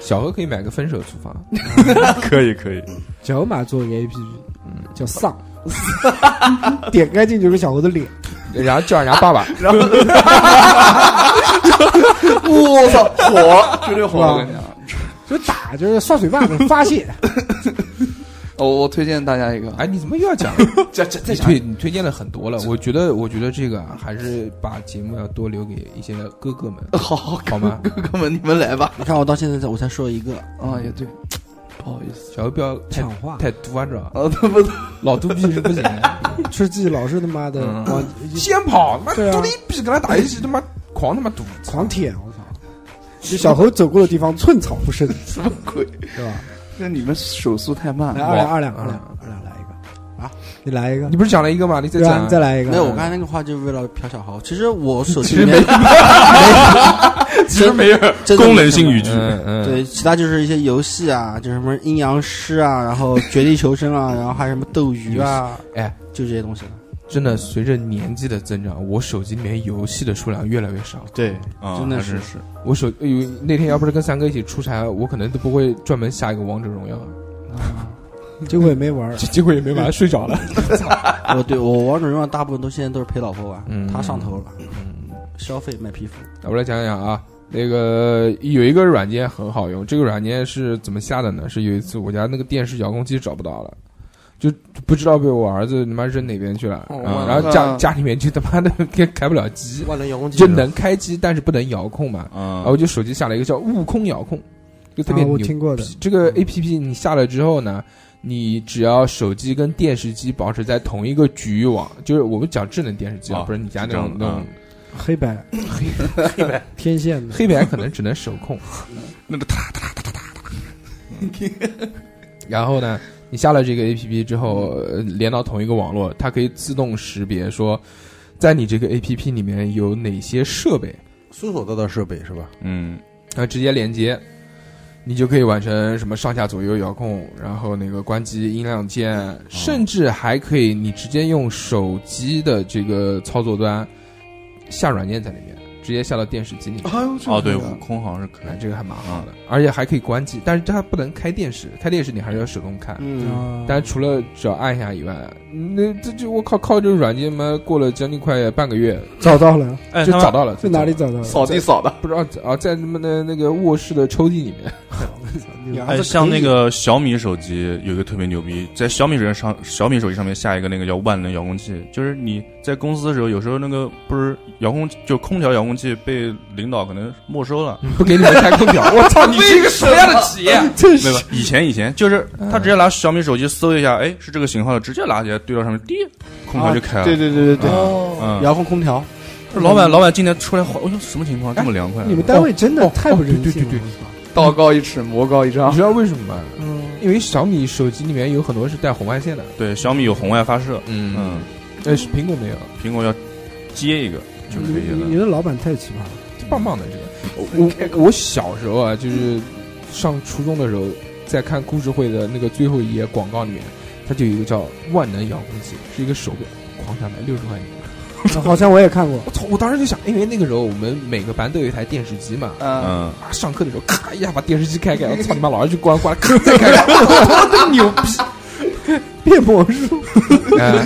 [SPEAKER 2] 小何可以买个分手厨房，
[SPEAKER 5] 可以可以。
[SPEAKER 1] 嗯
[SPEAKER 4] 小河马做一个 A P
[SPEAKER 2] 嗯
[SPEAKER 4] P，叫丧， 点开进去就是小猴的脸，
[SPEAKER 2] 然后叫人家爸 爸，
[SPEAKER 6] 我操，火，绝对火！我跟你讲，
[SPEAKER 4] 就打就是刷水坝的发泄。
[SPEAKER 6] 我我推荐大家一个，
[SPEAKER 2] 哎，你怎么又要 讲？
[SPEAKER 6] 再再再
[SPEAKER 2] 你
[SPEAKER 6] 讲一
[SPEAKER 2] 推
[SPEAKER 6] 个，
[SPEAKER 2] 你推荐了很多了，我觉得我觉得这个啊还是把节目要多留给一些哥哥们，
[SPEAKER 6] 好好
[SPEAKER 2] 好吗？
[SPEAKER 6] 哥哥们，你们来吧。
[SPEAKER 1] 你看我到现在才我才说一个，
[SPEAKER 6] 啊，也对，不好意思，
[SPEAKER 2] 小何不要太
[SPEAKER 4] 抢话
[SPEAKER 2] 太嘟啊，知道吧？
[SPEAKER 6] 啊，不不，
[SPEAKER 2] 老嘟逼是不行的，
[SPEAKER 4] 吃鸡老是他妈的
[SPEAKER 2] 嗯
[SPEAKER 4] 往
[SPEAKER 2] 先跑，他妈
[SPEAKER 4] 对啊
[SPEAKER 2] 嘟了一逼，跟他打游戏，他妈狂他妈嘟，
[SPEAKER 4] 狂舔，我操！就小猴走过的地方寸草不生，
[SPEAKER 6] 什么鬼？
[SPEAKER 4] 是吧？
[SPEAKER 6] 那你们手速太慢
[SPEAKER 4] 来
[SPEAKER 6] 了。
[SPEAKER 4] 二两二两二两二两来一个
[SPEAKER 1] 啊！
[SPEAKER 4] 你来一个
[SPEAKER 2] 你，不是讲了一个吗？你嗯再
[SPEAKER 4] 对啊
[SPEAKER 2] 讲，
[SPEAKER 4] 你再来一个。
[SPEAKER 1] 没有，我刚才那个话就是为了瞟小豪。其实我手机
[SPEAKER 2] 其实
[SPEAKER 1] 里面
[SPEAKER 5] 其实没有
[SPEAKER 1] 真的
[SPEAKER 5] 功能性语句，
[SPEAKER 2] 嗯嗯，
[SPEAKER 1] 对，其他就是一些游戏啊，就是什么阴阳师啊，然后绝地求生啊，然后还有什么斗鱼啊，
[SPEAKER 2] 哎，
[SPEAKER 1] 就这些东西了。
[SPEAKER 2] 真的随着年纪的增长，我手机里面游戏的数量越来越少。
[SPEAKER 1] 对，
[SPEAKER 5] 啊，
[SPEAKER 1] 真的
[SPEAKER 5] 还
[SPEAKER 1] 是
[SPEAKER 5] 是
[SPEAKER 2] 我手哎呦，那天要不是跟三哥一起出差，我可能都不会专门下一个王者荣耀，嗯
[SPEAKER 4] 结果也没玩儿，
[SPEAKER 2] 结结果也没玩，睡着了。
[SPEAKER 1] 我对我王者荣耀大部分都现在都是陪老婆玩，
[SPEAKER 2] 嗯
[SPEAKER 1] 她上头了，消费买皮肤。
[SPEAKER 2] 那我来讲讲啊，那个有一个软件很好用，这个软件是怎么下的呢？是有一次我家那个电视遥控器找不到了。就不知道被我儿子他妈扔哪边去了，
[SPEAKER 6] 哦
[SPEAKER 2] 嗯
[SPEAKER 6] 我
[SPEAKER 2] 然后家
[SPEAKER 6] 嗯
[SPEAKER 2] 家里面就他妈的 开不了机，
[SPEAKER 3] 万能遥控器
[SPEAKER 2] 就能开机，但是不能遥控嘛。然后
[SPEAKER 1] 哦
[SPEAKER 5] 嗯
[SPEAKER 2] 我就手机下了一个叫悟空遥控，就特别
[SPEAKER 4] 啊我
[SPEAKER 2] 牛
[SPEAKER 4] 听过的，
[SPEAKER 2] 这个 A P P 你下了之后呢，你只要手机跟电视机保持在同一个局域网，就是我们讲智能电视机啊，
[SPEAKER 5] 哦
[SPEAKER 2] 不是你家那种
[SPEAKER 5] 是这
[SPEAKER 2] 那
[SPEAKER 5] 样的
[SPEAKER 2] 种
[SPEAKER 5] 嗯
[SPEAKER 4] 黑白黑白天线的，
[SPEAKER 2] 黑白可能只能手控，
[SPEAKER 5] 那个
[SPEAKER 2] 哒哒哒哒哒哒。 然后呢，你下了这个 A P P 之后，呃连到同一个网络，它可以自动识别说，在你这个 A P P 里面有哪些设备，
[SPEAKER 3] 搜索到的设备是吧？
[SPEAKER 5] 嗯，
[SPEAKER 2] 然后直接连接。你就可以完成什么上下左右遥控，然后那个关机音量键，甚至还可以你直接用手机的这个操作端下软件在里面，直接下到电视机里面。
[SPEAKER 6] 哎呦，这
[SPEAKER 5] 哦，对，
[SPEAKER 6] 个
[SPEAKER 5] 悟空好像是可
[SPEAKER 2] 哎
[SPEAKER 5] 以，，啊
[SPEAKER 2] 这个还蛮好的，而且还可以关机，但是它不能开电视，开电视你还是要手动开。
[SPEAKER 1] 嗯，
[SPEAKER 4] 啊
[SPEAKER 2] 但除了只要按一下以外，那这就我靠靠这个软件嘛，过了将近快半个月，
[SPEAKER 4] 找到了，
[SPEAKER 5] 哎，
[SPEAKER 2] 就
[SPEAKER 5] 他们
[SPEAKER 2] 找到了，
[SPEAKER 4] 在哪里？找到的？
[SPEAKER 6] 扫地扫的，
[SPEAKER 2] 不知道啊，在他们的那个卧室的抽屉里面。
[SPEAKER 1] 你儿
[SPEAKER 5] 哎，
[SPEAKER 1] 子
[SPEAKER 5] 像
[SPEAKER 1] 可以
[SPEAKER 5] 那个小米手机有一个特别牛逼，在小米手机上，小米手机上面下一个那个叫万能遥控器，就是你在公司的时候，有时候那个不是遥控就空调遥控器被领导可能没 收了，
[SPEAKER 2] 不给你们开空调， 我操！你是一个什么样的企业？
[SPEAKER 6] 啊
[SPEAKER 5] 没有，以前以前就是他直接拿小米手机搜一下，哎，是这个型号的，直接拿起来对到上面，滴，空调就开了。
[SPEAKER 1] 对对对对对，
[SPEAKER 6] 哦，
[SPEAKER 5] 嗯，
[SPEAKER 1] 遥控空调，
[SPEAKER 5] 这老板老板今天出来晃，我说什么情况这么凉快？啊
[SPEAKER 4] 哎你们单位真的太不人性
[SPEAKER 2] 哦
[SPEAKER 4] 了。
[SPEAKER 2] 哦对对对
[SPEAKER 6] 道高一尺，魔高一丈
[SPEAKER 2] 你。知道为什么吗？
[SPEAKER 1] 嗯
[SPEAKER 2] 因为小米手机里面有很多是带红外线的，
[SPEAKER 5] 对小米有红外发射，
[SPEAKER 2] 嗯，
[SPEAKER 5] 嗯，
[SPEAKER 2] 但是苹果没有，
[SPEAKER 5] 苹果要接一个就可以
[SPEAKER 4] 你你
[SPEAKER 5] 了。
[SPEAKER 4] 的老板太奇葩了。
[SPEAKER 2] 棒棒的这个。
[SPEAKER 6] 嗯
[SPEAKER 2] 我我我小时候啊，就是上初中的时候，在看故事会的那个最后一页广告里面，它就有一个叫万能遥控器，是一个手表，狂想买六十块钱。
[SPEAKER 4] 啊好像我也看过，
[SPEAKER 2] 我操！我当时就想，因为那个时候我们每个班都有一台电视机嘛，
[SPEAKER 6] 嗯，
[SPEAKER 5] 嗯，
[SPEAKER 2] 啊，上课的时候咔一下把电视机开开，我操你妈，老师就关关了，咔再开开， 我真牛逼！
[SPEAKER 4] 变魔术，
[SPEAKER 2] 哎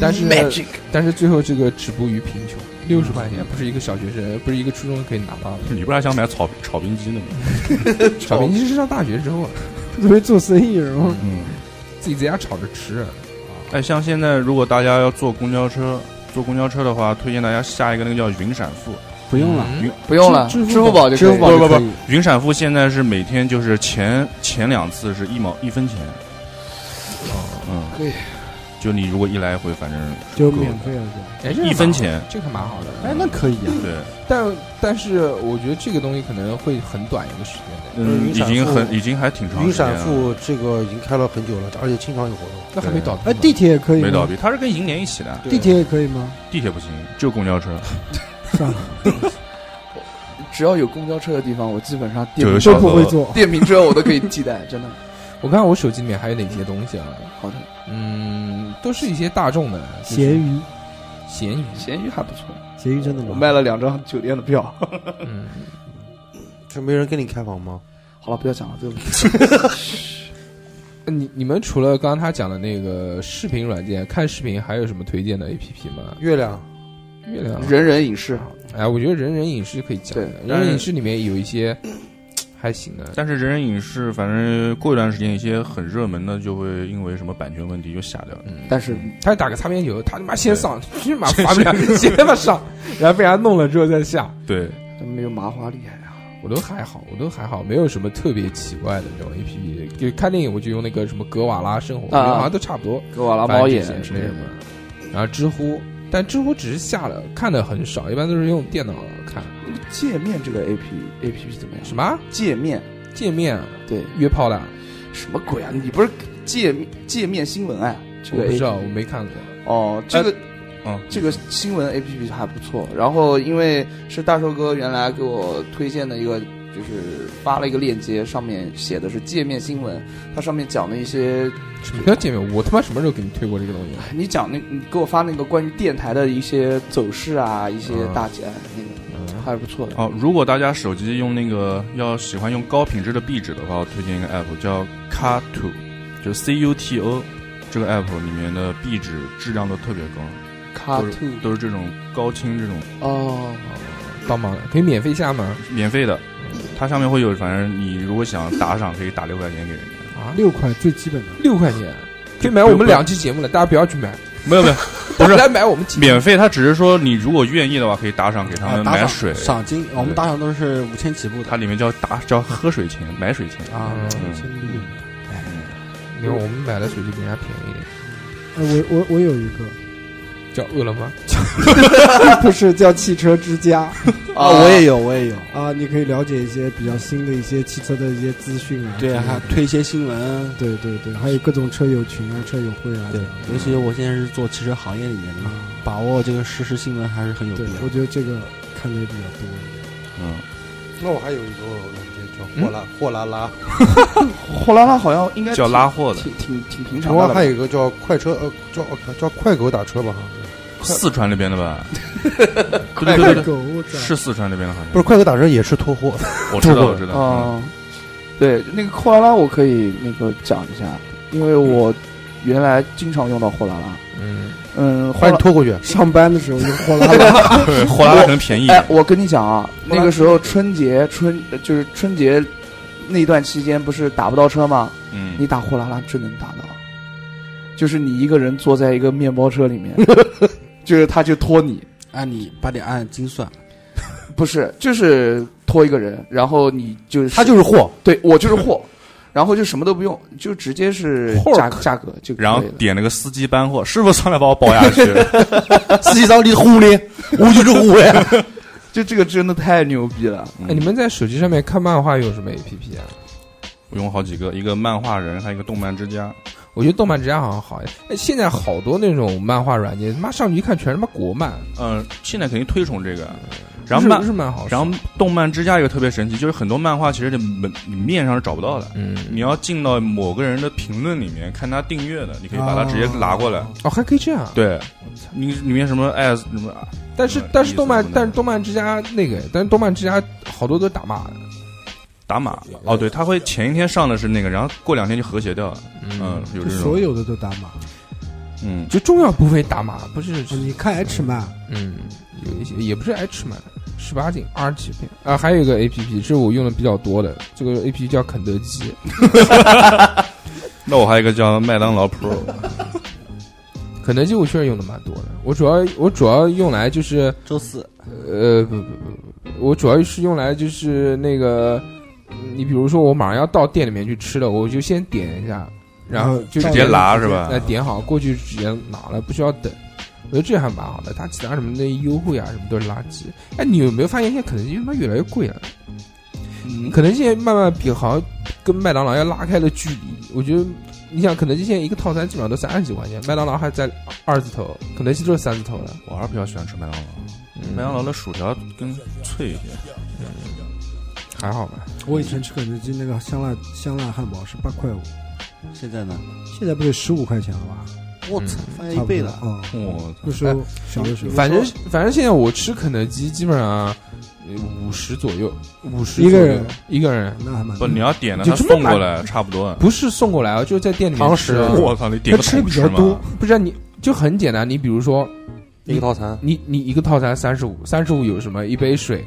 [SPEAKER 2] 但是但是最后这个止步于贫穷，六十块钱不是一个小学生，不是一个初中可以拿到的。
[SPEAKER 5] 你不是还想买炒炒冰机呢 吗？
[SPEAKER 2] 小
[SPEAKER 6] 哦
[SPEAKER 2] 明其实上大学之后啊，
[SPEAKER 4] 准备做生意，然后
[SPEAKER 5] 嗯。
[SPEAKER 2] 自己在家炒着吃，啊
[SPEAKER 5] 哎，像现在如果大家要坐公交车，坐公交车的话，推荐大家下一个那个叫云闪付。
[SPEAKER 1] 不用了，
[SPEAKER 2] 嗯
[SPEAKER 5] 云
[SPEAKER 6] 不用了，
[SPEAKER 4] 支
[SPEAKER 6] 支
[SPEAKER 4] 付
[SPEAKER 6] 付宝就可以
[SPEAKER 4] 支付宝
[SPEAKER 5] 不不
[SPEAKER 4] 就可
[SPEAKER 5] 不
[SPEAKER 4] 以，
[SPEAKER 5] 云闪付现在是每天就是前前两次是一毛一分钱。嗯，
[SPEAKER 6] 可以。
[SPEAKER 5] 就你如果一来一回，反正
[SPEAKER 4] 就免费了。是吧
[SPEAKER 2] 哎，这个
[SPEAKER 5] 一分钱，
[SPEAKER 2] 这个蛮好的。
[SPEAKER 1] 哎，那可以啊，
[SPEAKER 5] 对，
[SPEAKER 2] 但但是我觉得这个东西可能会很短一个时间内，
[SPEAKER 5] 嗯，
[SPEAKER 3] 云
[SPEAKER 5] 已
[SPEAKER 3] 闪付
[SPEAKER 5] 经很已经还挺长
[SPEAKER 3] 云
[SPEAKER 5] 时间
[SPEAKER 3] 闪
[SPEAKER 5] 了，
[SPEAKER 3] 付这个已经开了很久了，而且经常有活动。
[SPEAKER 2] 那还没倒闭
[SPEAKER 4] 哎，
[SPEAKER 2] 呢
[SPEAKER 4] 地铁也可以吗？
[SPEAKER 5] 没倒闭，它是跟银联一起的，
[SPEAKER 4] 地铁也可以吗？
[SPEAKER 5] 地铁不行，就公交 车，
[SPEAKER 6] 只要有公交车的地方，我基本上电
[SPEAKER 5] 就有
[SPEAKER 6] 瓶
[SPEAKER 5] 小
[SPEAKER 4] 都不会
[SPEAKER 5] 额。
[SPEAKER 4] 做。
[SPEAKER 1] 呃
[SPEAKER 6] 电瓶车我都可以替代，真的。
[SPEAKER 2] 我看看我手机里面还有哪些东西啊？
[SPEAKER 6] 好的，
[SPEAKER 2] 嗯，都是一些大众的，就是
[SPEAKER 4] 咸鱼，
[SPEAKER 2] 咸 鱼，
[SPEAKER 6] 咸鱼还不错，
[SPEAKER 4] 咸鱼真的
[SPEAKER 6] 我
[SPEAKER 4] 吗？
[SPEAKER 6] 卖了两张酒店的票。
[SPEAKER 2] 嗯，
[SPEAKER 3] 这没人跟你开房吗？
[SPEAKER 6] 好了，不要讲了，这个
[SPEAKER 2] 那你你们除了刚刚他讲的那个视频软件，看视频还有什么推荐的 A P P 吗？
[SPEAKER 3] 月亮，
[SPEAKER 2] 月亮，
[SPEAKER 6] 人人影视
[SPEAKER 2] 哎，我觉得人人影视可以讲的，
[SPEAKER 6] 对
[SPEAKER 2] 人人影视里面有一 些还行的，
[SPEAKER 5] 但是人人影视，反正过一段时间，一些很热门的就会因为什么版权问题就下掉了。
[SPEAKER 2] 嗯，
[SPEAKER 6] 但是
[SPEAKER 2] 他打个擦边球，他他妈先上，去妈发不 了，先他妈上，然后被人家弄了之后再下。
[SPEAKER 5] 对，
[SPEAKER 6] 没有麻花厉害啊。
[SPEAKER 2] 我都还好，我都还好，没有什么特别奇怪的那种 A P P。就看电影，我就用那个什么格瓦拉生活，我觉得好像都差不多，
[SPEAKER 6] 格瓦拉
[SPEAKER 2] 反正
[SPEAKER 6] 猫
[SPEAKER 2] 这
[SPEAKER 6] 眼
[SPEAKER 2] 些之
[SPEAKER 6] 之
[SPEAKER 2] 类
[SPEAKER 6] 类
[SPEAKER 2] 的
[SPEAKER 6] 的
[SPEAKER 2] 嘛。然后知乎，但知乎只是下了，看的很少，一般都是用电脑看。
[SPEAKER 6] 界面这个 A P A P P 怎么样？
[SPEAKER 2] 什么
[SPEAKER 6] 界面？
[SPEAKER 2] 界面
[SPEAKER 6] 对，
[SPEAKER 2] 约炮的？
[SPEAKER 6] 什么鬼啊？你不是界界面新闻啊？这
[SPEAKER 2] 我
[SPEAKER 6] 个
[SPEAKER 2] 不
[SPEAKER 6] A
[SPEAKER 2] 知道，我没看过。
[SPEAKER 6] 哦，这个
[SPEAKER 5] 嗯，
[SPEAKER 6] 这个新闻 A P P 还不错。然后因为是大寿哥原来给我推荐的一个，就是发了一个链接，上面写的是界面新闻，它上面讲的一些，
[SPEAKER 2] 什么叫界面？我他妈什么时候给你推过这个东西？
[SPEAKER 6] 你讲那，你给我发那个关于电台的一些走势啊，一些
[SPEAKER 5] 嗯
[SPEAKER 6] 大姐、那
[SPEAKER 2] 啊
[SPEAKER 6] 个还不错的。
[SPEAKER 5] 哦，如果大家手机用那个要喜欢用高品质的壁纸的话，我推荐一个 app 叫 Cuto，就是 C U T O，这个 app 里面的壁纸质量都特别高，
[SPEAKER 6] 卡
[SPEAKER 5] 都
[SPEAKER 6] 兔
[SPEAKER 5] 是都是这种高清这种
[SPEAKER 6] 哦，
[SPEAKER 2] 帮忙可以免费下吗？
[SPEAKER 5] 免费的，它上面会有，反正你如果想打赏可以打六块钱给人家，
[SPEAKER 2] 啊，
[SPEAKER 4] 六块最基本的，
[SPEAKER 2] 六块钱可以买我们两期节目了，大家不要去买，
[SPEAKER 5] 没有没有，
[SPEAKER 2] 大
[SPEAKER 5] 不
[SPEAKER 2] 家
[SPEAKER 5] 是
[SPEAKER 2] 来买我们节目。
[SPEAKER 5] 免费，它只是说你如果愿意的话可以打赏给他
[SPEAKER 1] 啊，
[SPEAKER 5] 们
[SPEAKER 1] 打
[SPEAKER 5] 买
[SPEAKER 1] 赏
[SPEAKER 5] 水，
[SPEAKER 1] 赏金，我们打赏都是五千起步的
[SPEAKER 5] 它里面叫打叫喝水钱，买水钱。
[SPEAKER 1] 啊，
[SPEAKER 2] 嗯
[SPEAKER 1] 五千一个
[SPEAKER 2] 因为我们买的手机比人家便宜一点，
[SPEAKER 4] 哎，我我我有一个，
[SPEAKER 2] 叫饿了么。
[SPEAKER 4] 不是叫汽车之家
[SPEAKER 1] 啊，我也有，我也有，
[SPEAKER 4] 啊，你可以了解一些比较新的一些汽车的一些资讯啊。
[SPEAKER 1] 对，
[SPEAKER 4] 之类的
[SPEAKER 1] 还推一些新闻，
[SPEAKER 4] 对对对，还有各种车友群啊、车友会啊。
[SPEAKER 1] 对，尤其我现在是做汽车行业里面的嘛，把握这个实时新闻还是很有必
[SPEAKER 4] 对
[SPEAKER 1] 要，
[SPEAKER 4] 我。觉得这个看的也比较多一点。
[SPEAKER 5] 嗯，
[SPEAKER 3] 那我还有一个软件叫货拉货拉拉，
[SPEAKER 6] 货拉拉好像应该
[SPEAKER 5] 嗯叫拉货的
[SPEAKER 6] 挺挺挺平
[SPEAKER 3] 台
[SPEAKER 6] 常的
[SPEAKER 3] 湾
[SPEAKER 6] 了吧。
[SPEAKER 3] 还有一个叫快车呃叫叫快狗打车吧，好像是
[SPEAKER 5] 四川那边的吧？对对
[SPEAKER 6] 快狗
[SPEAKER 5] 对
[SPEAKER 4] 狗
[SPEAKER 5] 对，是四川那边的，好像
[SPEAKER 3] 不是快狗打车也是拖货，
[SPEAKER 5] 我知道，我知道。嗯
[SPEAKER 6] 哦，对，那个货拉拉我可以那个讲一下，因为我原来经常用到货拉拉。
[SPEAKER 2] 嗯，
[SPEAKER 6] 嗯，
[SPEAKER 3] 把
[SPEAKER 6] 货
[SPEAKER 3] 你
[SPEAKER 6] 拉
[SPEAKER 3] 拖过去。
[SPEAKER 4] 上班的时候用货拉拉，
[SPEAKER 5] 嗯对货拉拉可能便宜一
[SPEAKER 6] 哎
[SPEAKER 5] 点，，
[SPEAKER 6] 我跟你讲啊，那个时候春节春呃就是春节那段期间不是打不到车吗？你
[SPEAKER 5] 嗯，
[SPEAKER 6] 打货拉拉真能打到，就是你一个人坐在一个面包车里面，就是他就拖你，
[SPEAKER 1] 按你八点按精 算，
[SPEAKER 6] 不是，就是拖一个人，然后你就是
[SPEAKER 3] 他就是货，
[SPEAKER 6] 对我就是货，然后就什么都不用，就直接是价价格就可以
[SPEAKER 5] 然后
[SPEAKER 6] 了
[SPEAKER 5] 点了个司机搬货，师傅上来把我保下去，
[SPEAKER 3] 司机上你呼哩，我就是我呀。
[SPEAKER 6] 就这个真的太牛逼了，
[SPEAKER 2] 哎，你们在手机上面看漫画用什么 APP 啊？
[SPEAKER 5] 我用好几个，一个漫画人，还有一个动漫之家，
[SPEAKER 2] 我觉得动漫之家好像好一点。哎，现在好多那种漫画软件，他妈上去一看全是他妈国漫，
[SPEAKER 5] 嗯，现在肯定推崇这个。然后
[SPEAKER 2] 日
[SPEAKER 5] 漫
[SPEAKER 2] 日漫好，
[SPEAKER 5] 然后动漫之家有个特别神奇，就是很多漫画其实你门你面上是找不到的，
[SPEAKER 2] 嗯，
[SPEAKER 5] 你要进到某个人的评论里面看他订阅的，你可以把它直接拿过来。
[SPEAKER 4] 啊
[SPEAKER 2] 哦还可以这样，
[SPEAKER 5] 对，你里面什么爱什么，
[SPEAKER 2] 但是
[SPEAKER 5] 嗯
[SPEAKER 2] 但是动漫
[SPEAKER 5] 意思不能
[SPEAKER 2] 但是动漫之家那个，但是动漫之家好多都打码的，
[SPEAKER 5] 打码哦，对，他会前一天上的是那个，然后过两天就和谐掉了。嗯，有这种
[SPEAKER 4] 所有的都打码。
[SPEAKER 5] 嗯，
[SPEAKER 2] 就重要部位打码，不是
[SPEAKER 4] 你看 H 漫，
[SPEAKER 2] 嗯，有一些也不是 H 漫，十八禁 R 级片啊，还有一个 A P P 是我用的比较多的，这个 A P P 叫肯德基，
[SPEAKER 5] 那我还有一个叫麦当劳 Pro，
[SPEAKER 2] 肯德基我确实用的蛮多的，我主要我主要用来就是
[SPEAKER 1] 周四
[SPEAKER 2] 呃不不不不，我主要是用来就是那个，你比如说我马上要到店里面去吃了，我就先点一下，然后就
[SPEAKER 5] 嗯
[SPEAKER 4] 直
[SPEAKER 5] 直接拿是吧
[SPEAKER 2] 那？点好过去直接拿了，不需要等。我觉得这还蛮好的，它其他什么的优惠啊，什么都是垃圾。哎，你有没有发现现在肯德基他妈越来越贵了？
[SPEAKER 5] 嗯
[SPEAKER 2] 肯德基现在慢慢比好像跟麦当劳要拉开了距离。我觉得，你想肯德基现在一个套餐基本上都三十几块钱，麦当劳还在二字头，肯德基都是三字头的。
[SPEAKER 5] 我还是比较喜欢吃麦当劳，
[SPEAKER 2] 嗯
[SPEAKER 5] 麦当劳的薯条更脆一点。
[SPEAKER 2] 还好吧？
[SPEAKER 4] 我以前吃肯德基那个香辣香辣汉堡是八块五，
[SPEAKER 1] 现在呢？
[SPEAKER 4] 现在不得十五块钱了吧？
[SPEAKER 1] 我操，翻
[SPEAKER 4] 差
[SPEAKER 1] 一
[SPEAKER 4] 不
[SPEAKER 1] 倍
[SPEAKER 4] 多
[SPEAKER 1] 了。
[SPEAKER 4] 啊！
[SPEAKER 2] 嗯
[SPEAKER 5] 我操
[SPEAKER 4] 那时候小的时候，
[SPEAKER 2] 反正反正现在我吃肯德基基本上呃五十左右，五十
[SPEAKER 4] 一个人
[SPEAKER 2] 一个人，
[SPEAKER 4] 那还蛮
[SPEAKER 5] 不，你要点的
[SPEAKER 2] 就
[SPEAKER 5] 他
[SPEAKER 2] 这么
[SPEAKER 5] 送过来差不多。
[SPEAKER 2] 不是送过来啊，就是在店里面
[SPEAKER 3] 堂
[SPEAKER 2] 吃
[SPEAKER 3] 食
[SPEAKER 2] 啊。
[SPEAKER 5] 我靠，你点个
[SPEAKER 4] 他吃
[SPEAKER 5] 同
[SPEAKER 4] 比
[SPEAKER 5] 事
[SPEAKER 4] 较
[SPEAKER 5] 嘛
[SPEAKER 4] 多
[SPEAKER 2] 不是你就很简单，你比如说
[SPEAKER 3] 一个套餐，
[SPEAKER 2] 你你一个套餐三十五，三十五有什么？一杯水，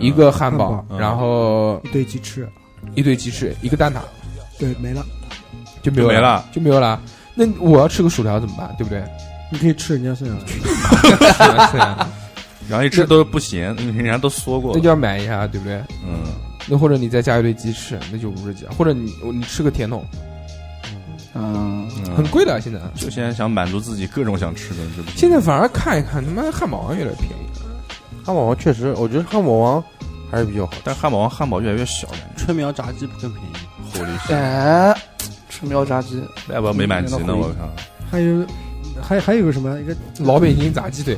[SPEAKER 2] 一个汉
[SPEAKER 4] 汉
[SPEAKER 2] 堡
[SPEAKER 4] 堡，
[SPEAKER 5] 嗯
[SPEAKER 2] 然后
[SPEAKER 4] 一堆鸡翅，
[SPEAKER 2] 一堆鸡翅，一个蛋挞
[SPEAKER 4] 对，没了。
[SPEAKER 2] 就没有
[SPEAKER 5] 就没了，
[SPEAKER 2] 就没有了。那我要吃个薯条怎么办？对不 对？
[SPEAKER 4] 你可以吃人家剩下的，
[SPEAKER 2] 是啊是啊
[SPEAKER 5] 然后一吃都不行， 人家都说过
[SPEAKER 2] 那。就要买一下，对不对？
[SPEAKER 5] 嗯，
[SPEAKER 2] 那或者你再加一堆鸡翅，那就五十几了，或者你你吃个甜筒，
[SPEAKER 6] 嗯，
[SPEAKER 5] 嗯
[SPEAKER 2] 很贵的现在。
[SPEAKER 5] 就现在想满足自己各种想吃的，这不行
[SPEAKER 2] 现在反而看一看，他妈汉堡王越来越便宜了。
[SPEAKER 3] 汉堡王确实，我觉得汉堡王还是比较好。
[SPEAKER 5] 但汉堡王汉堡越来越小了，
[SPEAKER 1] 春苗炸鸡不更便宜？
[SPEAKER 5] 火力
[SPEAKER 6] 哎，吃苗炸鸡，
[SPEAKER 5] 要不要没买齐呢？我靠，
[SPEAKER 4] 还有还还有个什么一个嗯
[SPEAKER 2] 老北京炸鸡腿，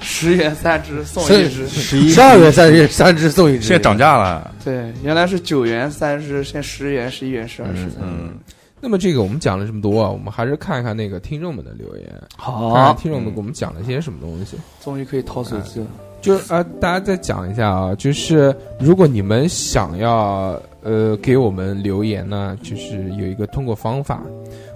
[SPEAKER 6] 十元三只送一只，
[SPEAKER 1] 十一
[SPEAKER 3] 十二元三只三只送一只，
[SPEAKER 5] 现在涨价了。
[SPEAKER 6] 对，原来是九元三只，现在十元、十一元、十二十
[SPEAKER 5] 嗯
[SPEAKER 6] 三。
[SPEAKER 5] 嗯，
[SPEAKER 2] 那么这个我们讲了这么多啊，我们还是看一看那个听众们的留言，看看
[SPEAKER 6] 好，
[SPEAKER 2] 听众们给我们讲了些什么东西。
[SPEAKER 6] 终于可以掏手机了。
[SPEAKER 2] 就是啊，大家再讲一下啊，就是如果你们想要呃给我们留言呢，就是有一个通过方法，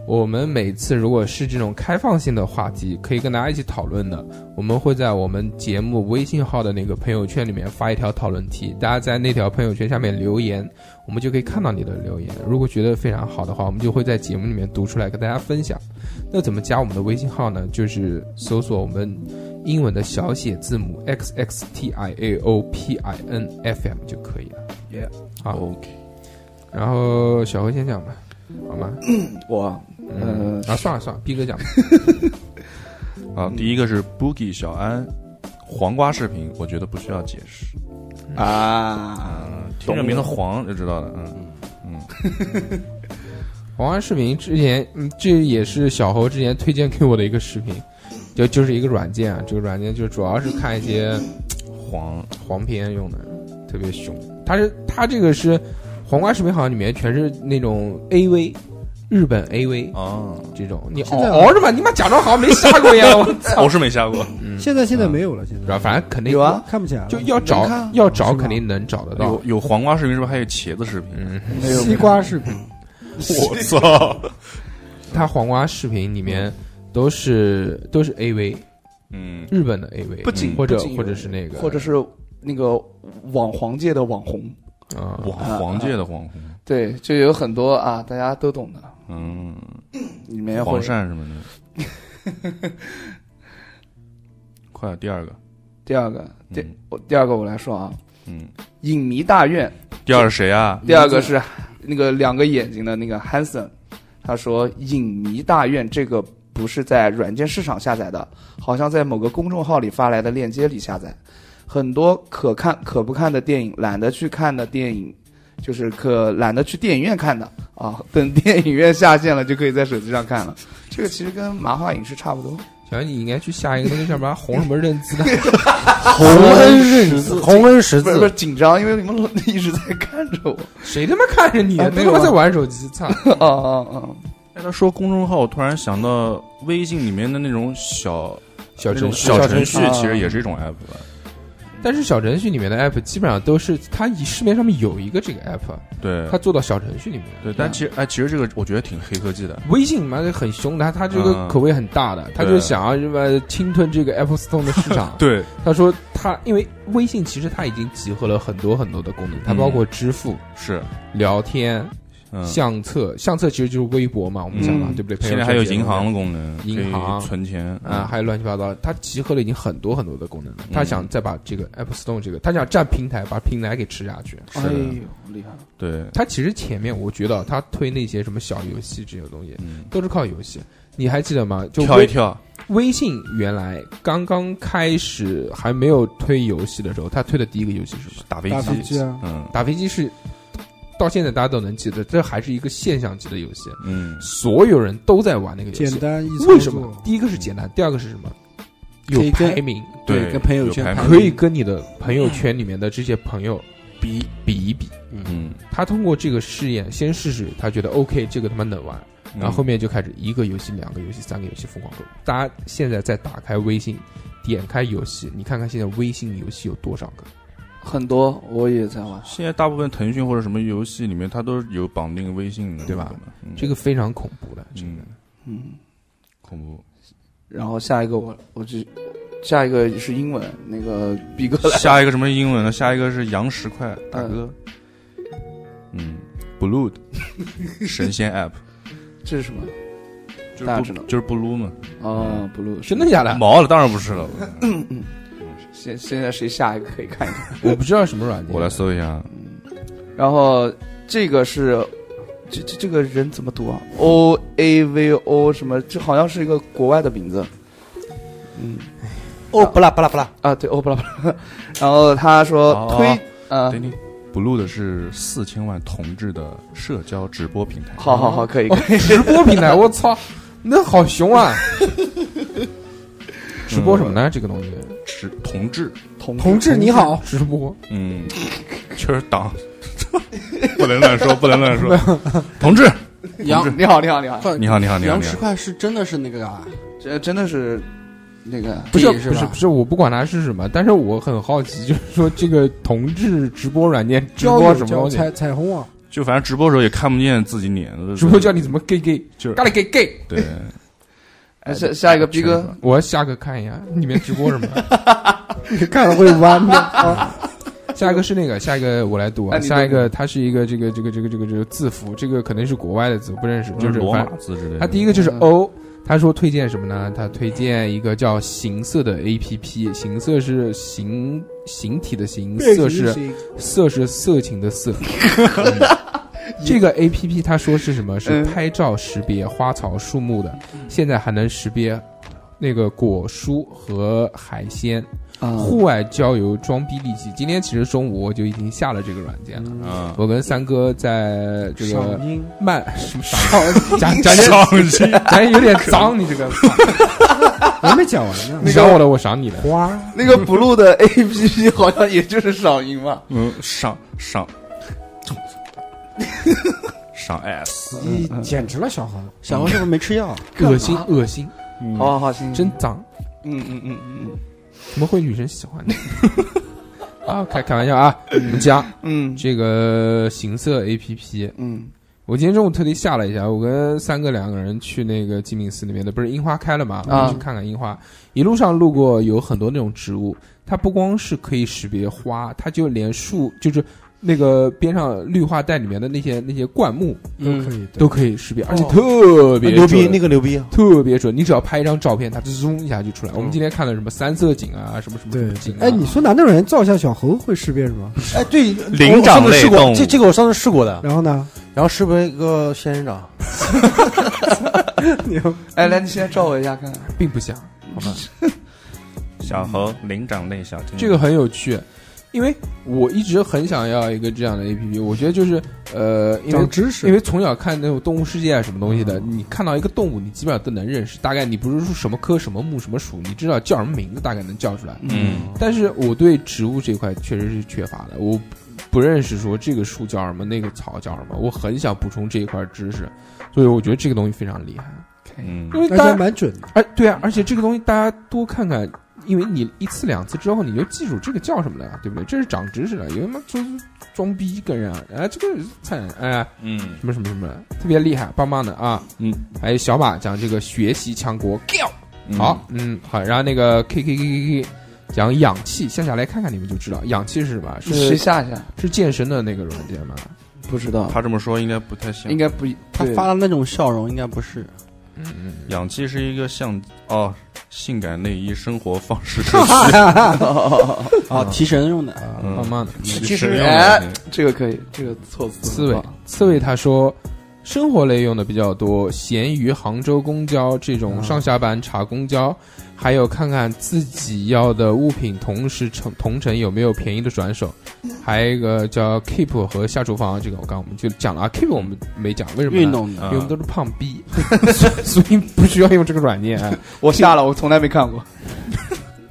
[SPEAKER 2] 我们每次如果是这种开放性的话题，可以跟大家一起讨论的，我们会在我们节目微信号的那个朋友圈里面发一条讨论题，大家在那条朋友圈下面留言，我们就可以看到你的留言。如果觉得非常好的话，我们就会在节目里面读出来跟大家分享。那怎么加我们的微信号呢？就是搜索我们英文的小写字母 x x t i a o p i n f m 就可以了。
[SPEAKER 6] Yeah
[SPEAKER 2] 好
[SPEAKER 5] OK
[SPEAKER 2] 然后小何先讲吧，好吗？
[SPEAKER 6] 我，
[SPEAKER 2] 嗯
[SPEAKER 6] 嗯，
[SPEAKER 2] 啊，算了算了，逼哥讲吧。
[SPEAKER 5] 好，第一个是 Boogie 小安，黄瓜视频，我觉得不需要解释
[SPEAKER 6] 啊，
[SPEAKER 5] 嗯，听这名字黄就知道了。嗯
[SPEAKER 2] 黄安视频之前，嗯，这也是小侯之前推荐给我的一个视频，就就是一个软件啊，这个软件就主要是看一些
[SPEAKER 5] 黄
[SPEAKER 2] 黄片用的，特别凶。它是它这个是黄瓜食品好像里面全是那种 AV。日本
[SPEAKER 6] 哦
[SPEAKER 2] AV
[SPEAKER 5] 啊，
[SPEAKER 2] 这种你
[SPEAKER 4] 现在
[SPEAKER 6] 啊
[SPEAKER 2] 熬熬着吧，你妈假装好像没下过一样，我 操！
[SPEAKER 5] 哦我是没下过，
[SPEAKER 2] 嗯
[SPEAKER 4] 现在现在没有了，现在
[SPEAKER 2] 然后反正肯定
[SPEAKER 6] 有啊，
[SPEAKER 4] 看不起来了。
[SPEAKER 2] 就要找
[SPEAKER 6] 能看啊
[SPEAKER 2] 要找肯定能找得到
[SPEAKER 5] 有。有黄瓜视频，是不是还有茄子视频？
[SPEAKER 2] 嗯，
[SPEAKER 4] 西瓜视频，
[SPEAKER 6] 嗯
[SPEAKER 5] 我操！
[SPEAKER 2] 它黄瓜视频里面都是都是 AV，
[SPEAKER 5] 嗯，
[SPEAKER 2] 日本的 AV，
[SPEAKER 6] 不仅
[SPEAKER 2] 嗯或者
[SPEAKER 6] 不仅有
[SPEAKER 2] 或者是那个
[SPEAKER 6] 或者是那个网黄界的网红，
[SPEAKER 2] 啊，
[SPEAKER 5] 黄黄界的黄红，
[SPEAKER 6] 对，就有很多啊，大家都懂的，
[SPEAKER 5] 嗯，
[SPEAKER 6] 里面会
[SPEAKER 5] 黄鳝什么的。 快，第二个，
[SPEAKER 6] 第二个，第
[SPEAKER 5] 嗯
[SPEAKER 6] 我第二个我来说啊，
[SPEAKER 5] 嗯，
[SPEAKER 6] 影迷大院，
[SPEAKER 5] 第二是谁啊？
[SPEAKER 6] 第二个是那个两个眼睛的那个 Hanson，他说影迷大院这个不是在软件市场下载的，好像在某个公众号里发来的链接里下载，很多可看可不看的电影，懒得去看的电影。就是可懒得去电影院看的啊，等 电影院下线了就可以在手机上看了。这个其实跟麻花影视差不多。
[SPEAKER 2] 小杨，你应该去下一个那个叫什么红什么认字的，
[SPEAKER 3] 洪恩认字，洪恩识
[SPEAKER 6] 不是不
[SPEAKER 3] 字
[SPEAKER 6] 是，紧张，因为你们老一直在看着我。
[SPEAKER 2] 谁他妈看着你啊？
[SPEAKER 6] 啊
[SPEAKER 2] 都
[SPEAKER 6] 没
[SPEAKER 2] 他
[SPEAKER 6] 有
[SPEAKER 2] 妈
[SPEAKER 6] 啊
[SPEAKER 2] 在玩手机，操！
[SPEAKER 6] 哦哦哦，
[SPEAKER 5] 哎，他说公众号，我突然想到微信里面的那种小
[SPEAKER 2] 小程序，
[SPEAKER 5] 小
[SPEAKER 2] 程
[SPEAKER 5] 程
[SPEAKER 2] 序，
[SPEAKER 5] 序，其实也是一种 app 吧。
[SPEAKER 2] 但是小程序里面的 app 基本上都是它以市面上面有一个这个 app，
[SPEAKER 5] 对
[SPEAKER 2] 它，做到小程序里面。
[SPEAKER 5] 对，但其实哎，其实这个我觉得挺黑科技的。
[SPEAKER 2] 微信嘛，很凶的，它它这个
[SPEAKER 5] 嗯
[SPEAKER 2] 口味很大的，它就
[SPEAKER 5] 对。
[SPEAKER 2] 想要什么侵吞这个 Apple Store 的市场
[SPEAKER 5] 对，
[SPEAKER 2] 他说他因为微信其实它已经集合了很多很多的功
[SPEAKER 5] 嗯
[SPEAKER 2] 能，它包括支付、
[SPEAKER 5] 是，
[SPEAKER 2] 聊天、
[SPEAKER 5] 嗯，
[SPEAKER 2] 相册，相册其实就是微博嘛，我们讲嘛，
[SPEAKER 6] 嗯
[SPEAKER 2] 对不对？朋友
[SPEAKER 5] 现在
[SPEAKER 2] 圈
[SPEAKER 5] 还有
[SPEAKER 2] 结合
[SPEAKER 5] 银行的功能，
[SPEAKER 2] 银
[SPEAKER 5] 可以
[SPEAKER 2] 行
[SPEAKER 5] 存钱
[SPEAKER 2] 啊，，还有乱七八糟的，它集合了已经很多很多的功能了。
[SPEAKER 5] 嗯
[SPEAKER 2] 他想再把这个 App Store 这个，他想占平台，把平台给吃下去。
[SPEAKER 5] 是
[SPEAKER 6] 哎
[SPEAKER 5] 的
[SPEAKER 6] 呦，厉害！
[SPEAKER 5] 对，
[SPEAKER 2] 他其实前面我觉得他推那些什么小游戏这些东西，
[SPEAKER 5] 嗯，
[SPEAKER 2] 都是靠游戏。你还记得吗？就
[SPEAKER 5] 跳一
[SPEAKER 2] 微
[SPEAKER 5] 跳，
[SPEAKER 2] 微信原来刚刚开始还没有推游戏的时候，他推的第一个游戏是什么？
[SPEAKER 5] 打飞
[SPEAKER 4] 打飞
[SPEAKER 5] 机
[SPEAKER 4] 机，啊，
[SPEAKER 5] 嗯
[SPEAKER 2] 打飞机是到现在大家都能记得，这还是一个现象级的游戏，
[SPEAKER 5] 嗯，
[SPEAKER 2] 所有人都在玩那个游
[SPEAKER 4] 简
[SPEAKER 2] 戏。
[SPEAKER 4] 单易操作
[SPEAKER 2] 为什么？第一个是简单，第二个是什么？有
[SPEAKER 1] 可以跟
[SPEAKER 2] 排名，
[SPEAKER 5] 对，
[SPEAKER 1] 跟朋友
[SPEAKER 5] 有
[SPEAKER 1] 圈
[SPEAKER 5] 排
[SPEAKER 1] 排
[SPEAKER 5] 名
[SPEAKER 2] 可以跟你的朋友圈里面的这些朋友比比一比。
[SPEAKER 5] 嗯，
[SPEAKER 2] 他通过这个试验，先试试，他觉得 OK，这个他妈能玩，
[SPEAKER 5] 嗯
[SPEAKER 2] 然后后面就开始一个游戏、两个游戏、三个游戏疯狂做。大家现在再打开微信，点开游戏，你看看现在微信游戏有多少
[SPEAKER 5] 嗯
[SPEAKER 2] 个？
[SPEAKER 6] 很多我也在玩，
[SPEAKER 5] 现在大部分腾讯或者什么游戏里面，它都是有绑定微信的，
[SPEAKER 2] 对吧？
[SPEAKER 5] 嗯、
[SPEAKER 2] 这个非常恐怖的，真的。
[SPEAKER 5] 嗯
[SPEAKER 6] 嗯。
[SPEAKER 5] 恐怖。
[SPEAKER 6] 然后下一个我我就下一个是英文，那个逼哥来
[SPEAKER 5] 下一个什么英文呢？下一个是杨石块大
[SPEAKER 6] 嗯
[SPEAKER 5] 哥，嗯，Blue 神仙 app，
[SPEAKER 6] 这是什么？
[SPEAKER 5] 就是
[SPEAKER 6] 大家
[SPEAKER 5] 不
[SPEAKER 6] 知道
[SPEAKER 5] 就是 Blue 嘛，
[SPEAKER 6] 哦，blue 是
[SPEAKER 2] 真的假 的？
[SPEAKER 5] 毛了当然不是了，
[SPEAKER 6] 现现在谁下一个可以看一看？
[SPEAKER 2] 我不知道什么软件。
[SPEAKER 5] 我来搜一下，啊
[SPEAKER 6] 然后这个是这这这个人怎么读啊？O A V O 什么？这好像是一个国外的名字。嗯
[SPEAKER 3] 哦，不啦不啦不啦，
[SPEAKER 6] 啊，对，欧布拉。 然后他说
[SPEAKER 5] 哦
[SPEAKER 6] 推啊
[SPEAKER 5] 等，你 Blue 的是四千万同志的社交直播平台，
[SPEAKER 6] 好好好，可以可以。
[SPEAKER 5] 嗯
[SPEAKER 2] 直播平台，我操，那好熊 啊！直播什么
[SPEAKER 5] 嗯
[SPEAKER 2] 呢？这个东西，哦
[SPEAKER 5] 直同志，
[SPEAKER 6] 同
[SPEAKER 1] 同志你好，
[SPEAKER 2] 直播
[SPEAKER 5] 嗯，就是党， 不能乱说，不能乱说，同志，
[SPEAKER 1] 杨
[SPEAKER 6] 啊你好，你好，你好，
[SPEAKER 5] 你好，你好，你好，
[SPEAKER 1] 杨
[SPEAKER 5] 你
[SPEAKER 1] 石
[SPEAKER 5] 好，
[SPEAKER 1] 块是真的是那个啊，
[SPEAKER 6] 这真的是那个
[SPEAKER 2] 不是
[SPEAKER 1] 地
[SPEAKER 2] 不是
[SPEAKER 1] 吧
[SPEAKER 2] 不是，我不管它是什么，但是我很好奇， 就是说这个同志直播软件直
[SPEAKER 4] 交
[SPEAKER 2] 播
[SPEAKER 4] 友
[SPEAKER 2] 什么
[SPEAKER 4] 交
[SPEAKER 2] 东西？
[SPEAKER 4] 彩彩虹网，
[SPEAKER 5] 就反正直播的时候也看不见自己脸，
[SPEAKER 2] 直播教你怎么 gay gay，
[SPEAKER 5] 就是
[SPEAKER 2] 咖喱 gay gay。
[SPEAKER 5] 对，
[SPEAKER 6] 哎下下一个逼哥，
[SPEAKER 2] 我要下个看一下里面直播什么。
[SPEAKER 4] 你看了会弯 的啊！
[SPEAKER 2] 下一个是那个，下一个我来读啊。
[SPEAKER 6] 哎你
[SPEAKER 2] 下一个它是一个这个这个这个这个这个字符，这个可能是国外的字，我不认识，
[SPEAKER 5] 就
[SPEAKER 2] 就是是
[SPEAKER 5] 嗯罗
[SPEAKER 2] 反
[SPEAKER 5] 马字之类的。
[SPEAKER 2] 他第一个就是 O，他说推荐什么呢？他推荐一个叫形色的 A P P，形色是形形体的形，色是色是色情的色。这个 A P P 他说是什么？是
[SPEAKER 6] 嗯
[SPEAKER 2] 拍照识别花草树木的，现在还能识别那个果蔬和海鲜。
[SPEAKER 1] 嗯
[SPEAKER 6] 啊
[SPEAKER 2] 户外郊游装逼利器，今天其实中午我就已经下了这个软件了。
[SPEAKER 5] 啊，
[SPEAKER 2] 我跟三哥在这个
[SPEAKER 4] 赏樱
[SPEAKER 2] 慢什么赏讲讲 点
[SPEAKER 5] 去，
[SPEAKER 2] 咱有点脏，你这个，
[SPEAKER 4] 还没讲完呢。
[SPEAKER 2] 你赏我的，我赏你的。
[SPEAKER 4] 花
[SPEAKER 6] 那个 blue 的 A P P 好像也就是赏樱吧？
[SPEAKER 5] 嗯，赏上上 S，
[SPEAKER 8] 你简直了，小何，
[SPEAKER 1] 小何是不是没吃药？
[SPEAKER 2] 恶心，恶心，
[SPEAKER 6] 好好好，行，
[SPEAKER 2] 真脏，
[SPEAKER 6] 嗯嗯嗯嗯，
[SPEAKER 2] 怎么会女生喜欢你？啊，开开玩笑啊，我们家，
[SPEAKER 6] 嗯，
[SPEAKER 2] 这个行色 A P P，
[SPEAKER 6] 嗯，
[SPEAKER 2] 我今天中午特地下了一下，我跟三哥两个人去那个鸡鸣寺那边的，不是樱花开了嘛，我
[SPEAKER 6] 啊
[SPEAKER 2] 们去看看樱花。一路上路过有很多那种植物，它不光是可以识别花，它就连树，就是那个边上绿化带里面的那些那些灌木
[SPEAKER 8] 都
[SPEAKER 1] 嗯
[SPEAKER 4] 嗯
[SPEAKER 8] 可以，
[SPEAKER 2] 都可以识别，而且特别
[SPEAKER 3] 牛逼，
[SPEAKER 2] 准
[SPEAKER 3] 那个牛逼，啊
[SPEAKER 2] 特别准，你哦只要拍一张照片，它就zoom 一下就出来。我们今天看了什么三色堇啊，什么什么什么景啊，
[SPEAKER 4] 哎，你说南斗人照一下小猴会识别什 么？
[SPEAKER 3] 哎，对，
[SPEAKER 5] 灵长
[SPEAKER 3] 我上次
[SPEAKER 5] 类
[SPEAKER 3] 试
[SPEAKER 5] 动
[SPEAKER 3] 过，
[SPEAKER 5] 物
[SPEAKER 3] 这这个我上次试过的，
[SPEAKER 4] 然后呢？
[SPEAKER 3] 然后识别一个仙人掌，
[SPEAKER 6] 哎，来，你现在照我一下看，
[SPEAKER 2] 并不像。
[SPEAKER 5] 小猴灵长类小精灵
[SPEAKER 2] 这个很有趣，因为我一直很想要一个这样的 A P P。我觉得就是呃，因为
[SPEAKER 4] 长知识，
[SPEAKER 2] 因为从小看那种动物世界啊什么东西的，你看到一个动物，你基本上都能认识。大概你不是说什么科、什么目、什么属，你知道叫什么名字，大概能叫出来。
[SPEAKER 5] 嗯
[SPEAKER 2] 但是我对植物这块确实是缺乏的，我不认识说这个树叫什么，那个草叫什么，我很想补充这一块知识，所以我觉得这个东西非常厉害。
[SPEAKER 5] 嗯
[SPEAKER 2] 因为大
[SPEAKER 4] 而且还
[SPEAKER 2] 家
[SPEAKER 4] 蛮准的。
[SPEAKER 2] 哎，对啊，而且这个东西大家多看看，因为你一次两次之后，你就记住这个叫什么了，对不对？这是长知识了，有他妈装装逼跟人啊，哎，这个惨哎，
[SPEAKER 5] 嗯，
[SPEAKER 2] 什么什么什么，特别厉害，棒棒的啊！
[SPEAKER 5] 嗯，
[SPEAKER 2] 还有小马讲这个学习强国，
[SPEAKER 5] 嗯
[SPEAKER 2] 好，嗯好，然后那个 K K K K K 讲氧气，下下来看看你们就知道氧气是什么，
[SPEAKER 6] 谁
[SPEAKER 2] 是
[SPEAKER 6] 下一下？
[SPEAKER 2] 是健身的那个软件吗？
[SPEAKER 6] 不知道，
[SPEAKER 5] 他这么说应该不太像
[SPEAKER 6] 应。该不，
[SPEAKER 1] 他
[SPEAKER 6] 对
[SPEAKER 1] 发的那种笑容应该不是。
[SPEAKER 2] 嗯嗯，
[SPEAKER 5] 氧气是一个像哦，性感内衣生活方式
[SPEAKER 1] 啊，提神用的，
[SPEAKER 5] 嗯
[SPEAKER 2] 棒棒的。
[SPEAKER 6] 其实哎， 这个可以，这个措辞
[SPEAKER 2] 刺
[SPEAKER 6] 很
[SPEAKER 2] 猬
[SPEAKER 6] 棒，
[SPEAKER 2] 刺猬他说，生活类用的比较多，闲鱼、杭州公交这种上下班查公交，还有看看自己要的物品同时成同城有没有便宜的转手，还有一个叫 Keep 和下厨房，这个我刚刚我们就讲了啊，Keep 我们没讲，为什么呢
[SPEAKER 1] 运？动的。
[SPEAKER 2] 因
[SPEAKER 5] 嗯
[SPEAKER 2] 为我们都是胖 逼，所以不需要用这个软件。哎
[SPEAKER 6] 我下了，我从来没看过。
[SPEAKER 4] 啊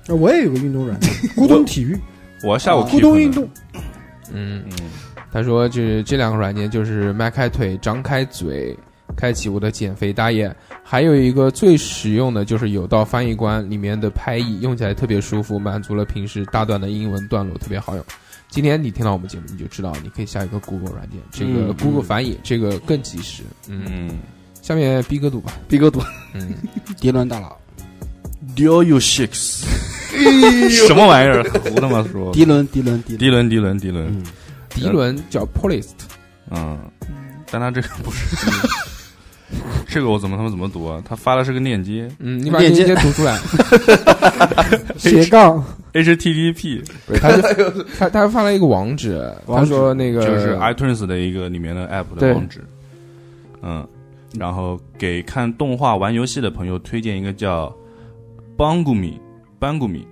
[SPEAKER 4] 我也有个运动软 件，咕咚体育，
[SPEAKER 5] 我下午
[SPEAKER 4] 咕咚运动，
[SPEAKER 2] 嗯，
[SPEAKER 5] 嗯，
[SPEAKER 2] 他说就是这两个软件就是迈开腿、张开嘴，开启我的减肥大业。还有一个最实用的就是有道翻译官里面的拍译，用起来特别舒服，满足了平时大段的英文段落，特别好用。今天你听到我们节目，你就知道你可以下一个 Google 软件，这个 Google 翻译、这个更及时。嗯，
[SPEAKER 5] 嗯，
[SPEAKER 2] 下面逼哥读吧。
[SPEAKER 6] 逼哥读，
[SPEAKER 2] 嗯，
[SPEAKER 1] 迪伦大佬，
[SPEAKER 5] d o you six，什嗯么玩意儿？胡他妈说！
[SPEAKER 1] 迪伦，迪伦，迪伦，
[SPEAKER 5] 迪伦，迪伦，迪伦，
[SPEAKER 2] 迪伦叫 Polist，
[SPEAKER 5] 嗯，但他这个不是，这个我怎么他妈怎么读啊？他发的是个链接
[SPEAKER 2] 嗯，你把链接读 出来。
[SPEAKER 4] 斜杠
[SPEAKER 5] HTTP，
[SPEAKER 2] 不是他就他他发了一个网址，他说那个
[SPEAKER 5] 就是 iTunes 的一个里面的 App
[SPEAKER 2] 对
[SPEAKER 5] 的网址，嗯，然后给看动画、玩游戏的朋友推荐一个叫 Bangumi Bangumi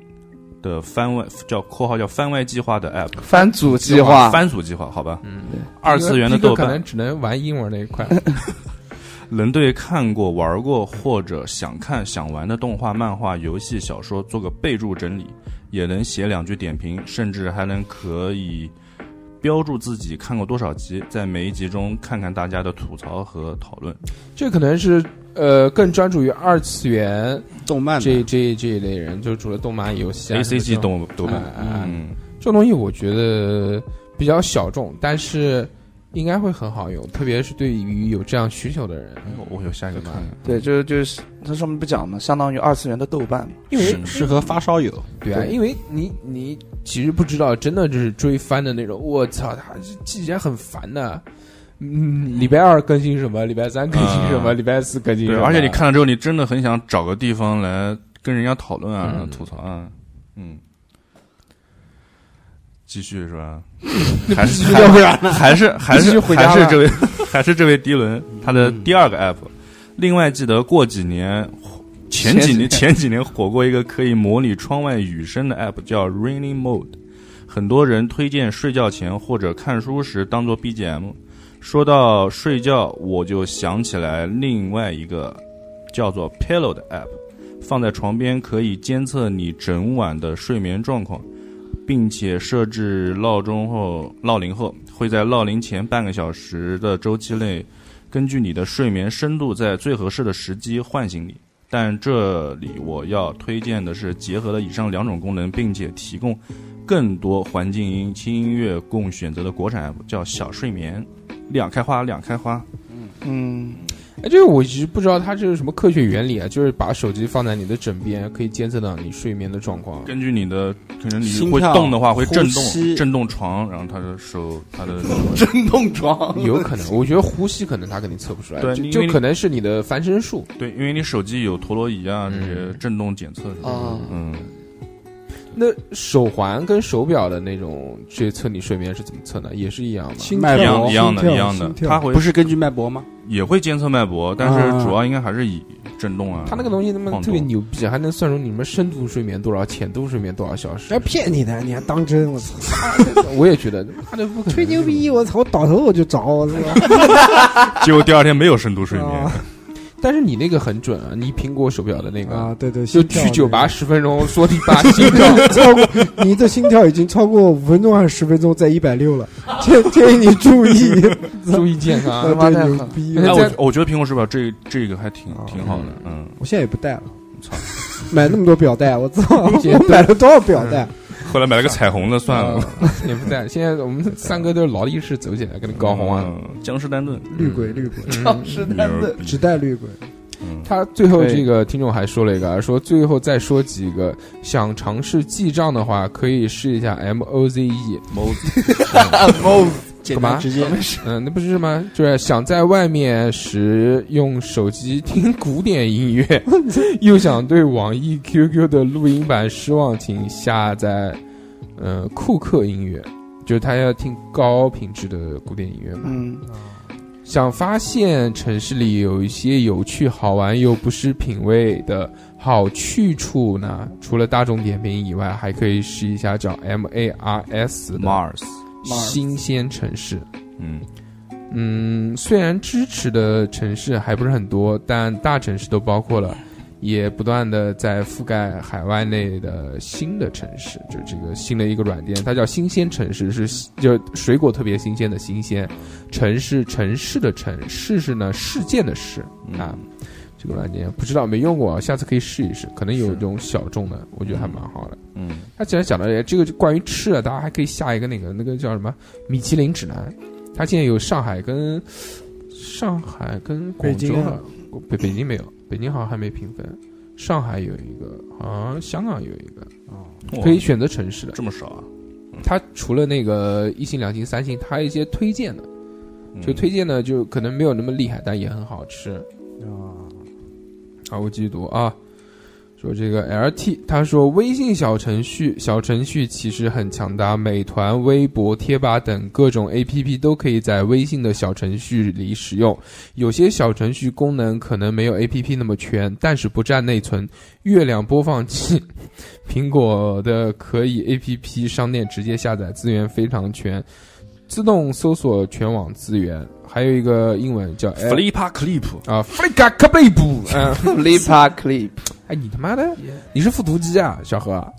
[SPEAKER 5] 的番外叫括号叫番外计划的 App
[SPEAKER 6] 番组计划，
[SPEAKER 5] 啊番组计划，好吧，
[SPEAKER 2] 嗯，
[SPEAKER 5] 二次元的
[SPEAKER 2] 逼哥
[SPEAKER 5] 豆
[SPEAKER 2] 可能
[SPEAKER 5] 瓣，
[SPEAKER 2] 只能玩英文那一块。
[SPEAKER 5] 能对看过、玩过或者想看、想玩的动画、漫画、游戏、小说做个备注整理，也能写两句点评，甚至还能可以标注自己看过多少集，在每一集中看看大家的吐槽和讨论。
[SPEAKER 2] 这可能是呃更专注于二次元
[SPEAKER 1] 动漫
[SPEAKER 2] 这
[SPEAKER 1] 的。
[SPEAKER 2] 这这一类人，就除了动漫、游戏、啊、
[SPEAKER 5] A C G
[SPEAKER 2] 动
[SPEAKER 5] 动豆瓣，嗯，
[SPEAKER 2] 这种东西，我觉得比较小众，但是应该会很好用，特别是对于有这样需求的人。
[SPEAKER 5] 哎我我有下一个看，
[SPEAKER 6] 对，就是就是它上面不讲嘛，相当于二次元的豆瓣嘛。
[SPEAKER 2] 因为
[SPEAKER 1] 适合发烧友，
[SPEAKER 2] 对啊，
[SPEAKER 6] 对
[SPEAKER 2] 因为你你其实不知道，真的就是追番的那种。我操，他记起来很烦的。嗯，礼拜二更新什么？礼拜三更新什么？
[SPEAKER 5] 啊
[SPEAKER 2] 礼拜四更新什
[SPEAKER 5] 对，
[SPEAKER 2] 么？
[SPEAKER 5] 而且你看了之后，你真的很想找个地方来跟人家讨论啊、
[SPEAKER 2] 嗯
[SPEAKER 5] 吐槽啊，嗯。继续是吧？还是
[SPEAKER 1] 要不然呢？
[SPEAKER 5] 还是还
[SPEAKER 2] 必须
[SPEAKER 5] 是
[SPEAKER 2] 回家
[SPEAKER 5] 还是
[SPEAKER 2] 了
[SPEAKER 5] 这位 还是这位迪伦他的第二个 app。另外，记得过几年前几年前几年火过一个可以模拟窗外雨声的 app，叫 Raining Mode，很多人推荐睡觉前或者看书时当做 BGM。说到睡觉，我就想起来另外一个叫做 Pillow 的 app，放在床边可以监测你整晚的睡眠状况。并且设置闹钟后闹铃后，会在闹铃前半个小时的周期内，根据你的睡眠深度，在最合适的时机唤醒你。但这里我要推荐的是结合了以上两种功能，并且提供更多环境音、轻音乐供选择的国产 app，叫小睡眠，两开花，两开花。
[SPEAKER 2] 嗯，哎，这个我其实不知道它这是什么科学原理啊，就是把手机放在你的枕边，可以监测到你睡眠的状况。
[SPEAKER 5] 根据你的可能你
[SPEAKER 1] 心
[SPEAKER 5] 会
[SPEAKER 1] 跳
[SPEAKER 5] 动的话，会震
[SPEAKER 1] 呼吸
[SPEAKER 5] 动震动床，然后他的手，他的
[SPEAKER 6] 震动床
[SPEAKER 2] 有可能，我觉得呼吸可能它肯定测不出来，
[SPEAKER 5] 对
[SPEAKER 2] 就
[SPEAKER 5] 因
[SPEAKER 2] 就
[SPEAKER 5] 为
[SPEAKER 2] 可能是你的翻身术。
[SPEAKER 5] 对，因为你手机有陀螺仪啊这些震动检测什么
[SPEAKER 2] 哦
[SPEAKER 5] 的，嗯，
[SPEAKER 2] 那手环跟手表的那种去测你睡眠是怎么测的？也是一样吗？
[SPEAKER 4] 心
[SPEAKER 5] 一
[SPEAKER 4] 跳
[SPEAKER 5] 样一样的一样的，它会
[SPEAKER 1] 不是根据脉搏吗？
[SPEAKER 5] 也会监测脉搏，但
[SPEAKER 1] 啊
[SPEAKER 5] 是主要应该还是以震动啊。
[SPEAKER 2] 它那个东西他妈
[SPEAKER 5] 晃动
[SPEAKER 2] 特别牛逼，还能算出你们深度睡眠多少、浅度睡眠多少小时
[SPEAKER 4] 这。骗你的，你还当真？我操，
[SPEAKER 2] 我也觉得他妈的不可能
[SPEAKER 4] 吹牛逼！我操，我倒头我就着，我操！
[SPEAKER 5] 结果第二天没有深度睡
[SPEAKER 1] 哦
[SPEAKER 5] 眠
[SPEAKER 4] 啊，
[SPEAKER 2] 但是你那个很准啊，你苹果手表的 那个，
[SPEAKER 4] 啊，对对，
[SPEAKER 2] 就
[SPEAKER 4] 心跳
[SPEAKER 2] 去酒吧十分钟说你爸心
[SPEAKER 4] 心
[SPEAKER 2] 跳
[SPEAKER 4] 跳超过，你的心跳已经超过五分钟还是十分钟，在一百 六了，建建议你注意。
[SPEAKER 2] 注意健康
[SPEAKER 4] 啊
[SPEAKER 2] 啊。
[SPEAKER 6] 他妈
[SPEAKER 4] 对，
[SPEAKER 6] 太狠
[SPEAKER 4] 牛
[SPEAKER 6] 了
[SPEAKER 4] 逼！
[SPEAKER 2] 哎
[SPEAKER 5] 哎，
[SPEAKER 2] 那
[SPEAKER 5] 我
[SPEAKER 2] 在
[SPEAKER 5] 觉我觉得苹果手表这这个还挺
[SPEAKER 4] 啊
[SPEAKER 5] 挺好的，嗯，
[SPEAKER 4] 我现在也不戴了，
[SPEAKER 5] 操！
[SPEAKER 4] 买那么多表带，我操！
[SPEAKER 2] 姐
[SPEAKER 4] 我买了多少表带？
[SPEAKER 5] 后来买了个彩虹的算了，
[SPEAKER 2] 啊， 也不在。现在我们三哥都是劳力士走起来，跟那高洪啊，嗯
[SPEAKER 5] 嗯，江诗丹顿，
[SPEAKER 4] 绿鬼，绿鬼，
[SPEAKER 6] 当时
[SPEAKER 5] 牛
[SPEAKER 6] 他的
[SPEAKER 5] 逼
[SPEAKER 4] 只戴绿鬼。
[SPEAKER 5] 嗯
[SPEAKER 2] 他最后这个听众还说了一个，说最后再说几个，想尝试记账的话，可以试一下 M O Z E。
[SPEAKER 1] 简
[SPEAKER 2] 干嘛
[SPEAKER 1] 单直接，
[SPEAKER 2] 嗯，那不是吗？就是想在外面时用手机听古典音乐，又想对网易 QQ 的录音版失望，请下载呃库克音乐，就是他要听高品质的古典音乐嘛。
[SPEAKER 6] 嗯，
[SPEAKER 2] 想发现城市里有一些有趣、好玩又不失品味的好去处呢？除了大众点评以外，还可以试一下叫 M A R S 的
[SPEAKER 5] Mars，
[SPEAKER 2] 新鲜城市。
[SPEAKER 5] 嗯，
[SPEAKER 2] 嗯，虽然支持的城市还不是很多，但大城市都包括了，也不断的在覆盖海外内的新的城市，就这个新的一个软件，它叫新鲜城市，是就水果特别新鲜的新鲜，城市城市的城市是呢事件的事
[SPEAKER 5] 嗯
[SPEAKER 2] 啊。这个软件不知道没用过，下次可以试一试，可能有这种小众的，我觉得还蛮好的。
[SPEAKER 5] 嗯，
[SPEAKER 2] 他既然讲到这个这个就关于吃的，大家还可以下一个那个那个叫什么米其林指南，它现在有上海跟上海跟广
[SPEAKER 4] 北
[SPEAKER 2] 州
[SPEAKER 4] 京
[SPEAKER 2] 好
[SPEAKER 4] 啊
[SPEAKER 2] 像北北京没有，北京好像还没评分，上海有一个，好像香港有一个，可以
[SPEAKER 5] 哇
[SPEAKER 2] 选择城市的。
[SPEAKER 5] 这么少啊？
[SPEAKER 2] 它除了那个一星、两星、三星，它还有一些推荐的，
[SPEAKER 5] 嗯
[SPEAKER 2] 就推荐的就可能没有那么厉害，但也很好吃。
[SPEAKER 4] 啊，
[SPEAKER 2] 好，我继续读啊。说这个 LT，他说微信小程序，小程序其实很强大，美团、微博、贴吧等各种 APP 都可以在微信的小程序里使用。有些小程序功能可能没有 APP 那么全，但是不占内存。月亮播放器， 苹果的可以 APP 商店直接下载，资源非常全，自动搜索全网资源。还有一个英文叫 L-
[SPEAKER 5] Flipa Clip，
[SPEAKER 2] 啊 f l i c k a c l i 嗯。
[SPEAKER 6] Flipa Clip，
[SPEAKER 2] 哎，你他妈的，你是复读机啊，小何啊！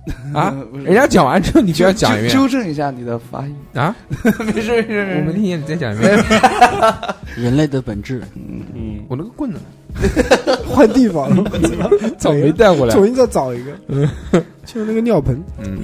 [SPEAKER 2] 人家讲完之后，你就要讲一遍
[SPEAKER 6] 纠正一下你的发音。
[SPEAKER 2] 啊！
[SPEAKER 6] 没事没事
[SPEAKER 2] 我
[SPEAKER 6] 没
[SPEAKER 2] 没
[SPEAKER 6] 事，
[SPEAKER 2] 听见，你再讲一遍。
[SPEAKER 1] 人类的本质。
[SPEAKER 2] 我那个棍子
[SPEAKER 4] 换地方 了，我操
[SPEAKER 2] 早没带过来。
[SPEAKER 4] 重新再 找一个，就是那个尿盆。
[SPEAKER 2] 嗯，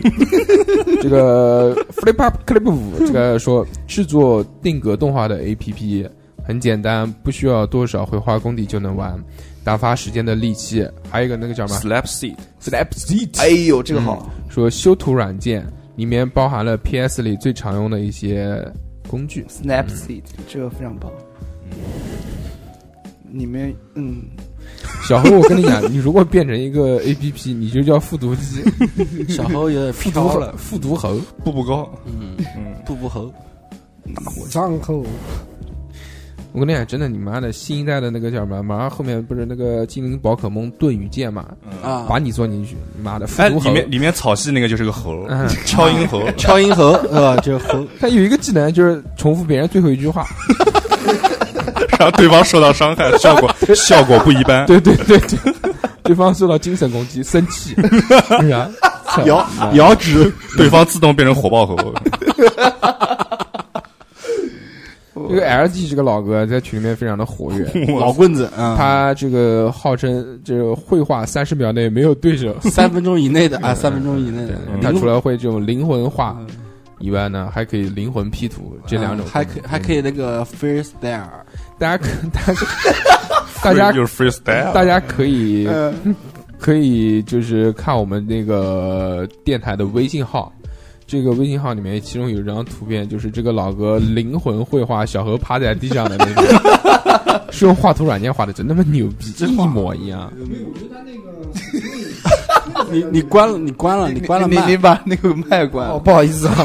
[SPEAKER 2] 这个 Flip Up Clip 五这个说制作定格动画的 APP 很简单，不需要多少绘画功底就能玩，打发时间的利器。还有一个那个叫什么
[SPEAKER 5] Slap Seed，
[SPEAKER 2] Slap Seat，
[SPEAKER 6] 哎呦这个好，
[SPEAKER 2] 说修图软件里面包含了 PS 里最常用的一些工具。
[SPEAKER 6] Snapseed，这个非常棒。你们嗯，
[SPEAKER 2] 小何，我跟你讲，你如果变成一个 A P P，你就叫复读机、
[SPEAKER 1] 小猴有点
[SPEAKER 2] 复
[SPEAKER 1] 飘
[SPEAKER 2] 读
[SPEAKER 1] 了，
[SPEAKER 2] 复读猴。
[SPEAKER 5] 步步高，
[SPEAKER 1] 嗯，
[SPEAKER 5] 嗯，
[SPEAKER 1] 步步猴，
[SPEAKER 4] 然后
[SPEAKER 2] 我跟你讲，真的，你妈的新一代的那个叫什么？马上后面不是那个精灵宝可梦盾与剑嘛？
[SPEAKER 1] 啊，
[SPEAKER 2] 把你装进去，你妈的复
[SPEAKER 5] 哎，
[SPEAKER 2] 读
[SPEAKER 5] 里
[SPEAKER 2] 猴。
[SPEAKER 5] 面里面草系那个就是个猴，
[SPEAKER 2] 嗯，
[SPEAKER 5] 敲音猴，
[SPEAKER 1] 超音猴， 呃，这个猴
[SPEAKER 2] 它有一个技能就是重复别人最后一句话。
[SPEAKER 5] 让对方受到伤害，效果效果不一般。
[SPEAKER 2] 对对对对，对方受到精神攻击，生气，是啊，
[SPEAKER 1] 摇摇指，
[SPEAKER 5] 嗯对方自动变成火爆猴。
[SPEAKER 2] 这个 LG 这个老哥在群里面非常的活跃，
[SPEAKER 1] 老棍子，嗯
[SPEAKER 2] 他这个号称这个绘画三十秒内没有对手，
[SPEAKER 1] 三分钟以内的啊，三分钟以内的，
[SPEAKER 2] 他除了会这种灵魂画以外呢，还可以灵魂 P 图这两种，
[SPEAKER 1] 还可还可以那个 freestyle，
[SPEAKER 2] 大家可大家大家
[SPEAKER 5] 就是
[SPEAKER 4] 哦
[SPEAKER 5] freestyle，
[SPEAKER 2] 大家可以、
[SPEAKER 4] 嗯
[SPEAKER 2] 可以就是看我们那个电台的微信号，这个微信号里面其中有一张图片，就是这个老哥灵魂绘画小何趴在地上的那个， 是用画图软件画的，真他妈牛逼，一模一样。
[SPEAKER 1] 你你关了，你关了，你关了
[SPEAKER 6] 你你
[SPEAKER 1] 麦，
[SPEAKER 6] 把那个麦关了。
[SPEAKER 2] 不好意思啊，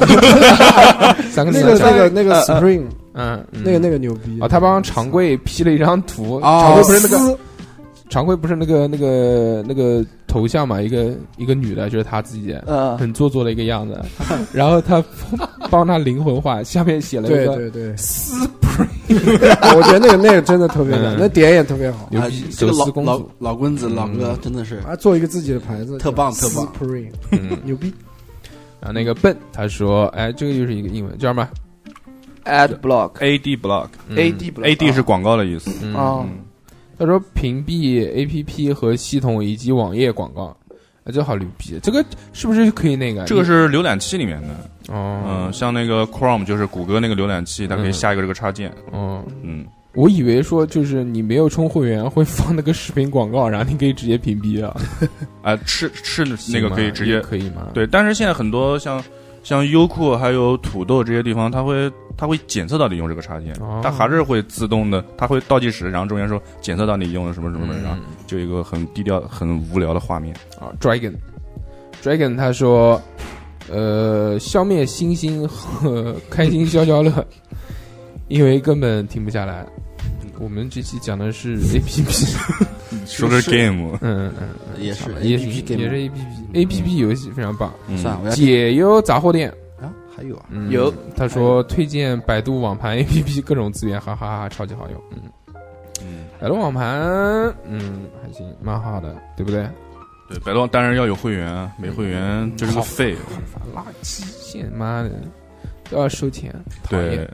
[SPEAKER 2] 三个字
[SPEAKER 4] 那个
[SPEAKER 2] 讲
[SPEAKER 4] 那个那个 Spring，
[SPEAKER 2] 嗯，嗯
[SPEAKER 4] 那个那个牛逼啊
[SPEAKER 2] 哦，他帮长贵 P 了一张图，
[SPEAKER 1] 哦
[SPEAKER 2] 长贵不是那个
[SPEAKER 4] 丝
[SPEAKER 2] 长贵不是那个那个那个头像嘛，一个一个女的，就是他自己。
[SPEAKER 6] 嗯，
[SPEAKER 2] 很做作的一个样子，然后他帮帮他灵魂画，下面写了一
[SPEAKER 4] 对
[SPEAKER 2] 个
[SPEAKER 4] 对对 Spring，我觉得那个那个真的特别
[SPEAKER 2] 嗯
[SPEAKER 4] 好，那点也特别好，
[SPEAKER 2] 牛
[SPEAKER 1] 啊
[SPEAKER 2] 逼
[SPEAKER 1] 这
[SPEAKER 2] 手
[SPEAKER 1] 个
[SPEAKER 2] 撕
[SPEAKER 1] 老
[SPEAKER 2] 公
[SPEAKER 1] 老
[SPEAKER 2] 主，嗯
[SPEAKER 1] 老棍子老哥真的是
[SPEAKER 4] 啊，做一个自己的牌子，
[SPEAKER 1] 特棒特棒
[SPEAKER 4] s p r i n g
[SPEAKER 2] 嗯，
[SPEAKER 4] 牛逼，
[SPEAKER 2] 然后那个笨他说，哎，这个又是一个英文叫什么
[SPEAKER 6] ad block
[SPEAKER 5] AD block
[SPEAKER 2] 嗯
[SPEAKER 6] ad block
[SPEAKER 5] AD 是广告的意思，
[SPEAKER 2] 嗯
[SPEAKER 6] 啊
[SPEAKER 2] 他说屏蔽 APP 和系统以及网页广告，啊，这好牛逼！这个是不是可以那个？啊
[SPEAKER 5] 这个是浏览器里面的，
[SPEAKER 2] 哦
[SPEAKER 5] 嗯，像那个 Chrome 就是谷歌那个浏览器，它可以
[SPEAKER 2] 嗯
[SPEAKER 5] 下一个这个插件，
[SPEAKER 2] 哦，
[SPEAKER 5] 嗯，
[SPEAKER 2] 我以为说就是你没有充会员会放那个视频广告，然后你可以直接屏蔽啊。
[SPEAKER 5] 啊，是是那
[SPEAKER 2] 行
[SPEAKER 5] 个
[SPEAKER 2] 吗
[SPEAKER 5] 可以直接
[SPEAKER 2] 可以吗？，
[SPEAKER 5] 对，但是现在很多像像优酷还有土豆这些地方，它会它会检测到你用这个插件
[SPEAKER 2] 哦，
[SPEAKER 5] 它还是会自动的，它会倒计时，然后中间说检测到你用了什么什么什么，然后
[SPEAKER 2] 嗯
[SPEAKER 5] 就一个很低调、很无聊的画面。
[SPEAKER 2] 啊，Dragon Dragon 他说，呃，消灭星星和 开心消消乐，因为根本停不下来。我们这期讲的是 A P P，
[SPEAKER 5] 说的是 game，
[SPEAKER 2] 嗯嗯，
[SPEAKER 1] 也是
[SPEAKER 2] 也
[SPEAKER 1] APP
[SPEAKER 2] 是
[SPEAKER 1] game
[SPEAKER 2] 也是 A P P A P P 游戏非常棒，
[SPEAKER 5] 嗯
[SPEAKER 1] 算了，我要
[SPEAKER 2] 解忧杂货店。
[SPEAKER 1] 啊还哎有啊，
[SPEAKER 2] 嗯
[SPEAKER 6] 有
[SPEAKER 2] 他说推荐百度网盘 APP 各种资源，哈哈哈，超级好用。嗯，
[SPEAKER 5] 嗯
[SPEAKER 2] 百度网盘，嗯，还行，蛮好的，对不对？
[SPEAKER 5] 对，百度当然要有会员啊，没会员就是个费，
[SPEAKER 2] 垃圾线，妈的，都要收钱，讨厌
[SPEAKER 5] 对。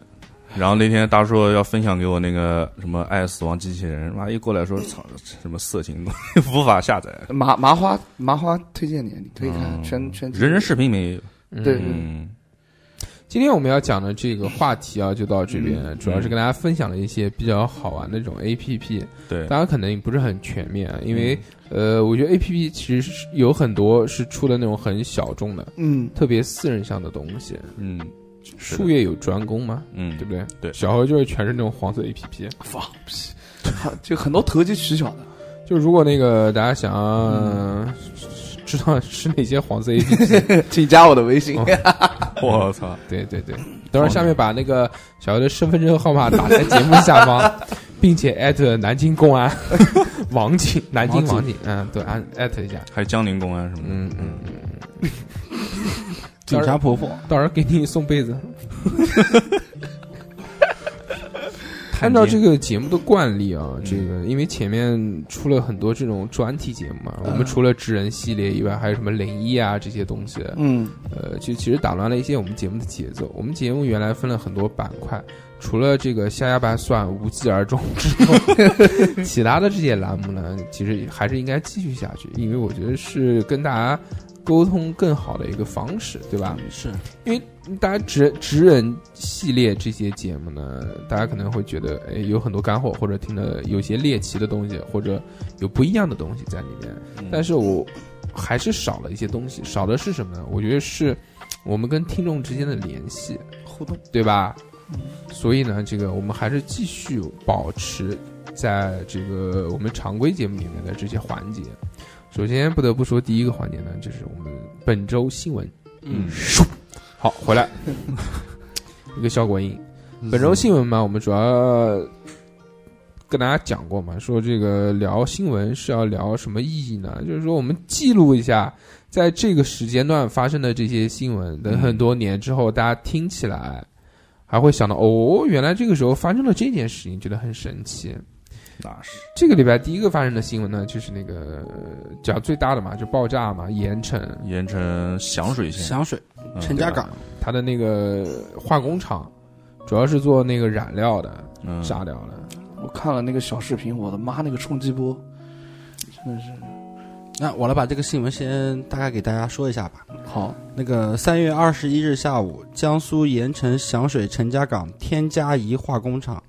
[SPEAKER 5] 然后那天大硕要分享给我那个什么爱死亡机器人，妈一过来说操什么色情，无法下载。
[SPEAKER 6] 麻麻花麻花推荐你，你可以看
[SPEAKER 5] 嗯
[SPEAKER 6] 全全
[SPEAKER 5] 人人视频里面也有，
[SPEAKER 2] 嗯
[SPEAKER 6] 对
[SPEAKER 5] 嗯，
[SPEAKER 2] 今天我们要讲的这个话题啊，就到这
[SPEAKER 5] 嗯
[SPEAKER 2] 边，主要是跟大家分享了一些比较好玩的这种 A P P，
[SPEAKER 5] 对，嗯
[SPEAKER 2] 当然可能也不是很全面，啊，因为呃，我觉得 A P P 其实是有很多是出的那种很小众的，
[SPEAKER 6] 嗯
[SPEAKER 2] 特别私人向的东西。
[SPEAKER 5] 嗯是的
[SPEAKER 2] 术业有专攻嘛，
[SPEAKER 5] 嗯
[SPEAKER 2] 对，不对？
[SPEAKER 5] 对
[SPEAKER 2] 小何就是全是那种黄色 A P P，
[SPEAKER 6] 放屁，就很多投机取巧的，
[SPEAKER 2] 就如果那个大家想
[SPEAKER 5] 嗯
[SPEAKER 2] 要知道是哪些黄色 A P P，
[SPEAKER 6] 请加我的微信
[SPEAKER 2] 哦。
[SPEAKER 5] 我操，
[SPEAKER 2] 对对对，等会儿下面把那个小何的身份证号码打在节目下 方，并且艾特南京公安 王警，南京王警，嗯，对，安艾特一下，
[SPEAKER 5] 还有江宁公安什么 的，
[SPEAKER 2] 嗯嗯嗯，
[SPEAKER 1] 警察婆婆
[SPEAKER 2] 到时候给你送被子。按
[SPEAKER 5] 探
[SPEAKER 2] 照
[SPEAKER 5] 监
[SPEAKER 2] 这个节目的惯例啊，这个因为前面出了很多这种专题节目嘛，我们除了职人系列以外，还有什么灵异啊这些东西，
[SPEAKER 6] 嗯，
[SPEAKER 2] 呃，就其实打乱了一些我们节目的节奏。我们节目原来分了很多板块，除了这个下下巴算无疾而终之后，其他的这些栏目呢， 其实还是应该继续下去，因为我觉得是跟大家沟通更好的一个方式，对吧？
[SPEAKER 1] 是
[SPEAKER 2] 大家职职人系列这些节目呢，大家可能会觉得，哎，有很多干货，或者听了有些猎奇的东西，或者有不一样的东西在里面。
[SPEAKER 5] 嗯
[SPEAKER 2] 但是我还是少了一些东西，少的是什么呢？我觉得是我们跟听众之间的联系互动，对吧？所以呢，这个我们还是继续保持在这个我们常规节目里面的这些环节。首先不得不说，第一个环节呢，就是我们本周新闻。
[SPEAKER 1] 嗯
[SPEAKER 2] 好，回来 一个效果音。本周新闻嘛，我们主要跟大家讲过嘛，说这个聊新闻是要聊什么意义呢？就是说我们记录一下在这个时间段发生的这些新闻，等很多年之后，大家听起来还会想到，哦，原来这个时候发生了这件事情，觉得很神奇。
[SPEAKER 5] 那是
[SPEAKER 2] 这个礼拜第一个发生的新闻呢，就是那个呃讲最大的嘛，就爆炸嘛，盐城
[SPEAKER 5] 盐城响水县，
[SPEAKER 1] 响水
[SPEAKER 5] 嗯
[SPEAKER 1] 陈家，
[SPEAKER 2] 啊
[SPEAKER 5] 对吧
[SPEAKER 1] 港，
[SPEAKER 2] 它的那个化工厂，主要是做那个染料的，
[SPEAKER 5] 嗯，
[SPEAKER 2] 炸掉了。
[SPEAKER 6] 我看了那个小视频，我的妈，那个冲击波真的是
[SPEAKER 1] 那我来把这个新闻先大概给大家说一下吧。
[SPEAKER 6] 好。
[SPEAKER 1] 那个三月二十一日下午，江苏盐城响水陈家港天嘉宜化工厂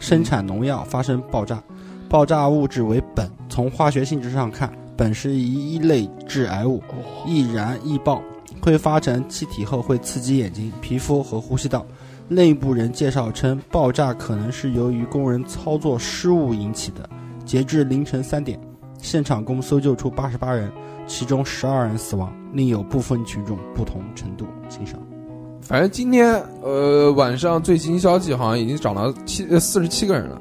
[SPEAKER 1] 生产农药发生爆炸，爆炸物质为苯，从化学性质上看，苯是一类致癌物，易燃易爆，挥发成气体后会刺激眼睛、皮肤和呼吸道。内部人介绍称，爆炸可能是由于工人操作失误引起的。截至凌晨三点，现场共搜救出八十八人，其中十二人死亡，另有部分群众不同程度轻伤。
[SPEAKER 2] 反正哎今天呃晚上最新消息好像已经涨到七呃四十七个人
[SPEAKER 5] 嗯
[SPEAKER 2] 了，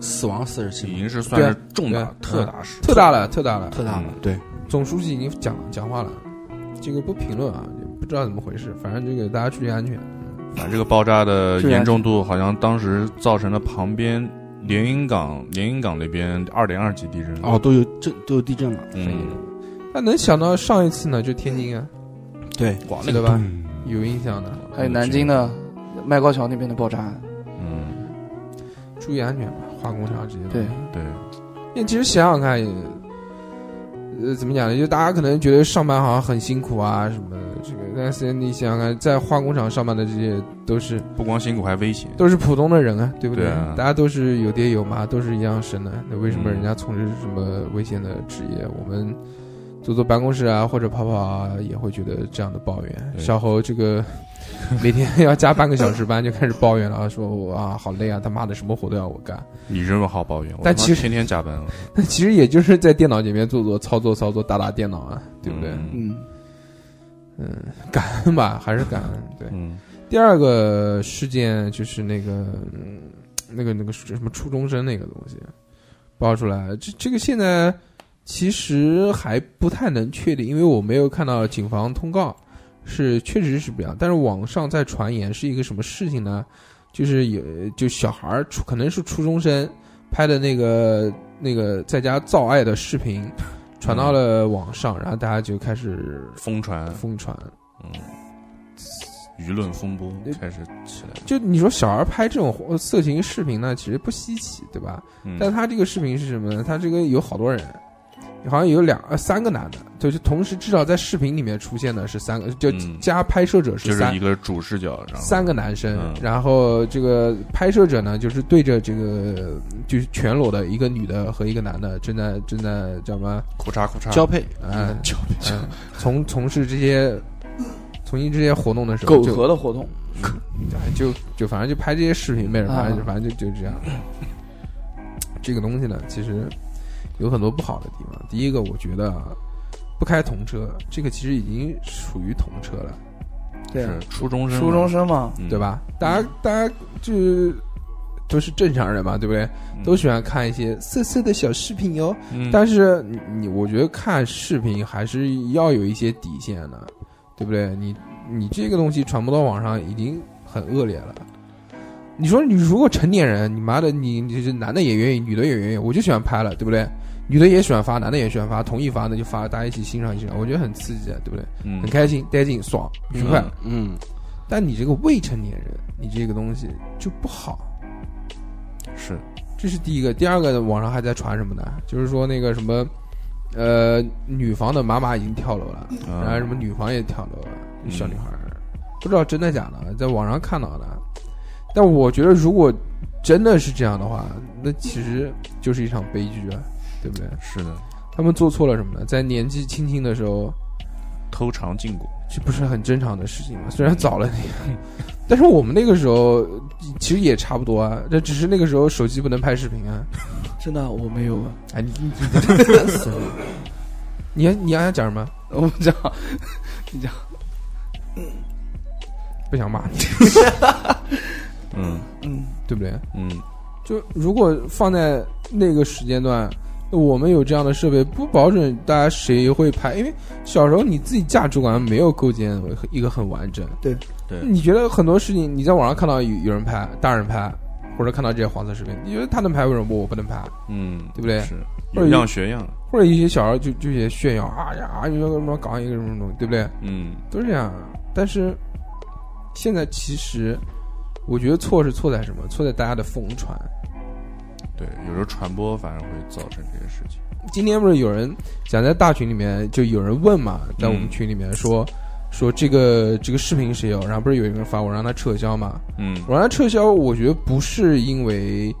[SPEAKER 1] 死亡四十
[SPEAKER 5] 已
[SPEAKER 1] 七，
[SPEAKER 5] 经是算是
[SPEAKER 2] 对
[SPEAKER 5] 重大嗯
[SPEAKER 2] 对
[SPEAKER 5] 特大事，
[SPEAKER 2] 特大了，特大了。
[SPEAKER 1] 嗯特大了
[SPEAKER 5] 嗯。
[SPEAKER 1] 对，
[SPEAKER 2] 总书记已经讲了讲话了，这个不评论啊，也不知道怎么回事，反正这个大家注意安全。
[SPEAKER 5] 反正这个爆炸的
[SPEAKER 6] 是啊
[SPEAKER 5] 严重度，好像当时造成了旁边连云港连云港那边二点二级地震。
[SPEAKER 1] 哦，，都有震，都有地震了。
[SPEAKER 5] 嗯，
[SPEAKER 2] 那能想到上一次呢，就天津啊，
[SPEAKER 1] 对，
[SPEAKER 5] 嗯哇，
[SPEAKER 2] 记
[SPEAKER 5] 那
[SPEAKER 2] 得
[SPEAKER 5] 个
[SPEAKER 2] 吧？
[SPEAKER 1] 嗯
[SPEAKER 2] 有印象的，
[SPEAKER 6] 还有南京的迈皋桥那边的爆炸案，
[SPEAKER 5] 嗯，
[SPEAKER 2] 注意安全吧，化工厂这些。
[SPEAKER 6] 对，
[SPEAKER 5] 对，
[SPEAKER 2] 那其实想想看，也呃，怎么讲呢？就大家可能觉得上班好像很辛苦啊什么的，这个，但是你想想看，在化工厂上班的这些都是
[SPEAKER 5] 不光辛苦还危险。
[SPEAKER 2] 都是普通的人啊，对不
[SPEAKER 5] 对啊
[SPEAKER 2] 大家都是有爹有妈，都是一样生的，那为什么
[SPEAKER 5] 嗯
[SPEAKER 2] 人家从事什么危险的职业，我们坐坐办公室啊或者跑跑啊，也会觉得这样的抱怨？
[SPEAKER 5] 对
[SPEAKER 2] 小侯这个每天要加半个小时班就开始抱怨了啊，说我啊好累啊，他妈的什么活都要我干。
[SPEAKER 5] 你这么好抱怨，我
[SPEAKER 2] 但
[SPEAKER 5] 他妈
[SPEAKER 2] 其实
[SPEAKER 5] 天天加班，
[SPEAKER 2] 那其实也就是在电脑前面做做操作操作打打电脑啊，对不对？
[SPEAKER 5] 嗯
[SPEAKER 6] 嗯，
[SPEAKER 2] 嗯，感恩吧，还是感恩。对，
[SPEAKER 5] 嗯，
[SPEAKER 2] 第二个事件就是那个、嗯、那个那个什么初中生那个东西爆出来，这这个现在其实还不太能确定，因为我没有看到警方通告，是确实是不一样。但是网上在传言是一个什么事情呢？就是有就小孩儿初可能是初中生拍的那个那个在家造爱的视频，传到了网上，然后大家就开始
[SPEAKER 5] 疯传，
[SPEAKER 2] 疯传。
[SPEAKER 5] 嗯，舆论风波开始起来了。
[SPEAKER 2] 就你说小孩拍这种色情视频呢，其实不稀奇，对吧？
[SPEAKER 5] 嗯
[SPEAKER 2] 但他这个视频是什么呢？他这个有好多人，好像有两呃三个男的，就是同时至少在视频里面出现的是三个，就
[SPEAKER 5] 嗯
[SPEAKER 2] 加拍摄者
[SPEAKER 5] 就是
[SPEAKER 2] 三、
[SPEAKER 5] 是一个主视角，然后
[SPEAKER 2] 三个男生，
[SPEAKER 5] 嗯
[SPEAKER 2] 然后这个拍摄者呢，就是对着这个就是全裸的一个女的和一个男的正在正在叫什么
[SPEAKER 5] 裤衩裤衩
[SPEAKER 1] 交配
[SPEAKER 2] 呃
[SPEAKER 5] 嗯
[SPEAKER 2] 呃从从事这些从事这些活动的时候
[SPEAKER 6] 苟
[SPEAKER 2] 就
[SPEAKER 6] 合的活动，
[SPEAKER 2] 哎就就反正就拍这些视频呗，
[SPEAKER 6] 啊
[SPEAKER 2] 反正就反正就就这样。这个东西呢，其实有很多不好的地方。第一个，我觉得啊，不开童车，这个其实已经属于童车了，
[SPEAKER 6] 对啊
[SPEAKER 2] 嗯
[SPEAKER 5] 是，初中生嘛，
[SPEAKER 6] 初中生嘛，
[SPEAKER 5] 嗯
[SPEAKER 2] 对？吧？大家大家就是都是正常人嘛，对不对？
[SPEAKER 5] 嗯
[SPEAKER 2] 都喜欢看一些色色的小视频哟。
[SPEAKER 5] 嗯
[SPEAKER 2] 但是你你，我觉得看视频还是要有一些底线的，对不对？你你这个东西传播到网上已经很恶劣了。你说你如果成年人，你妈的你你这男的也愿意，女的也愿意，我就喜欢拍了，对不对？女的也喜欢发，男的也喜欢发，同意发那就发，大家一起欣赏一下，我觉得很刺激，啊，对不对？
[SPEAKER 5] 嗯
[SPEAKER 2] 很开心，带劲，爽，愉快。
[SPEAKER 1] 嗯，
[SPEAKER 5] 嗯
[SPEAKER 2] 但你这个未成年人，你这个东西就不好，
[SPEAKER 5] 是
[SPEAKER 2] 这是第一个，第二个网上还在传什么呢？就是说那个什么，呃，女房的妈妈已经跳楼了，
[SPEAKER 5] 嗯
[SPEAKER 2] 然后什么女房也跳楼了，
[SPEAKER 5] 嗯
[SPEAKER 2] 小女孩儿，不知道真的假的，在网上看到的。但我觉得如果真的是这样的话，那其实就是一场悲剧啊，对不对？
[SPEAKER 5] 是的，
[SPEAKER 2] 他们做错了什么呢？在年纪轻轻的时候，
[SPEAKER 5] 偷尝禁果，
[SPEAKER 2] 这不是很正常的事情嘛？虽然早了点， 但是我们那个时候其实也差不多啊，这只是那个时候手机不能拍视频啊。
[SPEAKER 6] 真的我没有啊，
[SPEAKER 2] 哎，你你你你你还想讲什么？
[SPEAKER 6] 我不知道，
[SPEAKER 2] 不想骂你，
[SPEAKER 5] 嗯
[SPEAKER 6] 嗯，
[SPEAKER 2] 对不对？
[SPEAKER 5] 嗯，
[SPEAKER 2] 就如果放在那个时间段，我们有这样的设备，不保准大家谁会拍，因为小时候你自己价值观没有构建为一个很完整。
[SPEAKER 6] 对
[SPEAKER 5] 对
[SPEAKER 2] 你觉得很多事情你在网上看到有有人拍，大人拍，或者看到这些黄色视频，你觉得他能拍为什么我不能拍？
[SPEAKER 5] 嗯，
[SPEAKER 2] 对不对？
[SPEAKER 5] 是
[SPEAKER 2] 或者
[SPEAKER 5] 有样学样，
[SPEAKER 2] 或者一些小孩就就也炫耀啊呀，啊有什么搞一个什么东西，对不对？
[SPEAKER 5] 嗯，
[SPEAKER 2] 都是这样。但是现在其实，我觉得错是错在什么？错在大家的疯传。
[SPEAKER 5] 对，有时候传播反而会造成这些事情。
[SPEAKER 2] 今天不是有人讲在大群里面，就有人问嘛，在我们群里面说、说这个这个视频谁有，然后不是有一个人发我让他撤销嘛，
[SPEAKER 5] 嗯，
[SPEAKER 2] 我让他撤销，我觉得不是因为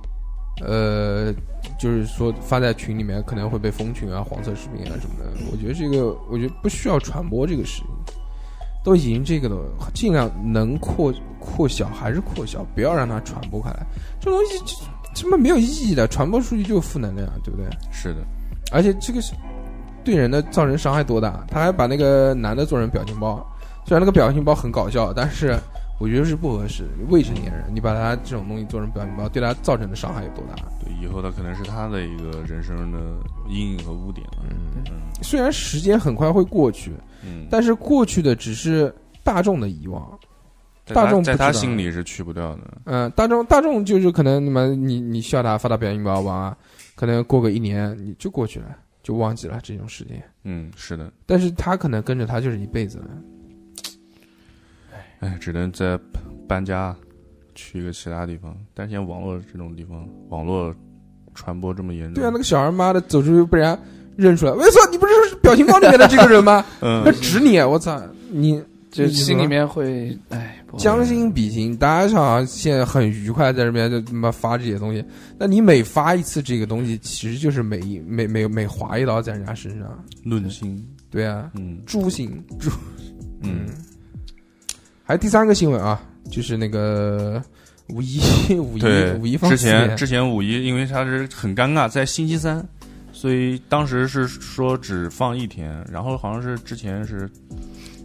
[SPEAKER 2] 呃，就是说发在群里面可能会被封群啊、黄色视频啊什么的，我觉得这个我觉得不需要传播这个事情，都已经这个了，尽量能扩扩小还是扩小，不要让它传播开来，这东西这这么没有意义的，传播出去就是负能量，对不对？
[SPEAKER 5] 是的，
[SPEAKER 2] 而且这个是对人的造成伤害多大？他还把那个男的做成表情包，虽然那个表情包很搞笑，但是我觉得是不合适。未成年人，你把他这种东西做成表情包，对他造成的伤害有多大？
[SPEAKER 5] 对，以后他可能是他的一个人生的阴影和污点了。
[SPEAKER 2] 嗯虽然时间很快会过去，
[SPEAKER 5] 嗯，
[SPEAKER 2] 但是过去的只是大众的遗忘。
[SPEAKER 5] 在
[SPEAKER 2] 大
[SPEAKER 5] 他
[SPEAKER 2] 众不
[SPEAKER 5] 在他
[SPEAKER 2] 知道啊
[SPEAKER 5] 心里是去不掉的。
[SPEAKER 2] 嗯、大众大众就是可能你们你你笑他发他表情包吧，可能过个一年你就过去了，就忘记了这种事情。
[SPEAKER 5] 嗯，是的，
[SPEAKER 2] 但是他可能跟着他就是一辈子了。
[SPEAKER 5] 哎，只能再搬家去一个其他地方。但现在网络这种地方，网络传播这么严重，
[SPEAKER 2] 对啊，那个小孩妈的走出去被人家认出来，我操，你不是表情包里面的这个人吗？
[SPEAKER 5] 嗯
[SPEAKER 2] 他指你，我操，你
[SPEAKER 6] 就
[SPEAKER 2] 你怎
[SPEAKER 6] 心
[SPEAKER 2] 么
[SPEAKER 6] 里面会哎，不好
[SPEAKER 2] 将心比心，大家好像现在很愉快，在这边就他妈发这些东西。那你每发一次这个东西，其实就是每一每每每划一刀在人家身上，
[SPEAKER 5] 论心，
[SPEAKER 2] 对啊，
[SPEAKER 5] 嗯
[SPEAKER 2] 诛心诛。
[SPEAKER 5] 嗯，
[SPEAKER 2] 还有第三个新闻啊，就是那个五一五一
[SPEAKER 5] 对，
[SPEAKER 2] 五一放
[SPEAKER 5] 之
[SPEAKER 2] 四天
[SPEAKER 5] 前之前五一，因为它是很尴尬，在星期三，所以当时是说只放一天，然后好像是之前是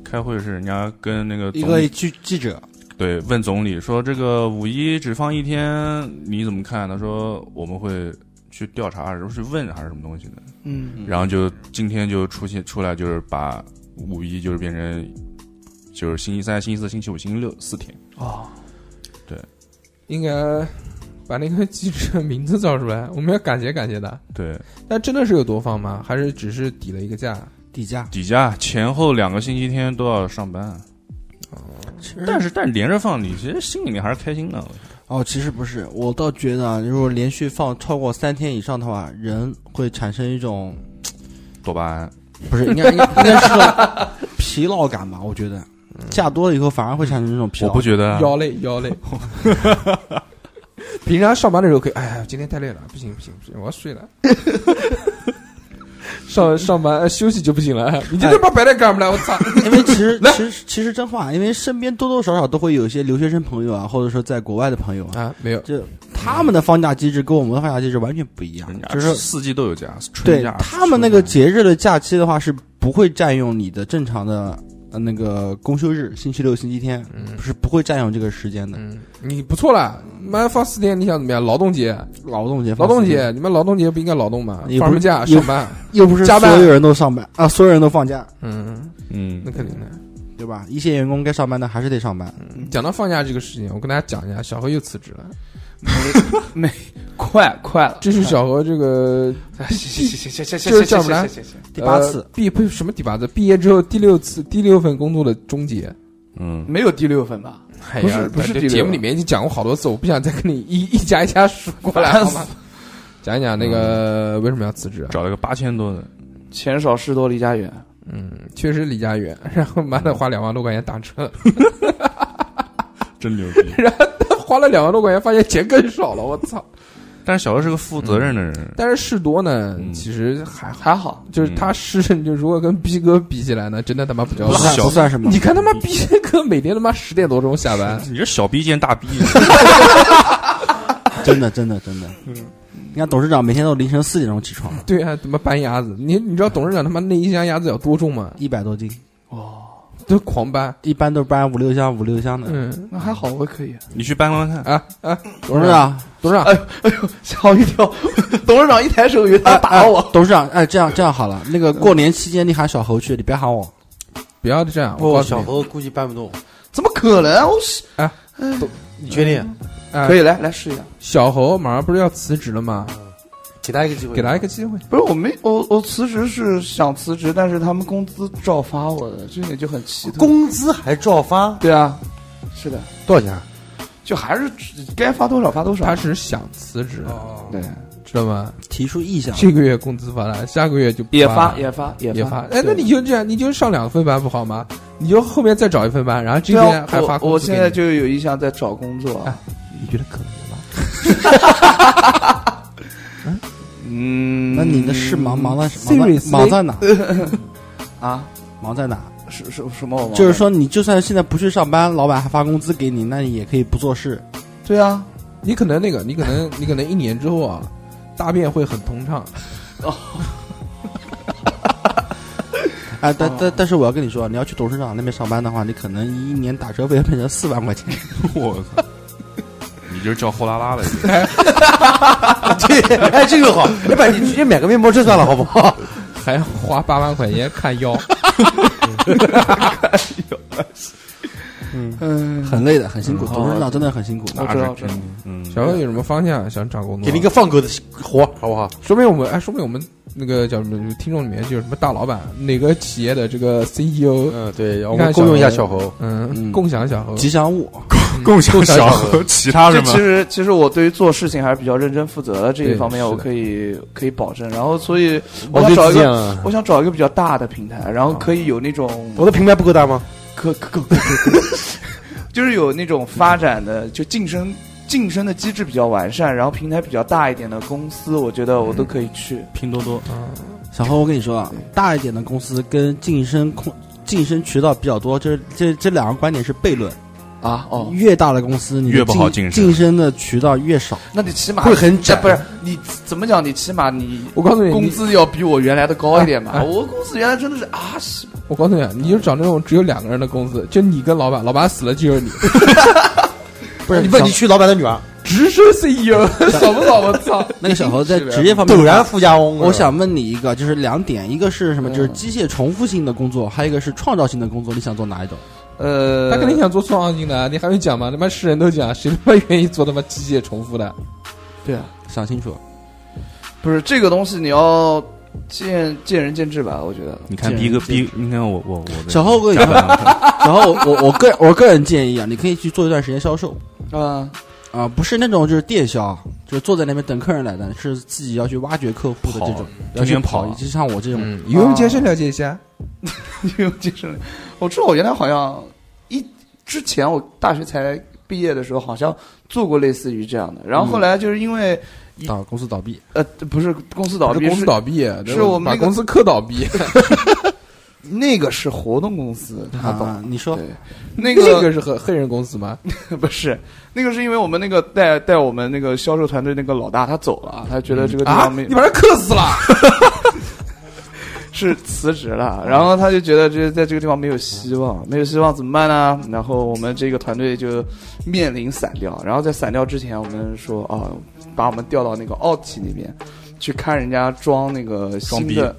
[SPEAKER 5] 开会是人家跟那个
[SPEAKER 1] 一
[SPEAKER 5] 总
[SPEAKER 1] 个
[SPEAKER 5] 理
[SPEAKER 1] 记记者，
[SPEAKER 5] 对问总理说这个五一只放一天，你怎么看？他说我们会去调查，还是去问还是什么东西的。
[SPEAKER 6] 嗯
[SPEAKER 5] 然后就今天就出现出来，就是把五一就是变成就是星期三、星期四、星期五、星期六四天。
[SPEAKER 6] 哦，
[SPEAKER 2] 应该把那个记者名字找出来，我们要感谢感谢他。
[SPEAKER 5] 对，
[SPEAKER 2] 但真的是有多放吗？还是只是抵了一个价？
[SPEAKER 1] 底价，
[SPEAKER 5] 底价前后两个星期天都要上班，
[SPEAKER 1] 嗯
[SPEAKER 5] 但是但连着放，你其实心里面还是开心的。
[SPEAKER 1] 哦，其实不是，我倒觉得啊，如果连续放超过三天以上的话，人会产生一种
[SPEAKER 5] 多巴胺，
[SPEAKER 1] 不是应该应该应该是 种疲劳感吧？我觉得假多了以后反而会产生这种疲
[SPEAKER 5] 我
[SPEAKER 1] 劳。
[SPEAKER 5] 不觉得啊，
[SPEAKER 2] 腰累腰 累。平常上班的时候可以，哎呀，今天太累了，不行不行不行，我要睡了。 上上班、呃休息就不行了， 你今天把白天干不来，我操！
[SPEAKER 1] 因为其实其实其实真话，因为身边多多少少都会有一些留学生朋友啊，或者说在国外的朋友啊，
[SPEAKER 2] 啊，没有，
[SPEAKER 1] 就他们的放假机制跟我们的放假机制完全不一
[SPEAKER 5] 人
[SPEAKER 1] 样
[SPEAKER 5] 家，
[SPEAKER 1] 就是
[SPEAKER 5] 四季都有假，嗯春
[SPEAKER 1] 对
[SPEAKER 5] 假
[SPEAKER 1] 他们那个节日的假期的话，是不会占用你的正常的呃那个公休日，星期六、星期天
[SPEAKER 2] 嗯
[SPEAKER 1] 是不会占用这个时间的。
[SPEAKER 2] 嗯，你不错啦，妈放四天，你想怎么样？劳动节，
[SPEAKER 1] 劳动节，
[SPEAKER 2] 劳动节，你们劳动节不应该劳动吗？
[SPEAKER 1] 也
[SPEAKER 2] 放
[SPEAKER 1] 不
[SPEAKER 2] 什么假？
[SPEAKER 1] 也
[SPEAKER 2] 上班，
[SPEAKER 1] 又不是
[SPEAKER 2] 加班
[SPEAKER 1] 所有人都上班啊，所有人都放假，
[SPEAKER 2] 嗯，
[SPEAKER 5] 嗯
[SPEAKER 2] 那肯定的。
[SPEAKER 1] 对吧？一线员工该上班的还是得上班。
[SPEAKER 2] 讲到放假这个事情，我跟大家讲一下，小何又辞职了。
[SPEAKER 6] 快快了，
[SPEAKER 2] 这是小何这个
[SPEAKER 6] 快了行行行行行
[SPEAKER 2] 就是
[SPEAKER 6] 行
[SPEAKER 2] 叫
[SPEAKER 6] 行
[SPEAKER 2] 什么来
[SPEAKER 6] 行行行，
[SPEAKER 1] 第八次
[SPEAKER 2] 呃，毕不是什么第八次，毕业之后第六次第六份工作的终结。
[SPEAKER 5] 嗯，
[SPEAKER 6] 没有第六份吧？
[SPEAKER 2] 哎
[SPEAKER 6] 不是不是
[SPEAKER 2] 这
[SPEAKER 6] 第六
[SPEAKER 2] 节目里面已经讲过好多次，我不想再跟你一一家一家数过 来好吗？讲一讲那个为什么要辞职啊？
[SPEAKER 5] 找了个八千多的，
[SPEAKER 6] 钱少事多离家远，
[SPEAKER 2] 嗯，确实离家远，然后妈的花两万多块钱打车，
[SPEAKER 5] 真牛逼。
[SPEAKER 2] 花了两万多块钱，发现钱更少了，我操！
[SPEAKER 5] 但是小何是个负责任的
[SPEAKER 1] 嗯
[SPEAKER 5] 人，
[SPEAKER 2] 但是事多呢，
[SPEAKER 5] 嗯
[SPEAKER 2] 其实还好，
[SPEAKER 6] 还好
[SPEAKER 2] 就是他事， 就如果跟逼哥比起来呢，真的他 妈不叫
[SPEAKER 1] 不
[SPEAKER 2] 事。
[SPEAKER 1] 算
[SPEAKER 5] 小
[SPEAKER 1] 不算什么
[SPEAKER 2] 你，看他妈逼哥每天他妈十点多钟下班，
[SPEAKER 5] 你这小逼 见大逼，
[SPEAKER 1] 真的真的真的。你看董事长每天都凌晨四点钟起床，
[SPEAKER 2] 对啊，他妈搬鸭子，你你知道董事长他妈那一箱鸭子有多重吗？
[SPEAKER 1] 一百多斤，
[SPEAKER 2] 都狂搬，
[SPEAKER 1] 一般都搬五六箱五六箱的。
[SPEAKER 2] 嗯
[SPEAKER 6] 那还好，我可 以。
[SPEAKER 5] 你去搬搬看。
[SPEAKER 2] 啊啊，
[SPEAKER 1] 董事长，
[SPEAKER 2] 董事长，
[SPEAKER 6] 吓我一跳！ 董事长一抬手，以为他打哦我。
[SPEAKER 1] 董事长，哎，这样这样好了，那个过年期间你喊小猴去，你别喊我。
[SPEAKER 2] 不要
[SPEAKER 6] 哦
[SPEAKER 2] 这样，我
[SPEAKER 3] 不，
[SPEAKER 2] 告诉
[SPEAKER 3] 小
[SPEAKER 6] 哎
[SPEAKER 2] 你，
[SPEAKER 3] 何估计搬不动，
[SPEAKER 6] 怎么可能？我是
[SPEAKER 3] 你确定？
[SPEAKER 2] 啊
[SPEAKER 6] 可以来来试一下。
[SPEAKER 2] 小侯马上不是要辞职了吗？
[SPEAKER 3] 给他一个机会，
[SPEAKER 2] 给他一个机会。
[SPEAKER 6] 不哦是我没我我辞职是想辞职，但是他们工资照发我的，这点就很奇特。
[SPEAKER 3] 工资还照发？
[SPEAKER 6] 对啊，是的，
[SPEAKER 3] 多少钱？
[SPEAKER 6] 就还是该发多少发多少。
[SPEAKER 2] 他只是想辞职，
[SPEAKER 6] 对，
[SPEAKER 2] 知道吗？
[SPEAKER 1] 提出意向，
[SPEAKER 2] 这个月工资发了，下个月就不
[SPEAKER 6] 也
[SPEAKER 2] 发
[SPEAKER 6] 发
[SPEAKER 2] 了
[SPEAKER 6] 也发
[SPEAKER 2] 也
[SPEAKER 6] 发。
[SPEAKER 2] 哎，那你就这样，你就上两份班不好吗？你就后面再找一份班，然后这
[SPEAKER 6] 对啊
[SPEAKER 2] 边还发
[SPEAKER 6] 我
[SPEAKER 2] 工
[SPEAKER 6] 我
[SPEAKER 2] 资给
[SPEAKER 6] 现
[SPEAKER 2] 你哎
[SPEAKER 6] 在就有意向在找工作啊。
[SPEAKER 2] 你觉得可能吗？
[SPEAKER 6] 嗯，
[SPEAKER 1] 那你的事忙忙在忙在
[SPEAKER 2] Seriously？
[SPEAKER 1] 忙在哪？
[SPEAKER 6] 啊？
[SPEAKER 1] 忙在哪？
[SPEAKER 6] 什什什么？
[SPEAKER 1] 就是，说，你就算现在不去上班，老板还发工资给你，那你也可以不做事。
[SPEAKER 6] 对啊，
[SPEAKER 2] 你可能那个，你可能你可能一年之后啊，大便会很通畅。
[SPEAKER 1] 哎，但但但是我要跟你说，你要去董事长那边上班的话，你可能一年打折费变成四万块钱。
[SPEAKER 5] 我操，你这叫货拉拉了，这
[SPEAKER 3] 对，哎，这个好，要不然你直接买个面包车算了，好不好？
[SPEAKER 2] 还要花八万块钱看腰，
[SPEAKER 6] 嗯，
[SPEAKER 1] 很累的，很辛苦，
[SPEAKER 6] 嗯
[SPEAKER 1] 董事长真的很辛苦。
[SPEAKER 6] 我知道，知道。
[SPEAKER 5] 嗯，
[SPEAKER 2] 小友有什么方向想找工作？
[SPEAKER 3] 给你一个，放狗的活，好不好？
[SPEAKER 2] 说明我们哎，说明我们那个叫什么听众里面就有什么大老板，哪个企业的这个 CEO，
[SPEAKER 3] 嗯，对，我
[SPEAKER 2] 你看
[SPEAKER 3] 们
[SPEAKER 2] 小
[SPEAKER 3] 共用一下
[SPEAKER 2] 猴
[SPEAKER 3] 小猴，
[SPEAKER 2] 嗯，
[SPEAKER 1] 嗯
[SPEAKER 2] 共享小猴，
[SPEAKER 1] 吉祥物，
[SPEAKER 5] 共享
[SPEAKER 2] 小
[SPEAKER 5] 何，其他
[SPEAKER 6] 这其实其实我对于做事情还是比较认真负责的这一
[SPEAKER 2] 对
[SPEAKER 6] 方面，我
[SPEAKER 2] 是的
[SPEAKER 6] 可以可以保证。然后，所以
[SPEAKER 3] 我
[SPEAKER 6] 我
[SPEAKER 3] 哦
[SPEAKER 6] 想
[SPEAKER 3] 就
[SPEAKER 6] 找一
[SPEAKER 3] 这
[SPEAKER 6] 个，
[SPEAKER 3] 样啊。
[SPEAKER 6] 我想找一个比较大的平台，
[SPEAKER 2] 啊
[SPEAKER 6] 然后可以有那种
[SPEAKER 3] 我的平台不够大吗？
[SPEAKER 6] 可可可可可， 就是有那种发展的就晋升晋升的机制比较完善，然后平台比较大一点的公司，我觉得我都可以去。
[SPEAKER 5] 拼多多，
[SPEAKER 2] 嗯
[SPEAKER 1] 小何，我跟你说啊，大一点的公司跟晋升空晋升渠道比较多，这这这两个观点是悖论。
[SPEAKER 6] 啊哦，
[SPEAKER 1] 越大的公司，你的
[SPEAKER 5] 越不好晋升
[SPEAKER 1] 晋升的渠道越少。
[SPEAKER 6] 那你起码
[SPEAKER 3] 会很
[SPEAKER 6] 这
[SPEAKER 3] 窄，
[SPEAKER 6] 不是你怎么讲？你起码你
[SPEAKER 2] 我告诉你，
[SPEAKER 6] 工
[SPEAKER 2] 你
[SPEAKER 6] 资要比我原来的高一点嘛。
[SPEAKER 2] 哎哎
[SPEAKER 6] 我工资原来真的是啊，是
[SPEAKER 2] 我告诉你，你就找那种只有两个人的公司，就你跟老板，老板死了就有你，
[SPEAKER 1] 不是
[SPEAKER 3] 你不
[SPEAKER 1] 小
[SPEAKER 3] 你娶老板的女儿，
[SPEAKER 2] 直升 CEO，爽不爽？我操！
[SPEAKER 1] 那个小何在职业方面
[SPEAKER 3] 陡然富家翁。
[SPEAKER 1] 我想问你一个，就是两点，一个是什么？就是机械重复性的工作，还有一个是创造性的工作，你想做哪一种？
[SPEAKER 6] 呃，
[SPEAKER 2] 他肯定想做创造性的，你还用讲吗？他妈世人都讲，谁他妈愿意做他妈机械重复的？
[SPEAKER 6] 对啊，
[SPEAKER 1] 想清楚。
[SPEAKER 6] 不是这个东西你要见见仁见智吧，我觉得。
[SPEAKER 5] 你看
[SPEAKER 1] 这
[SPEAKER 5] 逼哥
[SPEAKER 1] 这
[SPEAKER 5] 逼，你看我我我，
[SPEAKER 1] 小何，我跟你说，然后我我我个我个人建议啊，你可以去做一段时间销售
[SPEAKER 6] 啊、
[SPEAKER 1] 啊、不是那种就是电销啊，就是坐在那边等客人来的，是自己要去挖掘客户的这种，要
[SPEAKER 5] 天
[SPEAKER 1] 去
[SPEAKER 5] 天跑啊
[SPEAKER 1] 跑，就像我这种，啊
[SPEAKER 2] 嗯，游泳健身了解一 下，
[SPEAKER 6] 游泳健身，我知道我原来好像一之前我大学才毕业的时候，好像做过类似于这样的，然后后来就是因为、
[SPEAKER 1] 倒公司倒闭，
[SPEAKER 6] 呃不是公司倒
[SPEAKER 2] 嗯不
[SPEAKER 6] 闭，
[SPEAKER 2] 是公司
[SPEAKER 6] 是
[SPEAKER 2] 倒闭，
[SPEAKER 6] 是我们
[SPEAKER 2] 把
[SPEAKER 6] 那个
[SPEAKER 2] 公司克倒闭，
[SPEAKER 6] 那个是活动公司，他倒、
[SPEAKER 1] 啊，你说
[SPEAKER 6] 对
[SPEAKER 2] 那
[SPEAKER 6] 那个
[SPEAKER 2] 个是黑黑人公司吗？
[SPEAKER 6] 不是那个是因为我们那个带带我们那个销售团队那个老大他走了，他觉得这个地
[SPEAKER 2] 啊，
[SPEAKER 6] 方没、
[SPEAKER 2] 你把他克死了！
[SPEAKER 6] 是辞职了，然后他就觉得这在这个地方没有希望，没有希望怎么办呢？然后我们这个团队就面临散掉，然后在散掉之前，我们说啊、把我们调到那个奥体那边去看人家装那个
[SPEAKER 5] 装
[SPEAKER 6] 新
[SPEAKER 5] 逼
[SPEAKER 6] 的，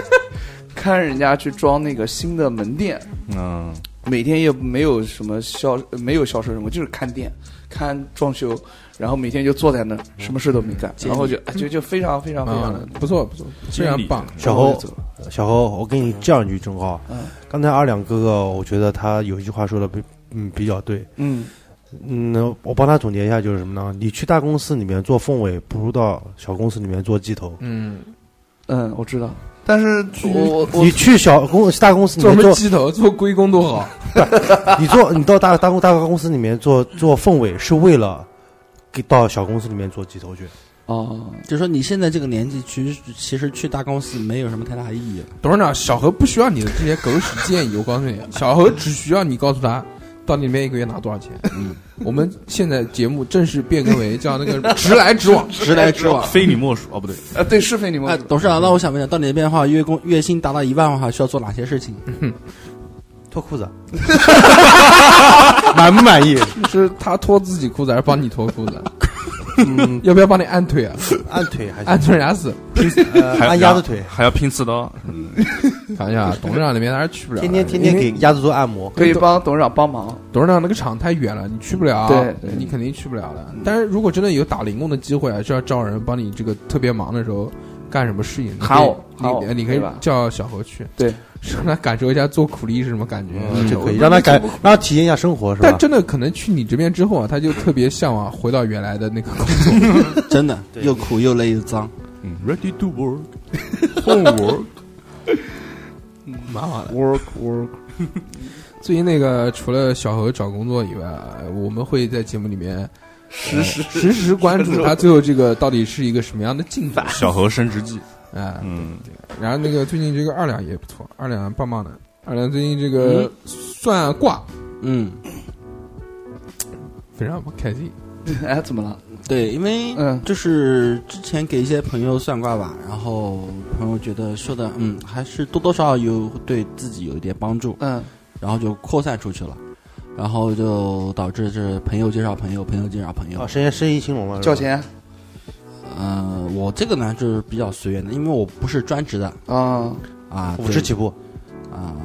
[SPEAKER 6] 看人家去装那个新的门店，
[SPEAKER 5] 嗯，
[SPEAKER 6] 每天也没有什么销，没有销售任务，就是看店、看装修，然后每天就坐在那儿，什么事都没干，然后就就就非常非常非常
[SPEAKER 2] 啊
[SPEAKER 6] 的，
[SPEAKER 2] 不错不错，非
[SPEAKER 5] 经
[SPEAKER 2] 常
[SPEAKER 5] 理
[SPEAKER 2] 棒。
[SPEAKER 3] 小
[SPEAKER 6] 然后就
[SPEAKER 3] 侯
[SPEAKER 6] 走，了
[SPEAKER 3] 小侯，我跟你讲一句忠告
[SPEAKER 6] 嗯。
[SPEAKER 3] 刚才二两哥哥，我觉得他有一句话说的比嗯比较对。
[SPEAKER 6] 嗯，
[SPEAKER 3] 嗯，我帮他总结一下，就是什么呢？你去大公司里面做凤尾，不如到小公司里面做鸡头。
[SPEAKER 2] 嗯，
[SPEAKER 6] 嗯，我知道，但是我我
[SPEAKER 3] 你去小公大公司里
[SPEAKER 2] 做
[SPEAKER 3] 面
[SPEAKER 2] 什么
[SPEAKER 3] 做，
[SPEAKER 2] 鸡头，做龟公多 好。
[SPEAKER 3] 你做你到大大公大公司里面做做凤尾，是为了给到小公司里面做鸡头去。
[SPEAKER 6] 哦，
[SPEAKER 1] 就是说你现在这个年纪，其实其实去大公司没有什么太大意义了。
[SPEAKER 2] 董事长，小何不需要你的这些狗屎建议，我告诉你， 小何只需要你告诉他，到里面一个月拿多少钱。我们现在节目正式变更为叫那 个直来直往，
[SPEAKER 1] 直来直往。
[SPEAKER 5] 非你莫属哦，不对，
[SPEAKER 6] 呃，对，是非你
[SPEAKER 1] 哎
[SPEAKER 6] 们，
[SPEAKER 1] 董事长，那我想问一下，到你那边的话，月工月薪达到一万的话，需要做哪些事情？
[SPEAKER 3] 脱裤子， 满不满意？
[SPEAKER 2] 是他脱自己裤子还是帮你脱裤子？要不要帮你按腿啊？
[SPEAKER 3] 按腿还是
[SPEAKER 2] 按腿？牙啊死？
[SPEAKER 3] 呃
[SPEAKER 5] 还
[SPEAKER 3] 按鸭子腿，
[SPEAKER 5] 还要拼刺刀，
[SPEAKER 2] 开玩笑啊，董事长那边还是去不了。
[SPEAKER 3] 天天天天给鸭子做按摩。
[SPEAKER 6] 可以帮董事长帮忙。
[SPEAKER 2] 董事长那个厂太远了，你去不了，
[SPEAKER 6] 对对
[SPEAKER 2] 你肯定去不了的。但是如果真的有打零工的机会啊，就要招人帮你这个特别忙的时候干什么事情，
[SPEAKER 6] 喊我
[SPEAKER 2] 你
[SPEAKER 6] 喊
[SPEAKER 2] 可
[SPEAKER 6] 我
[SPEAKER 2] 以你你可以
[SPEAKER 6] 对吧
[SPEAKER 2] 叫小何去，
[SPEAKER 6] 对，
[SPEAKER 2] 让他感受一下做苦力是什么感觉，
[SPEAKER 3] 嗯这可以
[SPEAKER 2] 我
[SPEAKER 3] 让他感，让他体验一下生活，是
[SPEAKER 2] 但
[SPEAKER 3] 吧？
[SPEAKER 2] 真的可能去你这边之后啊，他就特别向往回到原来的那个工作。
[SPEAKER 1] 真的又苦又累又脏。
[SPEAKER 5] 嗯，ready to work，homework，
[SPEAKER 2] 蛮好的。
[SPEAKER 6] work work，
[SPEAKER 2] 最近那个除了小何找工作以外啊，我们会在节目里面呃
[SPEAKER 6] 实时
[SPEAKER 2] 实时关注他最后这个到底是一个什么样的进展
[SPEAKER 5] 小何升职记，
[SPEAKER 2] 啊。
[SPEAKER 5] 嗯，
[SPEAKER 2] 然后那个最近这个二两也不错，二两棒棒的。二两最近这个算卦
[SPEAKER 1] 嗯，
[SPEAKER 2] 非常开心，
[SPEAKER 6] 哎，怎么了？
[SPEAKER 1] 对，因为
[SPEAKER 6] 嗯
[SPEAKER 1] 就是之前给一些朋友算卦吧，然后朋友觉得说的，嗯，还是多多少少有对自己有一点帮助，
[SPEAKER 6] 嗯，
[SPEAKER 1] 然后就扩散出去了，然后就导致这朋友介绍朋友，朋友介绍朋友
[SPEAKER 3] 啊，。生意生意兴隆了，是吧
[SPEAKER 6] 交钱
[SPEAKER 1] 嗯、我这个呢就是比较随缘的，因为我不是专职的
[SPEAKER 6] 啊，
[SPEAKER 1] 啊，
[SPEAKER 3] 五
[SPEAKER 1] 对
[SPEAKER 3] 十起步，
[SPEAKER 1] 啊、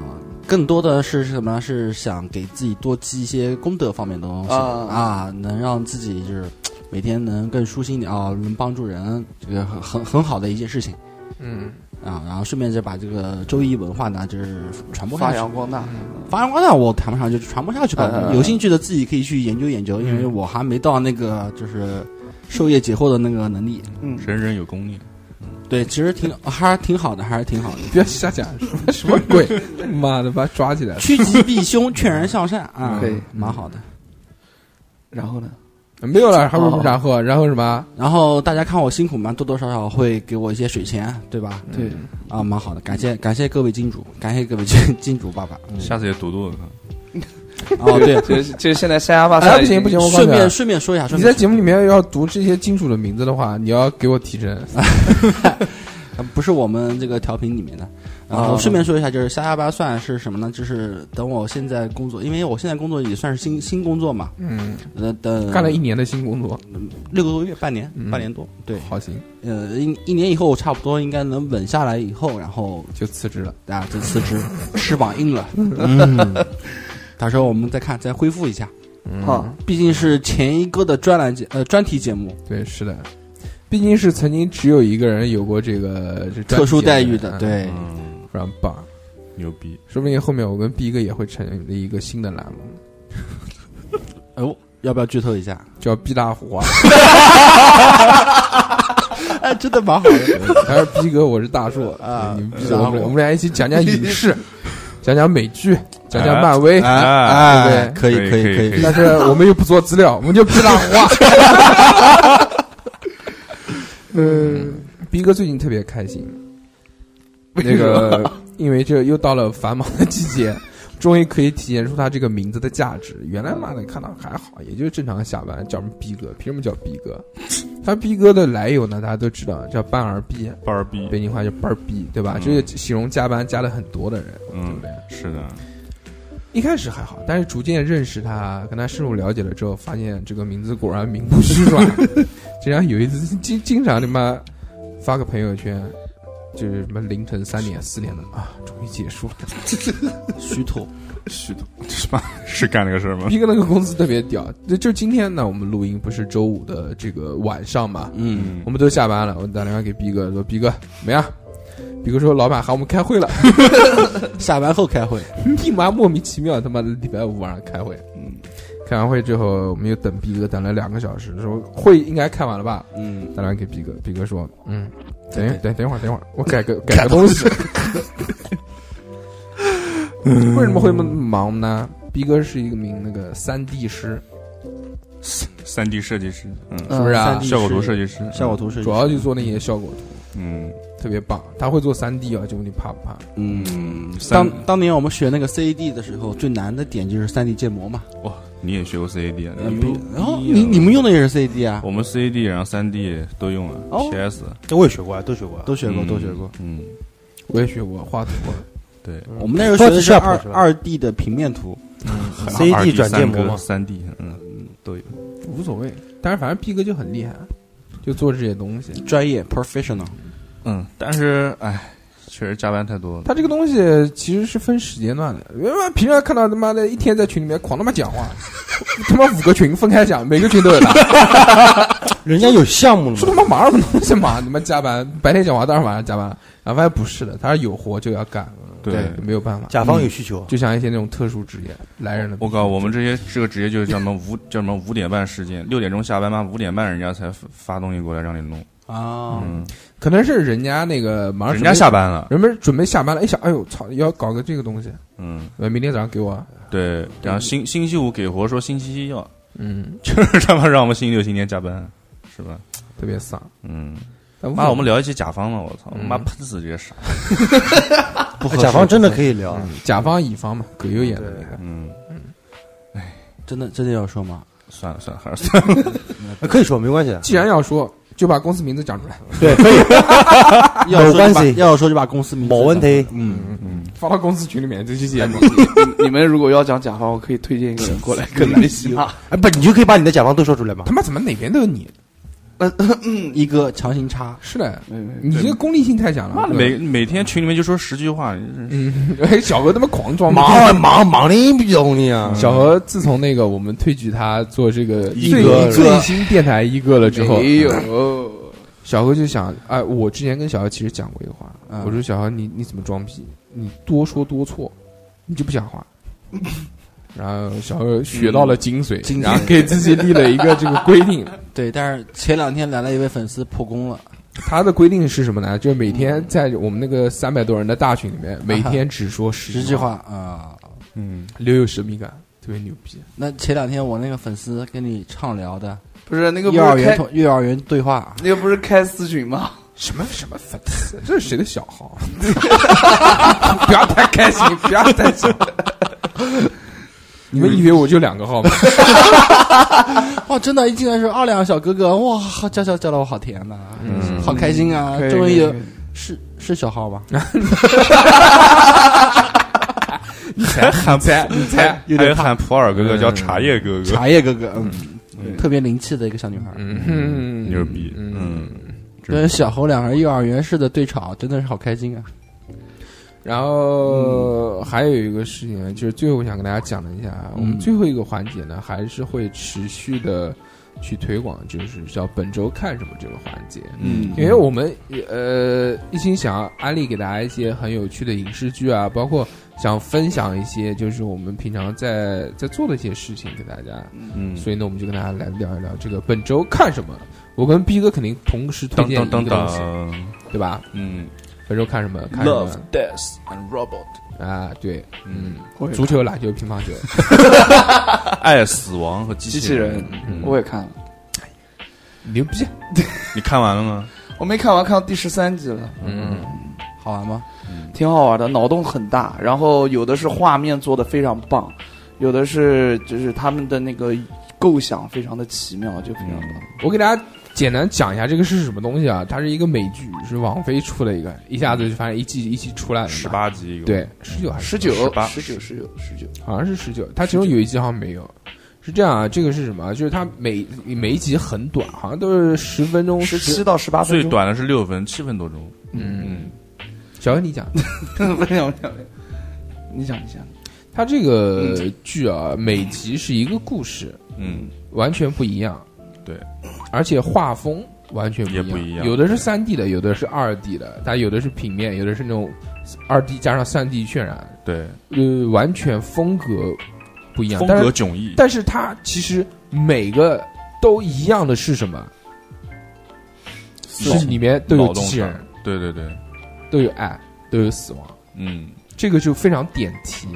[SPEAKER 1] 更多的是什么呢？是想给自己多积一些功德方面的东西
[SPEAKER 6] 啊
[SPEAKER 1] 能让自己就是每天能更舒心一点啊，能帮助人，这个很很很好的一件事情
[SPEAKER 2] 嗯，
[SPEAKER 1] 啊。然后顺便就把这个周易文化呢，就是传播下
[SPEAKER 6] 发
[SPEAKER 1] 去。
[SPEAKER 6] 扬光大。
[SPEAKER 1] 发扬光大，我谈不上，就是传播下去吧。
[SPEAKER 6] 嗯嗯嗯嗯
[SPEAKER 1] 有兴趣的自己可以去研究研究，因为我还没到那个就是授业解惑的那个能力。
[SPEAKER 6] 嗯，
[SPEAKER 5] 人人有功力，
[SPEAKER 1] 对，其实挺还是挺好的，还是 挺好的。
[SPEAKER 2] 不要瞎讲，什么什么鬼？妈的，把他抓起来！
[SPEAKER 1] 趋吉避凶，劝人向善啊，
[SPEAKER 6] 可以
[SPEAKER 1] 蛮好的。
[SPEAKER 6] 然后呢？
[SPEAKER 2] 没有了，还有什么
[SPEAKER 6] 哦
[SPEAKER 2] 然后啊然后什么？
[SPEAKER 1] 然后大家看我辛苦嘛，多多少少会给我一些水钱，对吧？
[SPEAKER 6] 对，
[SPEAKER 1] 啊，蛮好的，感
[SPEAKER 2] 嗯
[SPEAKER 1] 谢感谢各位金主，感谢各位金金主 爸爸。嗯
[SPEAKER 5] 下次也读读。看
[SPEAKER 1] 哦，对，
[SPEAKER 6] 就是就是现在三亚发
[SPEAKER 2] 哎，
[SPEAKER 6] 散
[SPEAKER 2] 不
[SPEAKER 6] 已
[SPEAKER 2] 行
[SPEAKER 6] 经
[SPEAKER 2] 不行，我告诉
[SPEAKER 1] 顺
[SPEAKER 2] 你啊
[SPEAKER 1] 便，顺便说一下，顺
[SPEAKER 2] 你
[SPEAKER 1] 便
[SPEAKER 2] 在节目里面要读这些金主的名字的话，你要给我提成。
[SPEAKER 1] 呃不是我们这个调频里面的。然
[SPEAKER 2] 哦
[SPEAKER 1] 后顺便说一下，就是瞎瞎巴算是什么呢？就是等我现在工作，因为我现在工作也算是新新工作嘛，
[SPEAKER 2] 嗯，
[SPEAKER 1] 呃，等
[SPEAKER 2] 干了一年的新工作，
[SPEAKER 1] 六个多月，半年，
[SPEAKER 2] 嗯
[SPEAKER 1] 半年多，对，
[SPEAKER 2] 好行，
[SPEAKER 1] 呃，一一年以后差不多应该能稳下来以后，然后
[SPEAKER 2] 就辞职了。
[SPEAKER 1] 啊就辞 职，翅膀硬了，嗯， 到时候我们再看，再恢复一下。嗯
[SPEAKER 6] 好，
[SPEAKER 1] 毕竟是前一哥的专栏节呃专题节目，
[SPEAKER 2] 对，是的，毕竟是曾经只有一个人有过这个这专
[SPEAKER 1] 特殊
[SPEAKER 2] 辑的
[SPEAKER 1] 待遇
[SPEAKER 2] 人
[SPEAKER 1] 的，，
[SPEAKER 2] 嗯
[SPEAKER 1] 对，
[SPEAKER 5] 嗯，
[SPEAKER 2] 非常棒。
[SPEAKER 5] 牛逼，
[SPEAKER 2] 说不定后面我跟 B 哥也会成立一个新的栏目，
[SPEAKER 1] 哎要不要剧透一下？
[SPEAKER 2] 叫毕大虎 啊。
[SPEAKER 1] 哎，真的蛮好的，
[SPEAKER 2] 他是逼哥，我是大硕
[SPEAKER 1] 啊
[SPEAKER 2] 你们逼
[SPEAKER 1] 然
[SPEAKER 2] 我
[SPEAKER 1] 后
[SPEAKER 2] 们我们俩一起讲讲影 视，讲讲美剧，讲讲漫威。
[SPEAKER 1] 哎，
[SPEAKER 2] 对
[SPEAKER 1] 可以
[SPEAKER 5] 啊可
[SPEAKER 1] 可
[SPEAKER 5] 以
[SPEAKER 1] 以
[SPEAKER 5] 可以
[SPEAKER 1] 以，
[SPEAKER 2] 但是我们又不做资料，我们就逼大话。 嗯，逼哥最近特别开心，那个 因为这又到了繁忙的季节，终于可以体现出他这个名字的价值。原来妈的看到还好，也就是正常下班叫什么逼哥，凭什么叫逼哥？他逼哥的来由呢，大家都知道，叫半儿逼。
[SPEAKER 5] 班儿逼，
[SPEAKER 2] 北京话叫班儿逼，对吧？
[SPEAKER 5] 嗯
[SPEAKER 2] 这个形容加班加的很多的人，对不
[SPEAKER 5] 嗯，
[SPEAKER 2] 对？
[SPEAKER 5] 是的，
[SPEAKER 2] 一开始还好，但是逐渐认识他，跟他深入了解了之后，发现这个名字果然名不虚传。经常有一次，经经常他妈发个朋友圈，就是什么凌晨三点、四点的啊，终于结束了。
[SPEAKER 1] 虚脱，
[SPEAKER 5] 虚的， 是吧？是干这个事儿吗？
[SPEAKER 2] 逼哥那个公司特别屌，就就今天呢，我们录音不是周五的这个晚上嘛，
[SPEAKER 1] 嗯，
[SPEAKER 2] 我们都下班了，我打电话给逼哥说：“逼哥怎么样？”逼哥说：“老板喊我们开会了。”
[SPEAKER 1] 下班后开会，
[SPEAKER 2] 你妈莫名其妙，他妈的礼拜五晚上开会，嗯，开完会之后，我们又等逼哥等了两个小时，说会应该开完了吧？
[SPEAKER 1] 嗯，
[SPEAKER 2] 打电话给逼哥，逼哥说，嗯，等一等等一会儿，等一会儿，我改个改个东 西。为什么会那么忙呢？逼哥是一个名那个三 D 师，
[SPEAKER 5] 三 D 设计师，嗯，
[SPEAKER 6] 嗯
[SPEAKER 2] 是不是啊？
[SPEAKER 1] 3D
[SPEAKER 5] 效果图设计师，
[SPEAKER 1] 效果图是
[SPEAKER 2] 主要就做那些效果图，
[SPEAKER 5] 嗯，
[SPEAKER 2] 特别棒。他会做三 D 啊，就问你怕不怕？
[SPEAKER 1] 嗯，
[SPEAKER 5] 三
[SPEAKER 1] 当当年我们学那个 CAD 的时候，最难的点就是三 D 建模嘛，
[SPEAKER 5] 哇，你也学过 CAD 啊？
[SPEAKER 1] 嗯
[SPEAKER 5] 牛逼，
[SPEAKER 1] 然后你你们用的也是 CAD 啊，
[SPEAKER 5] 我嗯们 CAD 然后三 D 都用了
[SPEAKER 1] 哦
[SPEAKER 5] ，PS
[SPEAKER 3] 我也学过啊，都学过啊。
[SPEAKER 1] 都学过
[SPEAKER 5] 嗯
[SPEAKER 1] 都学过，，
[SPEAKER 5] 嗯，
[SPEAKER 2] 我也学过画图，啊
[SPEAKER 5] 对
[SPEAKER 1] 我们那时候学的是
[SPEAKER 3] Photoshop
[SPEAKER 1] 二
[SPEAKER 3] 是吧
[SPEAKER 1] 二 D 的平面图，
[SPEAKER 3] CAD 转建模嘛
[SPEAKER 5] 三 D，嗯，都有，
[SPEAKER 2] 无无所谓。但是反正逼哥就很厉害，就做这些东西，
[SPEAKER 1] 专业 professional。
[SPEAKER 5] 嗯，但是哎，确实加班太多了。
[SPEAKER 2] 他这个东西其实是分时间段的。他妈平常看到他妈的一天在群里面狂他妈讲话， 他妈五个群分开讲，每个群都有 他。
[SPEAKER 1] 人家有项目了
[SPEAKER 2] 说他妈玩什么东西嘛？他妈加班，白天讲话，当然晚上加班。然后发现不是的，他是有活就要干，
[SPEAKER 5] 对
[SPEAKER 2] 没有办法。
[SPEAKER 3] 甲方有需求
[SPEAKER 2] 就像一些那种特殊职业来人了。
[SPEAKER 5] 我靠，我们这些这个职业就是叫什么五 叫什么五点半时间，六点钟下班嘛，五点半人家才发发东西过来让你弄。
[SPEAKER 1] 啊，
[SPEAKER 5] 嗯，
[SPEAKER 2] 可能是人家那个马上
[SPEAKER 5] 人家下班了，
[SPEAKER 2] 人们准备下班了，一想，哎呦操，要搞个这个东西，
[SPEAKER 5] 嗯，
[SPEAKER 2] 呃，明天早上给我，
[SPEAKER 5] 对。然后星星期五给活说星期一要，
[SPEAKER 2] 嗯，
[SPEAKER 5] 就是他妈让我们星期六、星期天加班，是吧？
[SPEAKER 2] 特别丧。
[SPEAKER 5] 嗯，
[SPEAKER 2] 但无所
[SPEAKER 5] 妈，
[SPEAKER 2] 谓
[SPEAKER 5] 我们聊一期甲方吧，我操，
[SPEAKER 2] 嗯
[SPEAKER 5] 妈喷死这些傻。
[SPEAKER 2] 不合适
[SPEAKER 3] 哎甲方真的可以聊，
[SPEAKER 2] 嗯甲方乙方嘛，葛优演的那个，
[SPEAKER 5] 嗯，
[SPEAKER 1] 真的真的要说吗？
[SPEAKER 5] 算了算了，还是算了。
[SPEAKER 3] 呃可以说没关系。
[SPEAKER 2] 既然要说，就把公司名字讲出来，
[SPEAKER 3] 对，可以，
[SPEAKER 1] 要
[SPEAKER 3] 没
[SPEAKER 1] 说就把
[SPEAKER 3] 关系
[SPEAKER 1] 要说就把公司名字
[SPEAKER 3] 没问
[SPEAKER 1] 讲出来。
[SPEAKER 3] 题。
[SPEAKER 2] 嗯，
[SPEAKER 5] 嗯，
[SPEAKER 2] 发到公司群里面，这期节目
[SPEAKER 6] 哎你们如果要讲甲方，我可以推荐一个人过来跟来洗马。
[SPEAKER 3] 哎，不，你就可以把你的甲方都说出来嘛
[SPEAKER 2] 他。妈怎么哪边都有你？
[SPEAKER 1] 一哥强行插，
[SPEAKER 2] 是的，
[SPEAKER 6] 没没
[SPEAKER 2] 你这个功利性太强了。
[SPEAKER 5] 妈的，
[SPEAKER 2] 对
[SPEAKER 5] 每每天群里面就说十句话，你真是
[SPEAKER 2] 嗯，哎 小何他妈狂装
[SPEAKER 3] 忙啊忙忙的一逼懂你啊！
[SPEAKER 2] 小何自从那个我们推举他做这个
[SPEAKER 5] 一
[SPEAKER 2] 最
[SPEAKER 5] 哥
[SPEAKER 2] 最新电台一哥了之后，
[SPEAKER 6] 没有，
[SPEAKER 2] 小何就想，哎，我之前跟小何其实讲过一个话，
[SPEAKER 1] 嗯
[SPEAKER 2] 我说小何你你怎么装逼？你多说多错，你就不讲话。然后小何学到了精髓，
[SPEAKER 1] 精髓
[SPEAKER 2] 然后给自己立了一个这个规定。
[SPEAKER 1] 对，但是前两天来了一位粉丝破功了，
[SPEAKER 2] 他的规定是什么呢？就是每天在我们那个三百多人的大群里面，每天只说啊十
[SPEAKER 1] 十句，话啊。
[SPEAKER 5] 嗯，
[SPEAKER 2] 留有神秘感，特别牛逼。
[SPEAKER 1] 那前两天我那个粉丝跟你畅聊的
[SPEAKER 6] 不是那个不
[SPEAKER 1] 幼儿
[SPEAKER 6] 是
[SPEAKER 1] 园
[SPEAKER 6] 开
[SPEAKER 1] 同幼儿园对话，
[SPEAKER 6] 那个不是开私群吗？
[SPEAKER 2] 什么什么粉丝？这是谁的小号？ 不要太开心，不要太想。 你们以为我就两个号吗？
[SPEAKER 1] 哇，哦真的，一进来是二两小哥哥，哇，好叫叫叫的我好甜呐、
[SPEAKER 5] 嗯
[SPEAKER 1] 好开心啊，
[SPEAKER 6] 可以
[SPEAKER 1] 终于有
[SPEAKER 6] 可以
[SPEAKER 1] 是是小号吧？
[SPEAKER 2] 你才喊猜，你猜。
[SPEAKER 5] 还有喊普洱哥
[SPEAKER 2] 嗯
[SPEAKER 5] 哥叫茶叶哥哥，
[SPEAKER 1] 茶叶哥哥，嗯，特别灵气的一个小女孩。
[SPEAKER 2] 嗯
[SPEAKER 5] 牛逼，嗯，
[SPEAKER 1] 跟小猴两人幼儿园式的对吵，真的是好开心啊！
[SPEAKER 2] 然后还有一个事情，就是最后我想跟大家讲一下，啊我
[SPEAKER 5] 嗯
[SPEAKER 2] 们最后一个环节呢，还是会持续的去推广，就是叫本周看什么这个环节。
[SPEAKER 5] 嗯
[SPEAKER 2] 因为我们呃一心想要安利给大家一些很有趣的影视剧啊，包括想分享一些就是我们平常在在做的一些事情给大家，
[SPEAKER 5] 嗯，
[SPEAKER 2] 所以呢，我们就跟大家来聊一聊这个本周看什么。我跟逼哥肯定同时推
[SPEAKER 5] 当
[SPEAKER 2] 荐
[SPEAKER 5] 当
[SPEAKER 2] 一个
[SPEAKER 5] 当
[SPEAKER 2] 东西，
[SPEAKER 5] 当，
[SPEAKER 2] 对吧？
[SPEAKER 5] 嗯
[SPEAKER 2] 本周看什么？看什么
[SPEAKER 9] ，Love, Death and Robot，
[SPEAKER 2] 啊？对，嗯，
[SPEAKER 6] 我也
[SPEAKER 2] 足球、篮球、乒乓球，
[SPEAKER 5] 爱死亡和机
[SPEAKER 6] 机器人，
[SPEAKER 2] 嗯
[SPEAKER 6] 我也看了，
[SPEAKER 2] 牛逼！
[SPEAKER 5] 你看完了吗？
[SPEAKER 6] 我没看完，看到第十三集了，
[SPEAKER 2] 嗯，
[SPEAKER 1] 好玩吗？
[SPEAKER 6] 挺好玩的，脑洞很大。然后有的是画面做的非常棒，有的是就是他们的那个构想非常的奇妙，就非常棒。
[SPEAKER 2] 我给大家。简单讲一下这个是什么东西啊？它是一个美剧，是王菲出的一个，一下子就反正一季一季出来了嘛，
[SPEAKER 5] 十八集一个，
[SPEAKER 2] 对，嗯十九还是
[SPEAKER 6] 十九
[SPEAKER 5] 18，
[SPEAKER 6] 十九，十九，十九，
[SPEAKER 2] 好像是十九，它其中有一集好像没有。是这样啊，这个是什么啊？就是它每每一集很短，好像都是十分钟。
[SPEAKER 6] 十七到十八分
[SPEAKER 5] 最
[SPEAKER 6] 钟。
[SPEAKER 5] 短的是六分，七分多钟。
[SPEAKER 2] 嗯，
[SPEAKER 5] 嗯，
[SPEAKER 2] 小恩你讲，
[SPEAKER 6] 不讲不讲，你讲你讲。
[SPEAKER 2] 它这个剧啊，每集是一个故事，
[SPEAKER 5] 嗯，
[SPEAKER 2] 完全不一样。
[SPEAKER 5] 对，
[SPEAKER 2] 而且画风完全
[SPEAKER 5] 也不一样
[SPEAKER 2] 有的是三 D 的，有的是二 D 的，它有的是平面，有的是那种二 D 加上三 D 渲染，
[SPEAKER 5] 对，
[SPEAKER 2] 呃，完全风格不一样。
[SPEAKER 5] 风
[SPEAKER 2] 但是
[SPEAKER 5] 格迥异。
[SPEAKER 2] 但是它其实每个都一样的是什么？是里面都有
[SPEAKER 5] 脑洞
[SPEAKER 2] 机器人
[SPEAKER 5] 上，对对对，
[SPEAKER 2] 都有爱，都有死亡，
[SPEAKER 5] 嗯
[SPEAKER 2] 这个就非常点题。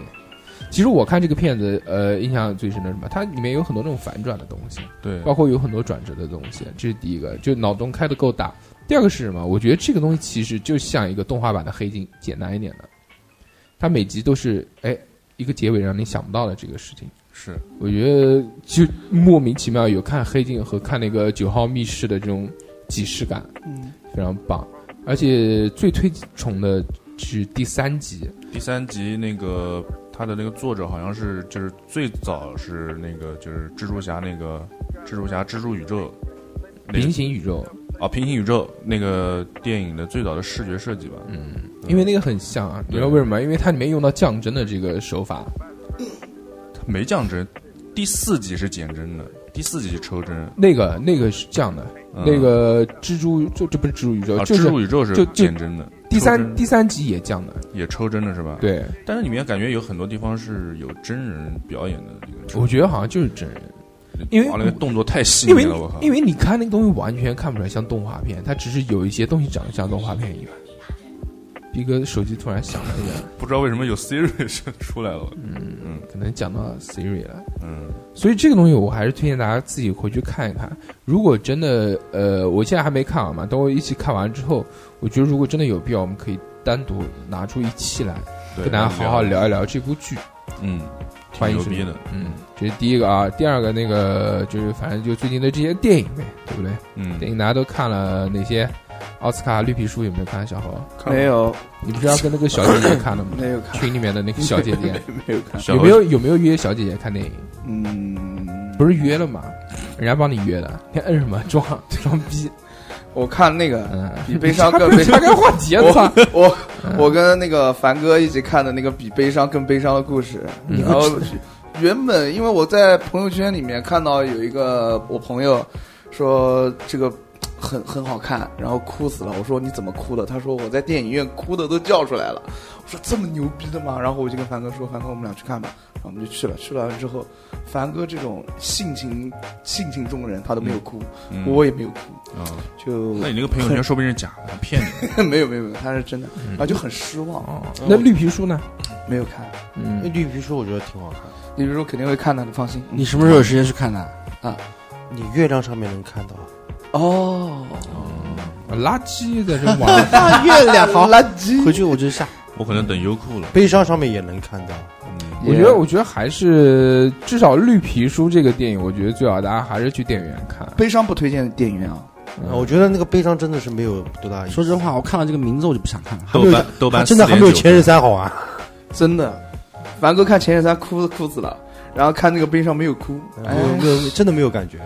[SPEAKER 2] 其实我看这个片子，呃，印象最深的是什么？它里面有很多那种反转的东西，
[SPEAKER 5] 对，
[SPEAKER 2] 包括有很多转折的东西。这是第一个，就脑洞开的够大。第二个是什么？我觉得这个东西其实就像一个动画版的黑镜，简单一点的。它每集都是哎一个结尾让你想不到的这个事情。
[SPEAKER 5] 是
[SPEAKER 2] 我觉得就莫名其妙有看黑镜和看那个九号密室的这种即视感，
[SPEAKER 6] 嗯，
[SPEAKER 2] 非常棒。而且最推崇的是第三集，
[SPEAKER 5] 第三集那个他的那个作者好像是就是最早是那个就是蜘蛛侠那个蜘蛛侠、蜘蛛宇宙、那个
[SPEAKER 2] 平行宇宙，
[SPEAKER 5] 啊，平行宇宙那个电影的最早的视觉设计吧，
[SPEAKER 2] 嗯，因为那个很像啊，你知道为什么吗？因为它里面用到降真的这个手法，
[SPEAKER 5] 没降真，第四集是减真的，第四集是抽真，
[SPEAKER 2] 那个那个是这样的，
[SPEAKER 5] 嗯
[SPEAKER 2] 那个蜘蛛就这不是哦蜘蛛宇宙，
[SPEAKER 5] 啊，
[SPEAKER 2] 就是
[SPEAKER 5] 蜘蛛宇宙是
[SPEAKER 2] 就就
[SPEAKER 5] 减真的，
[SPEAKER 2] 第
[SPEAKER 5] 抽
[SPEAKER 2] 三
[SPEAKER 5] 帧
[SPEAKER 2] 第三集也降的，
[SPEAKER 5] 也抽真的是吧？，
[SPEAKER 2] 对，
[SPEAKER 5] 但是里面感觉有很多地方是有真人表演的那个，
[SPEAKER 2] 我觉得好像就是真人，因为
[SPEAKER 5] 哇那个动作太细
[SPEAKER 2] 因为
[SPEAKER 5] 腻了，我靠，
[SPEAKER 2] 因为你看那个东西完全看不出来像动画片，它只是有一些东西长得像动画片一样。逼哥手机突然响了一下，
[SPEAKER 5] 不知道为什么有 Siri 是出来了，嗯嗯
[SPEAKER 2] 可能讲到 Siri 了。
[SPEAKER 5] 嗯，
[SPEAKER 2] 所以这个东西我还是推荐大家自己回去看一看。如果真的，呃，我现在还没看完嘛，等我一起看完之后，我觉得如果真的有必要，我们可以单独拿出一期来，
[SPEAKER 5] 对
[SPEAKER 2] 跟大家好好，聊一聊这部剧。
[SPEAKER 5] 嗯，挺
[SPEAKER 2] 欢迎
[SPEAKER 5] 牛
[SPEAKER 2] 收
[SPEAKER 5] 逼
[SPEAKER 2] 听
[SPEAKER 5] 的，
[SPEAKER 2] 嗯，这是第一个啊。第二个那个就是反正就最近的这些电影呗，对不对？
[SPEAKER 5] 嗯，
[SPEAKER 2] 电影大家都看了哪些？奥斯卡绿皮书有没有看？小侯，
[SPEAKER 6] 没有
[SPEAKER 2] 你不是要跟那个小姐姐看的吗？
[SPEAKER 6] 没有看，
[SPEAKER 2] 群里面的那个小姐姐，
[SPEAKER 6] 没有 看，
[SPEAKER 5] 小
[SPEAKER 2] 有没有有没有约小姐姐看电影？
[SPEAKER 6] 嗯，
[SPEAKER 2] 不是约了吗？人家帮你约的，你还摁什么装装逼？
[SPEAKER 6] 我看那个
[SPEAKER 2] 嗯，
[SPEAKER 6] 比悲伤更悲
[SPEAKER 2] 岔开话题啊！
[SPEAKER 6] 我
[SPEAKER 2] 操，
[SPEAKER 6] 我我跟那个凡哥一起看的那个比悲伤更悲伤的故事，
[SPEAKER 2] 嗯
[SPEAKER 6] 然后原本因为我在朋友圈里面看到有一个我朋友说这个很很好看，然后哭死了。我说你怎么哭的？他说我在电影院哭的都叫出来了。我说这么牛逼的吗？然后我就跟凡哥说，凡哥我们俩去看吧。然后我们就去了，去了之后，凡哥这种性情性情中人，他都没有哭，
[SPEAKER 5] 嗯
[SPEAKER 6] 我也没有哭，
[SPEAKER 5] 啊，
[SPEAKER 6] 就
[SPEAKER 5] 那你那个朋友圈说不定是假的，骗 你。 嗯
[SPEAKER 6] 没有没有没有，他是真的，然后就很失望，
[SPEAKER 2] 那绿皮书呢？
[SPEAKER 6] 没有看。
[SPEAKER 3] 那
[SPEAKER 2] 哦嗯，
[SPEAKER 3] 绿皮书我觉得挺好看，
[SPEAKER 6] 你比如说肯定会看的，你放心。
[SPEAKER 1] 你什么时候有时间去看的？
[SPEAKER 3] 你月亮上面能看到，
[SPEAKER 6] 哦，
[SPEAKER 2] 垃圾在这玩，
[SPEAKER 1] 大月亮好，
[SPEAKER 6] 垃圾
[SPEAKER 1] 回去我就下。
[SPEAKER 5] 我可能等优酷了。嗯
[SPEAKER 3] 悲伤上面也能看到。
[SPEAKER 2] 我觉得我觉得还是至少绿皮书这个电影，我觉得最好大家还是去电影院看。
[SPEAKER 6] 悲伤不推荐电影院啊。
[SPEAKER 2] 嗯
[SPEAKER 3] 啊我觉得那个悲伤真的是没有多大
[SPEAKER 1] 哦
[SPEAKER 3] 意思。
[SPEAKER 1] 说真话，我看到这个名字我就不想看了。
[SPEAKER 5] 豆瓣豆瓣
[SPEAKER 3] 真的还没有
[SPEAKER 5] 4.9
[SPEAKER 3] 前任三好玩。
[SPEAKER 6] 真的。凡哥看前任三哭哭死了，然后看那个悲伤没有哭，哎
[SPEAKER 3] 没，有没有，真的没有感觉。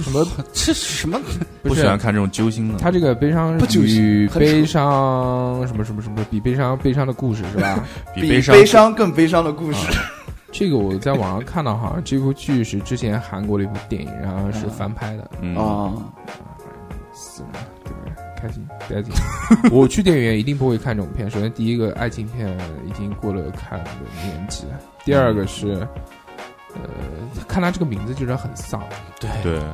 [SPEAKER 2] 什么
[SPEAKER 1] 这是什么？
[SPEAKER 5] 不喜欢看这种揪心的。
[SPEAKER 2] 他这个悲伤
[SPEAKER 6] 不揪
[SPEAKER 2] 与
[SPEAKER 6] 心很
[SPEAKER 2] 悲伤什么什么什么比悲伤悲伤的故事 是吧？
[SPEAKER 5] 比
[SPEAKER 6] 悲
[SPEAKER 5] 伤
[SPEAKER 6] 更悲伤的故事。
[SPEAKER 2] 这个我在网上看到，好像这部剧是之前韩国的一部电影，然后是翻拍的，
[SPEAKER 5] 嗯
[SPEAKER 6] 哦，
[SPEAKER 2] 死了，对不对？开心，不 要紧。我去电影院一定不会看这种片。首先，第一个爱情片已经过了看的年纪了；第二个是，
[SPEAKER 1] 嗯
[SPEAKER 2] 呃，看他这个名字就知道很丧，
[SPEAKER 5] 对，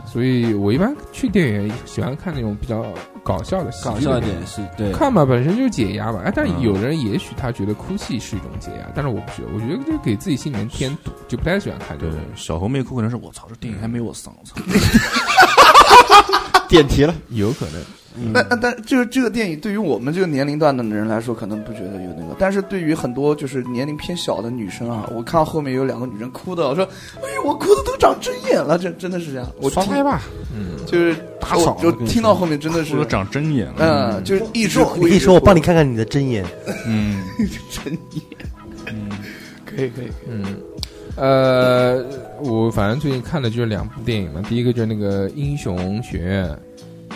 [SPEAKER 2] 所以我一般去电影院喜欢看那种比较搞笑的、喜
[SPEAKER 1] 搞
[SPEAKER 2] 剧
[SPEAKER 1] 笑
[SPEAKER 2] 的
[SPEAKER 1] 一
[SPEAKER 2] 电影
[SPEAKER 1] 点是对，
[SPEAKER 2] 看嘛，本身就是解压嘛。哎，但是
[SPEAKER 5] 嗯
[SPEAKER 2] 有人也许他觉得哭泣是一种解压，但是我不觉得，我觉得就给自己心里面添堵，就不太喜欢看这
[SPEAKER 5] 对
[SPEAKER 2] 种。，
[SPEAKER 5] 小红妹哭可能是我操，这电影还没我丧，我操，
[SPEAKER 2] 嗯
[SPEAKER 1] 点题了。
[SPEAKER 2] 有可能，
[SPEAKER 6] 那那 但就是这个电影对于我们这个年龄段的人来说，可能不觉得有那个，但是对于很多就是年龄偏小的女生啊，我看到后面有两个女人哭的，我说，哎呦，我哭的都长针眼了，这真的是这样。我
[SPEAKER 1] 双拍
[SPEAKER 6] 听
[SPEAKER 1] 吧，
[SPEAKER 6] 就是
[SPEAKER 1] 打扫
[SPEAKER 6] 我就
[SPEAKER 1] 我跟你
[SPEAKER 6] 听到后面真的是
[SPEAKER 5] 哭得，长针眼了。
[SPEAKER 6] 嗯，就是一直
[SPEAKER 3] 你
[SPEAKER 6] 哭。
[SPEAKER 3] 可以
[SPEAKER 6] 一直
[SPEAKER 3] 说我
[SPEAKER 6] 哭
[SPEAKER 3] 帮你看看你的真眼，
[SPEAKER 5] 嗯，
[SPEAKER 6] 真眼。可以可以，
[SPEAKER 2] 嗯，呃，我反正最近看的就是两部电影嘛，第一个就是那个《英雄学院》，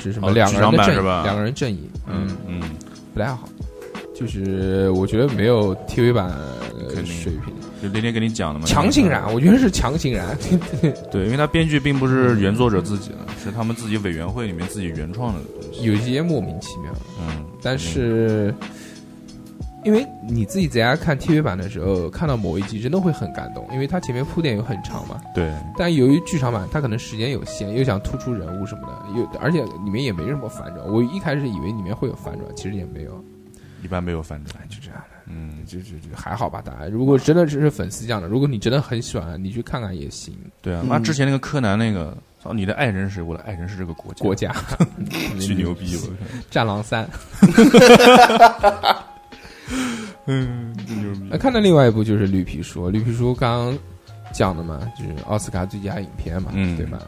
[SPEAKER 2] 是什么、
[SPEAKER 5] 哦
[SPEAKER 2] 两个人的
[SPEAKER 5] 剧场版
[SPEAKER 2] 正义
[SPEAKER 5] 是吧
[SPEAKER 2] 两个人正义，嗯
[SPEAKER 5] 嗯，嗯，
[SPEAKER 2] 不太好，就是我觉得没有 TV 版呃
[SPEAKER 5] 肯定
[SPEAKER 2] 水平，
[SPEAKER 5] 就那天跟你讲的嘛，
[SPEAKER 2] 强行燃，我觉得是强行燃，
[SPEAKER 5] 对，因为他编剧并不是原作者自己的，是他们自己委员会里面自己原创的东 西。
[SPEAKER 2] 有些莫名其妙，
[SPEAKER 5] 嗯，
[SPEAKER 2] 但是。因为你自己在家看 TV 版的时候，看到某一集真的会很感动，因为它前面铺垫有很长嘛。
[SPEAKER 5] 对，
[SPEAKER 2] 但由于剧场版它可能时间有限，又想突出人物什么的，又而且里面也没什么反转。我一开始以为里面会有反转，其实也没有，
[SPEAKER 5] 一般没有反转。
[SPEAKER 2] 哎就这样的，
[SPEAKER 5] 嗯，
[SPEAKER 2] 就就就还好吧。大家如果真的只是粉丝这样的，如果你真的很喜欢，你去看看也行。
[SPEAKER 5] 对啊，
[SPEAKER 6] 嗯
[SPEAKER 5] 妈之前那个柯南那个，操，你的爱人是谁？我的爱人是这个国家，
[SPEAKER 2] 国家 嗯
[SPEAKER 5] 巨牛逼，我靠
[SPEAKER 2] 《战狼三》
[SPEAKER 5] 嗯，巨牛
[SPEAKER 2] 那
[SPEAKER 5] 逼。
[SPEAKER 2] 哎看到另外一部就是《绿皮书》，《绿皮书》刚刚讲的嘛，就是奥斯卡最佳影片嘛，
[SPEAKER 5] 嗯
[SPEAKER 2] 对吧？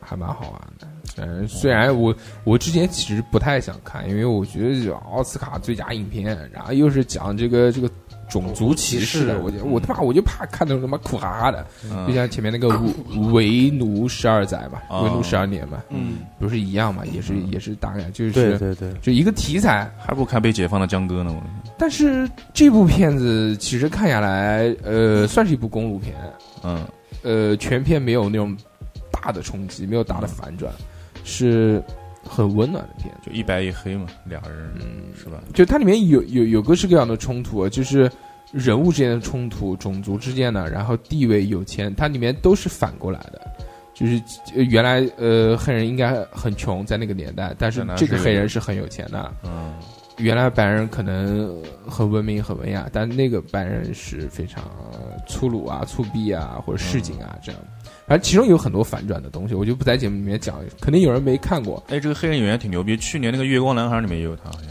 [SPEAKER 2] 还蛮好玩的。嗯，虽然我我之前其实不太想看，因为我觉得奥斯卡最佳影片，然后又是讲这个这个种族歧视的，我就我他
[SPEAKER 5] 嗯
[SPEAKER 2] 妈我就怕看那种他妈苦哈哈的，就像前面那个维维奴十二载嘛，
[SPEAKER 5] 啊
[SPEAKER 2] 维奴十二年嘛，
[SPEAKER 5] 嗯，
[SPEAKER 2] 不是一样嘛，也是也是大概就是
[SPEAKER 5] 对对对
[SPEAKER 2] 就一个题材，
[SPEAKER 5] 还不如看被解放的江哥呢。我
[SPEAKER 2] 但是这部片子其实看下来，呃，算是一部公路片，
[SPEAKER 5] 嗯，
[SPEAKER 2] 呃，全片没有那种大的冲击，没有大的反转，是很温暖的片子。嗯
[SPEAKER 5] 就一白一黑嘛，俩人，是吧？
[SPEAKER 2] 就它里面有有有各式各样的冲突，就是人物之间的冲突、种族之间的，然后地位、有钱，它里面都是反过来的。就是呃原来呃黑人应该很穷，在那个年代，但是
[SPEAKER 5] 在那
[SPEAKER 2] 这个
[SPEAKER 5] 是
[SPEAKER 2] 黑人是很有钱的。
[SPEAKER 5] 嗯，
[SPEAKER 2] 原来白人可能很文明、很文雅，但那个白人是非常粗鲁啊、粗鄙啊，或者市井
[SPEAKER 5] 嗯
[SPEAKER 2] 啊、这样。反正其中有很多反转的东西，我就不在节目里面讲，肯定有人没看过。
[SPEAKER 5] 哎，这个黑人演员挺牛逼，去年那个《月光男孩》里面也有他，好像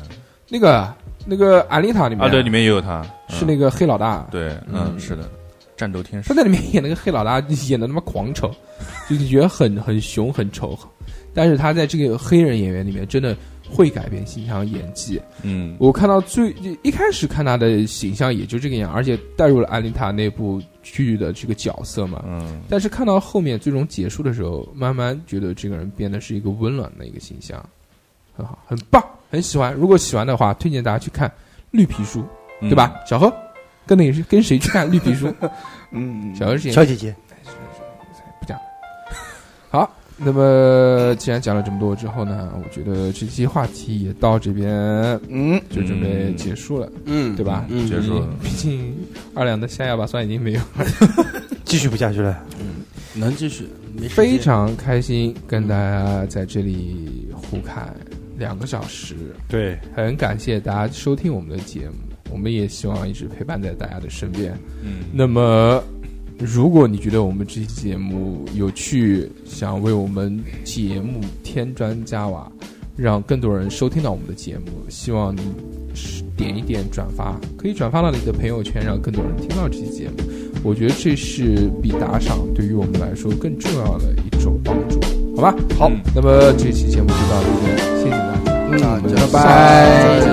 [SPEAKER 2] 那个那个《阿丽塔》里面
[SPEAKER 5] 啊，对，里面也有他，嗯
[SPEAKER 2] 是那个黑老大，
[SPEAKER 5] 对，嗯，是的，战斗天使
[SPEAKER 2] 他，在里面演那个黑老大， 演的他妈狂丑，就你觉得很很熊很丑，但是他在这个黑人演员里面真的会改变形象演技。啊
[SPEAKER 5] 嗯，
[SPEAKER 2] 我看到最一开始看他的形象也就这个样，而且带入了安妮塔那部剧的这个角色嘛。
[SPEAKER 5] 嗯，
[SPEAKER 2] 但是看到后面最终结束的时候，慢慢觉得这个人变得是一个温暖的一个形象，很好，很棒，很喜欢。如果喜欢的话，推荐大家去看《绿皮书》，
[SPEAKER 5] 嗯
[SPEAKER 2] 对吧？小何跟哪跟谁去看《绿皮书》？
[SPEAKER 6] 嗯，
[SPEAKER 2] 小何是
[SPEAKER 3] 小姐姐，
[SPEAKER 2] 不讲了。好，那么既然讲了这么多之后呢，我觉得这期话题也到这边，
[SPEAKER 6] 嗯，
[SPEAKER 2] 就准备结束了，
[SPEAKER 1] 嗯
[SPEAKER 2] 对吧？
[SPEAKER 1] 嗯
[SPEAKER 5] 结束了，
[SPEAKER 2] 毕竟二两的下牙把酸已经没有了，
[SPEAKER 3] 继续不下去了。
[SPEAKER 1] 能继续，没时间
[SPEAKER 2] 非常开心跟大家在这里互侃两个小时，
[SPEAKER 3] 对，
[SPEAKER 2] 很感谢大家收听我们的节目，我们也希望一直陪伴在大家的身边。
[SPEAKER 5] 嗯，
[SPEAKER 2] 那么，如果你觉得我们这期节目有趣，想为我们节目添砖加瓦，让更多人收听到我们的节目，希望你是点一点转发，可以转发到你的朋友圈，让更多人听到这期节目。我觉得这是比打赏对于我们来说更重要的一种帮助，好吧？
[SPEAKER 6] 好
[SPEAKER 2] 那么这期节目就到这里，谢谢大家，
[SPEAKER 6] 嗯，
[SPEAKER 2] 拜
[SPEAKER 6] 拜拜。